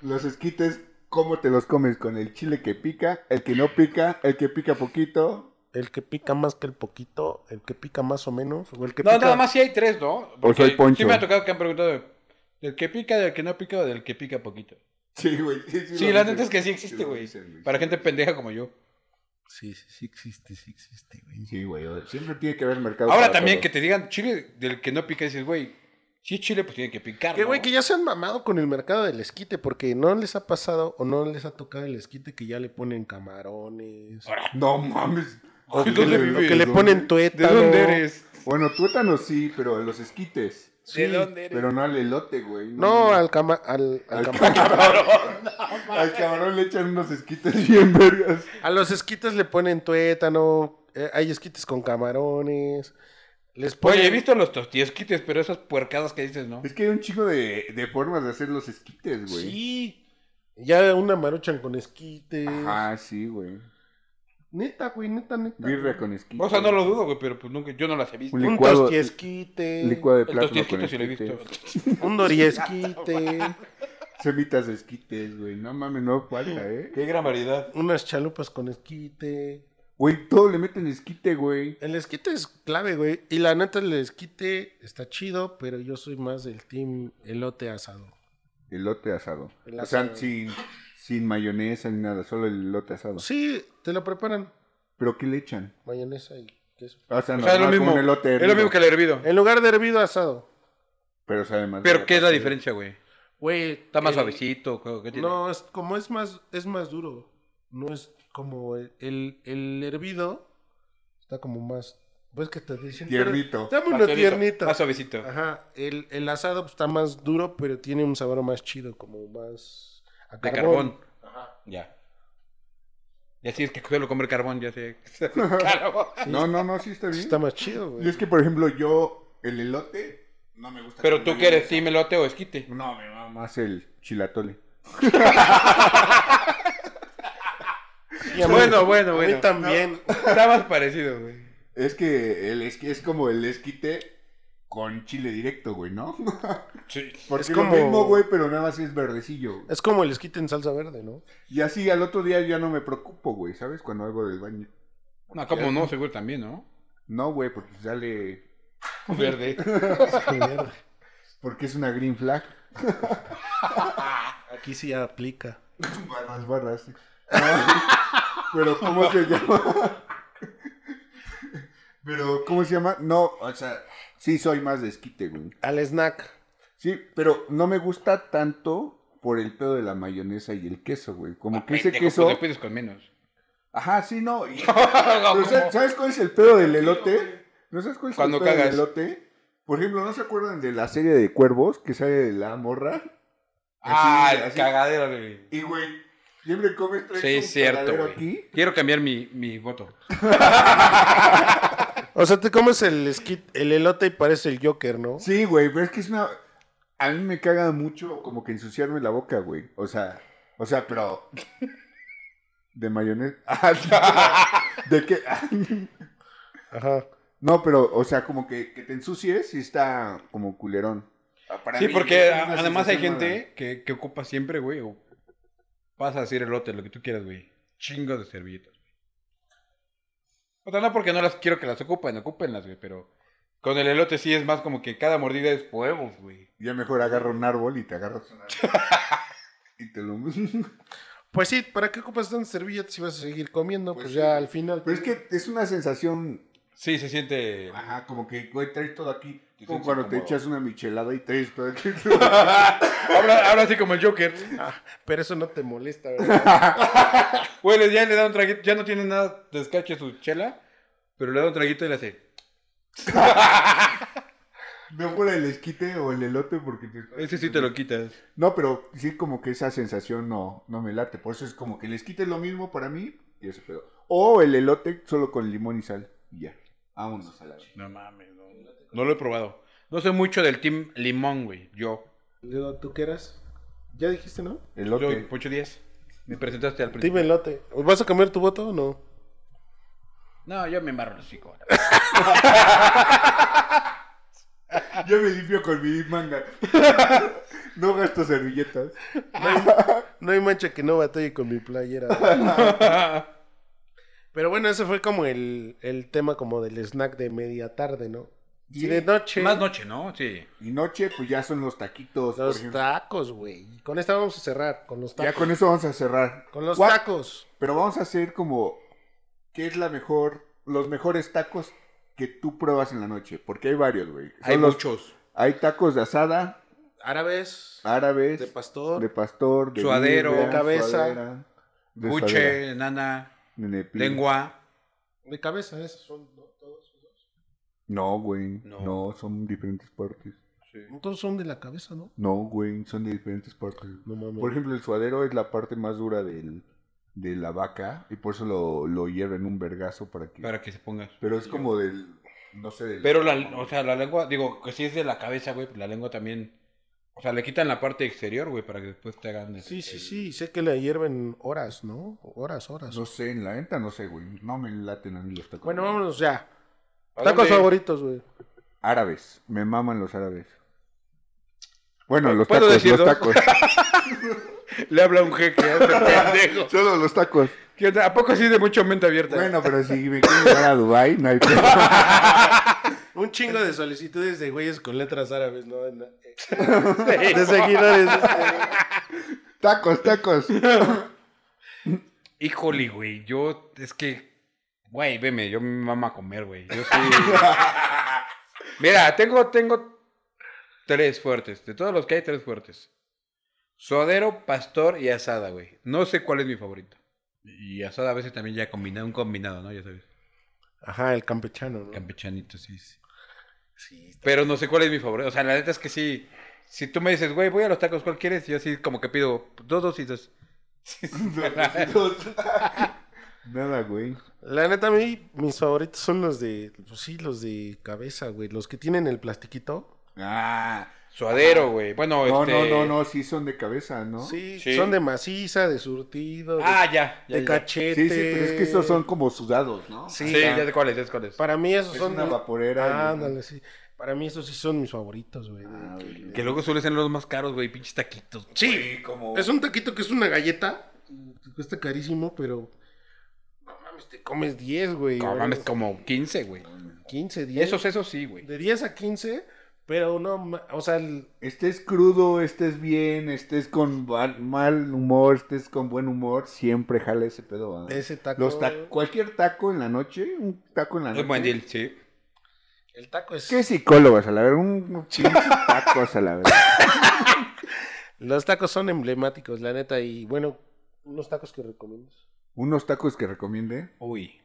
S2: Los esquites, ¿cómo te los comes? Con el chile que pica, el que no pica, el que pica poquito.
S1: El que pica más que el poquito, el que pica más o menos, o el que
S3: No,
S1: pica...
S3: nada más si hay tres, ¿no? Porque
S2: soy Poncho.
S3: Sí me ha tocado que han preguntado del que pica, del que no pica o del que pica poquito.
S2: Sí, güey.
S3: Sí, la neta es que sí existe, güey. Para gente pendeja como yo.
S1: Sí, sí, sí existe, sí existe, güey.
S2: Sí, güey. Siempre tiene que haber mercado.
S3: Ahora
S2: para
S3: también
S2: todo.
S3: que te digan chile del que no pica, dices, güey, si es chile, pues tiene que picar.
S1: Que,
S3: ¿no?
S1: güey, que ya se han mamado con el mercado del esquite, porque no les ha pasado o no les ha tocado el esquite que ya le ponen camarones.
S2: No
S3: [LAUGHS]
S2: mames.
S1: O que,
S3: ¿Dónde
S1: le,
S3: vives?
S1: o que le ponen
S3: ¿De
S1: tuétano.
S3: dónde eres?
S2: Bueno, tuétano sí, pero los esquites.
S1: Sí,
S3: ¿De dónde eres?
S2: Pero no al elote, güey.
S1: No, al, cama, al, al
S2: Al
S1: cama-
S3: [LAUGHS]
S2: Al cabrón le echan unos esquites bien vergas.
S1: A los esquites le ponen tuétano. eh, hay esquites con camarones. Les ponen...
S3: Oye, he visto los tostiesquites, pero esas puercadas que dices, ¿no?
S2: Es que hay un chico de, de formas de hacer los esquites, güey.
S1: Sí. Ya una maruchan con esquites.
S2: Ah, sí, güey.
S1: Neta, güey, neta, neta.
S2: Birria con esquites.
S3: O sea, no lo dudo, güey, pero pues nunca, yo no las he visto.
S2: Un
S1: Un
S2: Licuado-
S1: tostiesquite.
S2: Licuado de
S3: El
S2: plátano con
S3: tostiesquito sí lo he
S2: esquites.
S3: visto.
S1: Un
S3: [LAUGHS]
S1: doriesquite.
S2: Semitas de esquites, güey. No mames, no falta, ¿eh?
S3: Qué gran variedad.
S1: unas chalupas con esquite.
S2: Güey, todo le meten esquite, güey.
S1: El esquite es clave, güey. Y la neta, el esquite está chido, pero yo soy más del team elote asado.
S2: Elote asado.
S1: El
S2: o sea,
S1: asado.
S2: sin, sin mayonesa ni nada, solo el elote asado.
S1: Sí, te lo preparan.
S2: ¿Pero qué le echan?
S1: Mayonesa y queso.
S2: O sea,
S3: O sea, es
S2: normal, como
S3: lo mismo.
S2: un elote
S3: Es lo mismo
S2: hervido,
S3: que el hervido.
S1: En lugar de hervido, asado.
S2: Pero sabe más.
S3: Pero
S2: verga,
S3: ¿qué es la
S2: porque-
S3: diferencia, güey?
S1: Güey.
S3: ¿Está más
S1: el-
S3: suavecito? ¿Qué- qué tiene?
S1: No, es como es más, es más duro. No es como el, el, el hervido. Está como más. Pues que te dicen. pero-
S3: [LAUGHS]
S2: Tiernito.
S1: Dame
S3: Más
S1: uno
S3: suavecito,
S1: tiernito.
S3: Más suavecito.
S1: Ajá. El, el asado pues, está más duro, pero tiene un sabor más chido, como más. a
S3: De carbón.
S1: Ajá.
S3: Ya. Y así es que suelo comer carbón,
S1: [LAUGHS]
S3: ya sé. Carbón.
S2: No, no, no, sí está bien.
S1: Está más chido, güey.
S2: Y es que, por ejemplo, yo, el elote, no me gusta.
S3: Pero
S2: con
S3: tú
S2: mayonesa.
S3: quieres team elote o esquite.
S2: No, me va más el chilatole.
S1: Y a mí-
S3: Bueno, bueno,
S1: a mí
S3: bueno.
S1: también.
S3: Está más parecido, güey.
S2: Es que el esqui- es como el esquite con chile directo, güey, ¿no? [LAUGHS]
S3: Sí.
S2: Porque
S1: Es
S2: es
S1: como-
S2: lo mismo, güey, pero nada más es verdecillo. güey.
S1: Es como el esquite en salsa verde, [LAUGHS] ¿no?
S2: Y así al otro día ya no me preocupo, güey, ¿sabes? Cuando hago del baño.
S3: No, como no, seguro también, ¿no?
S2: No, güey, porque sale...
S3: Verde.
S2: Porque es una green flag. [LAUGHS]
S1: Aquí sí aplica.
S2: Barras, barras. [LAUGHS] sí. Pero ¿cómo
S1: [LAUGHS]
S2: se llama? [LAUGHS] Pero ¿cómo se llama? No, o sea, sí soy más de esquite, güey.
S1: Al snack.
S2: Sí, pero no me gusta tanto por el pedo de la mayonesa y el queso, güey. Como que ese
S3: Pendejo,
S2: queso...
S3: pues le pides con menos.
S2: Ajá, sí, no.
S3: [LAUGHS]
S2: y-
S3: No,
S2: Pero
S3: ¿cómo?
S2: ¿sabes, sabes cuál es el pedo del elote? ¿No sabes cuál es
S3: Cuando
S2: el pedo
S3: cagas.
S2: del elote? Por ejemplo, ¿no se acuerdan de la serie de cuervos que sale de la morra?
S3: Ah,
S2: Así,
S3: el
S2: así.
S3: cagadero, güey.
S2: Y güey, siempre comes tres
S3: Sí, es cierto,
S2: aquí.
S3: güey. Quiero cambiar mi, mi voto.
S1: O sea, te comes el, esqui- el elote y parece el Joker, ¿no?
S2: Sí, güey, pero es que es una. A mí me caga mucho como que ensuciarme la boca, güey. O sea, o sea, pero. De mayonesa. [LAUGHS] ¿De qué?
S1: Ajá.
S2: No, pero, o sea, como que, que te ensucies y está como culerón. Ah, Para
S3: Sí,
S2: mí,
S3: porque
S2: es una
S3: además hay
S2: sensación
S3: gente que, que ocupa siempre, güey. o Vas a decir elote, lo que tú quieras, güey. Chingo de servilletas. güey. O sea, no porque no las quiero que las ocupen, ocupenlas, güey, pero con el elote sí es más como que cada mordida es huevos, güey.
S2: mala. Ya mejor agarra un árbol y te agarras un
S3: [LAUGHS]
S2: árbol. y te lo.
S1: Pues sí, ¿para qué ocupas tantas servilletas si vas a seguir comiendo? Pues,
S2: Pues
S1: ya
S2: sí.
S1: al final.
S2: Pero es que es una sensación.
S3: Sí, se [LAUGHS] siente.
S2: Ajá, como que, güey, traes todo aquí.
S3: Te
S2: Como
S3: sientes
S2: cuando te
S3: incómodo.
S2: echas una michelada y traes todo
S3: [LAUGHS]
S2: aquí.
S3: ahora, ahora sí como el Joker.
S1: Ah, pero eso no te molesta, [LAUGHS] ¿verdad?
S3: Güey, le- ya le da un traguito, ya no tiene nada, descache su chela, pero le da un traguito y le hace.
S2: No por el esquite o el elote porque te...
S3: Ese sí te lo quitas.
S2: No, pero sí como que esa sensación no, no me late. Por eso es como que el esquite es lo mismo para mí y ese pedo. O el elote solo con limón y sal y ya. Vámonos a la verga.
S3: No mames, no. No lo he probado. No soy mucho del team limón, güey. Yo.
S1: Yo, ¿Tú qué eras? Ya dijiste, ¿no?
S3: Soy
S2: Elote.
S3: Poncho Díaz. Me presentaste al principio.
S1: Dime elote. ¿Vas a cambiar tu voto o no?
S3: No, yo me embarro los hocico. pues,
S2: Yo me limpio con mi manga. [LAUGHS] no gasto servilletas.
S1: No hay mancha que no batalle con mi playera. ¿no? Pero bueno, ese fue como el, el tema como del snack de media tarde, ¿no? Y
S2: Sí.
S1: de noche,
S3: Más noche, ¿no? Sí.
S2: Y noche pues ya son los taquitos. por
S1: los
S2: ejemplo.
S1: tacos, güey. Y Con esta vamos a cerrar, con los
S2: ya
S1: tacos.
S2: con eso vamos a cerrar.
S1: Con los
S2: Gua-
S1: tacos.
S2: Pero vamos a hacer como qué es la mejor, los mejores tacos que tú pruebas en la noche, porque hay varios, güey. Son
S3: Hay
S2: los-
S3: muchos.
S2: Hay tacos de asada,
S1: Árabes,
S2: árabes,
S1: de
S2: Ah, de
S1: pastor.
S2: pastor, de
S3: Suadero.
S2: birria,
S1: De cabeza.
S2: suadera, de suadera,
S3: Buche, nana,
S2: de nepil.
S3: lengua.
S1: De cabeza, esos son ¿no? todos. esos.
S2: No, güey.
S3: No.
S2: No. son diferentes partes.
S1: Todos son de la cabeza, ¿no?
S2: No, güey, son de diferentes partes.
S1: No mames.
S2: Por ejemplo, el suadero es la parte más dura del, de la vaca y por eso lo, lo hierven un vergazo para que.
S3: Para que se ponga.
S2: Pero es como del. No sé, del.
S3: Pero la, o sea, la lengua, digo, que si es de la cabeza, güey, pues la lengua también. O sea, le quitan la parte exterior, güey, para que después te hagan. el-
S1: Sí, sí,
S3: el-
S1: sí. Sé que la hierven horas, ¿no? Horas, horas.
S2: No sé, en la venta no sé, güey. No me laten a mí los tacos.
S1: Bueno, vámonos ya.
S3: ¿A
S1: Tacos
S3: dónde?
S1: favoritos, güey.
S2: Árabes. Me maman los árabes. Bueno, los
S3: ¿Puedo
S2: tacos,
S3: decir
S2: los
S3: dos?
S2: tacos.
S3: Le habla un jeque a este [LAUGHS] pendejo.
S2: Solo los tacos.
S3: ¿Qué onda? ¿A poco sí de mucho mente abierta? [LAUGHS]
S2: Bueno, pero si me quieren llevar a Dubai, no hay problema.
S1: Un chingo de solicitudes de güeyes con letras árabes, ¿no? De seguidores.
S2: [LAUGHS] Tacos, tacos.
S3: Híjole, güey, yo es que, güey, veme, yo me mama comer, güey. Yo [LAUGHS] sí. Mira, tengo, tengo tres fuertes. De todos los que hay, tres fuertes. Suadero, pastor y asada, güey. No sé cuál es mi favorito. Y asada a veces también ya combinado, un combinado, ¿no? Ya sabes.
S1: Ajá, el campechano, ¿no?
S3: Campechanito, sí, sí.
S1: Sí, está-
S3: Pero no sé cuál es mi favorito. O sea, la neta es que sí. Si tú me dices, güey, voy a los tacos, ¿cuál quieres? Yo así como que pido dos, dos y dos.
S2: [LAUGHS] Nada, güey.
S1: La neta, a mí, mis favoritos son los de. Pues sí, los de cabeza, güey. Los que tienen el plastiquito.
S2: Ah.
S3: Suadero, güey. Bueno,
S2: No,
S3: este...
S2: no, no, no, sí son de cabeza, ¿no?
S1: Sí,
S3: Sí.
S1: son de maciza, de surtido, de,
S3: Ah, ya. ya,
S1: de
S3: ya.
S1: cachete.
S2: Sí, sí, pero es que estos son como sudados, ¿no?
S1: este- Sí,
S3: Sí,
S1: ya-
S3: ya sé cuáles, ya sé cuáles.
S1: Para mí, esos
S2: Es
S1: son.
S2: una
S1: de-
S2: vaporera. y-
S1: ándale, sí. Para mí, esos sí son mis favoritos, güey.
S2: Ah, güey.
S3: Que luego suelen ser los más caros, güey, pinches taquitos.
S1: Sí,
S2: como...
S1: es un taquito que es una galleta. y te Cuesta carísimo, pero. No mames, te comes 10, güey.
S3: No
S1: o
S3: mames, como 15, güey.
S1: 15, 10.
S3: Esos, esos sí, güey.
S1: De 10 a 15, pero no, ma- o sea, el-
S2: Este es crudo, este es bien, este es con val- mal humor, este es con buen humor, siempre jala ese pedo. ¿verdad?
S1: ese taco.
S2: Los ta- cualquier taco en la noche, un taco en la noche.
S3: Es buen deal, sí.
S1: El taco es.
S2: ¿Qué psicólogos? A la verga, un pinche tacos a la verga.
S1: Los tacos son emblemáticos, la neta. Y bueno, unos tacos que recomiendas.
S2: Unos tacos que recomiende.
S3: Uy.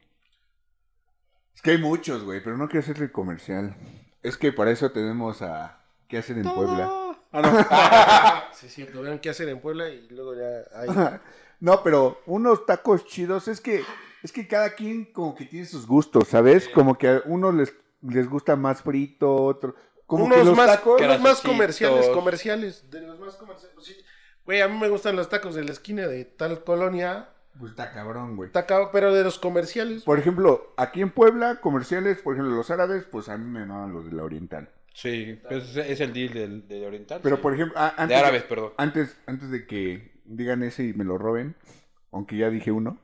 S2: Es que hay muchos, güey, pero no quiero hacerle comercial. Es que para eso tenemos a... ¿Qué hacen en Puebla?
S1: Ah, no. [LAUGHS] sí, es cierto. Vean qué hacer en Puebla y luego ya ahí.
S2: No, pero unos tacos chidos. Es que, es que cada quien como que tiene sus gustos, ¿sabes? Como que a unos les, les gusta más frito, otro... Como que
S1: unos
S2: los
S1: más,
S2: tacos...
S1: unos más
S3: Caracitos.
S1: comerciales, comerciales. De los más comerciales. pues sí. Güey, a mí me gustan los tacos de la esquina de tal colonia.
S2: Pues está cabrón, güey.
S1: Taca- pero de los comerciales.
S2: Por ejemplo, aquí en Puebla, comerciales, por ejemplo, los árabes, pues a mí me maman los de la oriental.
S3: Sí, pues es, es el deal del, del oriental.
S2: Pero
S3: sí.
S2: por ejemplo, a- antes,
S3: De árabes, perdón.
S2: Antes, antes de que digan ese y me lo roben, aunque ya dije uno,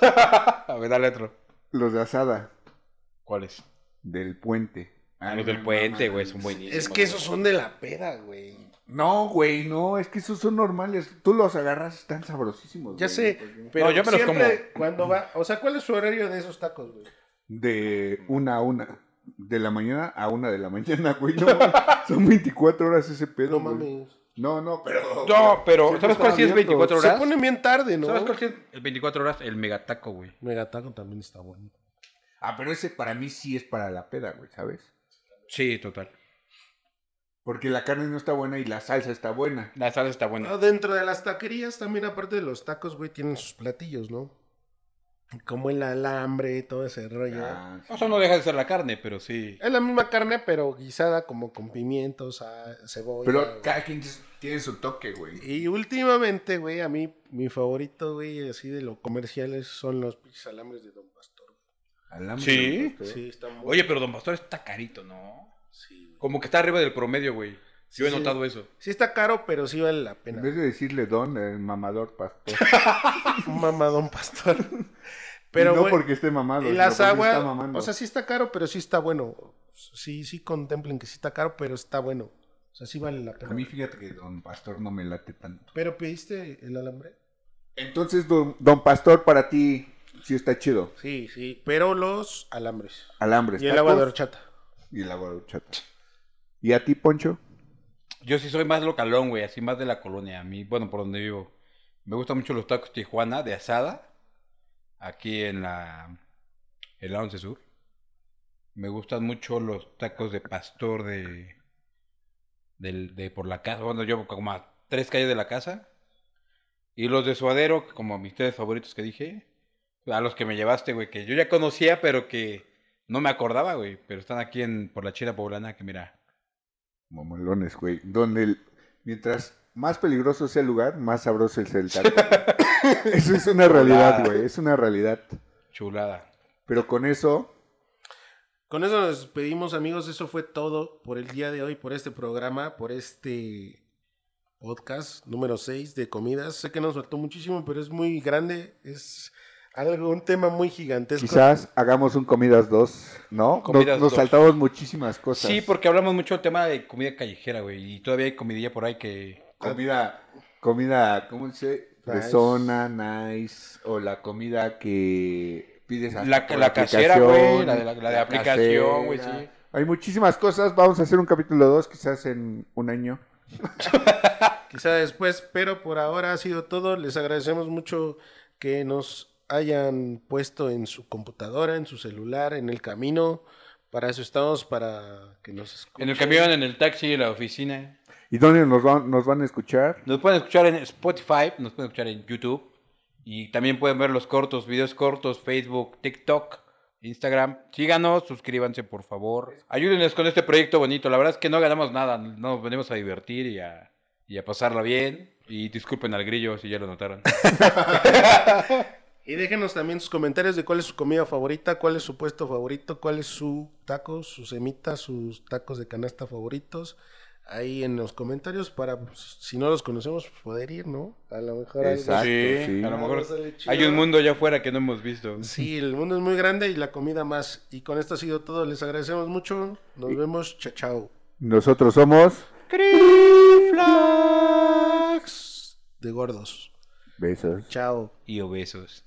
S3: A ver, dale otro.
S2: los de asada
S3: ¿Cuál es?
S2: del puente.
S3: Ah,
S2: Ay,
S3: los del
S2: no
S3: puente,
S2: mames.
S3: güey, son buenísimos.
S1: Es que esos son de la peda, güey.
S2: No, güey, no, es que esos son normales. Tú los agarras, están sabrosísimos.
S1: Ya
S2: güey.
S1: sé, pero
S3: No, yo me los
S1: siempre cuando va, o sea, ¿cuál es su horario de esos tacos, güey?
S2: De una a una. De la mañana a una de la [LAUGHS] mañana, güey. No, son 24 horas ese pedo.
S1: No
S2: güey.
S1: mames.
S2: No, no, pero.
S3: No, pero
S2: Siempre
S3: ¿sabes cuál
S2: están
S3: sí es
S2: abiertos.
S3: 24
S1: Se
S3: horas?
S1: ponen bien tarde, ¿no?
S3: ¿Sabes cuál sí es el 24 horas? El megataco, güey.
S1: Megataco también está bueno.
S2: Ah, pero ese para mí sí es para la peda, güey, ¿sabes?
S3: Sí, total.
S2: Porque la carne no está buena y la salsa está buena.
S3: La salsa está buena.
S1: Ah, Dentro de las taquerías también, aparte de los tacos, güey, tienen sus platillos, ¿no? Como el alambre, todo ese rollo.
S2: Ah, sí.
S3: O sea, no deja de ser la carne, pero sí.
S1: Es la misma carne, pero guisada como con pimientos, sa- cebolla.
S2: Pero
S1: güey.
S2: cada quien tiene su toque, güey.
S1: Y últimamente, güey, a mí, mi favorito, güey, así de lo comerciales son los pinches alambres de Don Pastor.
S2: Alambre,
S3: Sí.
S2: ¿no? Este,
S1: Sí, está muy...
S3: Oye, pero Don Pastor está carito, ¿no?
S1: sí, güey.
S3: Como que está arriba del promedio, güey. Yo he
S1: Sí, sí.
S3: notado eso.
S1: Sí está caro, pero sí vale la
S2: En
S1: pena.
S2: vez de decirle don, el mamador pastor.
S1: Mamadón
S2: [LAUGHS]
S1: pastor. [LAUGHS] Pero
S2: Y no
S1: güey,
S2: porque esté mamado.
S1: y
S2: sino
S1: las
S2: porque
S1: aguas,
S2: está mamando.
S1: o sea, sí está caro, pero sí está bueno. Sí, sí contemplen que sí está caro, pero está bueno. O sea, sí vale la
S2: A
S1: pena.
S2: mí fíjate que don pastor no me late tanto.
S1: Pero pediste el alambre.
S2: Entonces, don, don pastor, para ti sí está chido.
S1: Sí, sí, pero los alambres.
S2: Alambre.
S1: Y el agua de
S2: tacos
S1: horchata.
S2: Y el agua de horchata. ¿Y a ti, Poncho?
S3: Yo sí soy más localón, güey, así más de la colonia. A mí, bueno, por donde vivo. Me gustan mucho los tacos Tijuana de asada. Aquí en la. En la 11 Sur. Me gustan mucho los tacos de pastor de. del- de por la casa. Bueno, yo como a tres calles de la casa. Y los de suadero, como mis tres favoritos que dije. A los que me llevaste, güey, que yo ya conocía, pero que no me acordaba, güey. Pero están aquí en por la China Poblana, que mira.
S2: Mamolones, güey. Donde el- mientras más peligroso sea el lugar, más sabroso es el
S1: [LAUGHS]
S2: taco. Eso es una realidad, güey. Es una realidad.
S3: Chulada.
S2: Pero con eso,
S1: Con eso nos despedimos, amigos. Eso fue todo por el día de hoy, por este programa, por este podcast número 6 de comidas. Sé que nos faltó muchísimo, pero es muy grande. Es algo, un tema muy gigantesco.
S2: quizás hagamos un Comidas 2, ¿no? Nos-
S3: Comidas
S2: nos,
S3: 2.
S2: saltamos muchísimas cosas.
S3: Sí, porque hablamos mucho del tema de comida callejera, güey. Y todavía hay comidilla por ahí que.
S2: Comida, comida, ¿cómo se dice?
S1: Nice.
S2: Fresona, nice. O la comida que pides hasta
S3: La-
S2: por
S3: la casera,
S2: aplicación,
S3: güey, la de la- la de aplicación, güey, sí.
S2: Hay muchísimas cosas. Vamos a hacer un capítulo 2, quizás en un año.
S1: Quizá después, pero por ahora ha sido todo. Les agradecemos mucho que nos hayan puesto en su computadora, en su celular, en el camino. Para eso estamos, para que nos escuchen.
S3: En el camión, en el taxi, en la oficina.
S2: ¿Y dónde nos, va- nos van a escuchar?
S3: Nos pueden escuchar en Spotify, nos pueden escuchar en YouTube. Y también pueden ver los cortos, videos cortos, Facebook, TikTok, Instagram. Síganos, suscríbanse, por favor. Ayúdenos con este proyecto bonito. La verdad es que no ganamos nada. Nos venimos a divertir y a, y a pasarla bien. Y disculpen al grillo si ya lo notaron.
S1: Y déjenos también sus comentarios de cuál es su comida favorita, cuál es su puesto favorito, cuál es su taco, sus semitas, sus tacos de canasta favoritos. Ahí en los comentarios para, pues, si no los conocemos, pues, poder ir, ¿no? A lo mejor algo-
S2: Exacto,
S3: sí,
S2: sí.
S3: a lo
S1: Algo
S3: mejor
S1: sale chido.
S3: hay un mundo allá afuera que no hemos visto.
S1: Sí, el mundo es muy grande y la comida más. Y con esto ha sido todo. Les agradecemos mucho. Nos vemos. Chao, chao.
S2: Nosotros somos.
S1: Criflax. De gordos.
S2: Besos.
S1: Chao.
S3: Y obesos.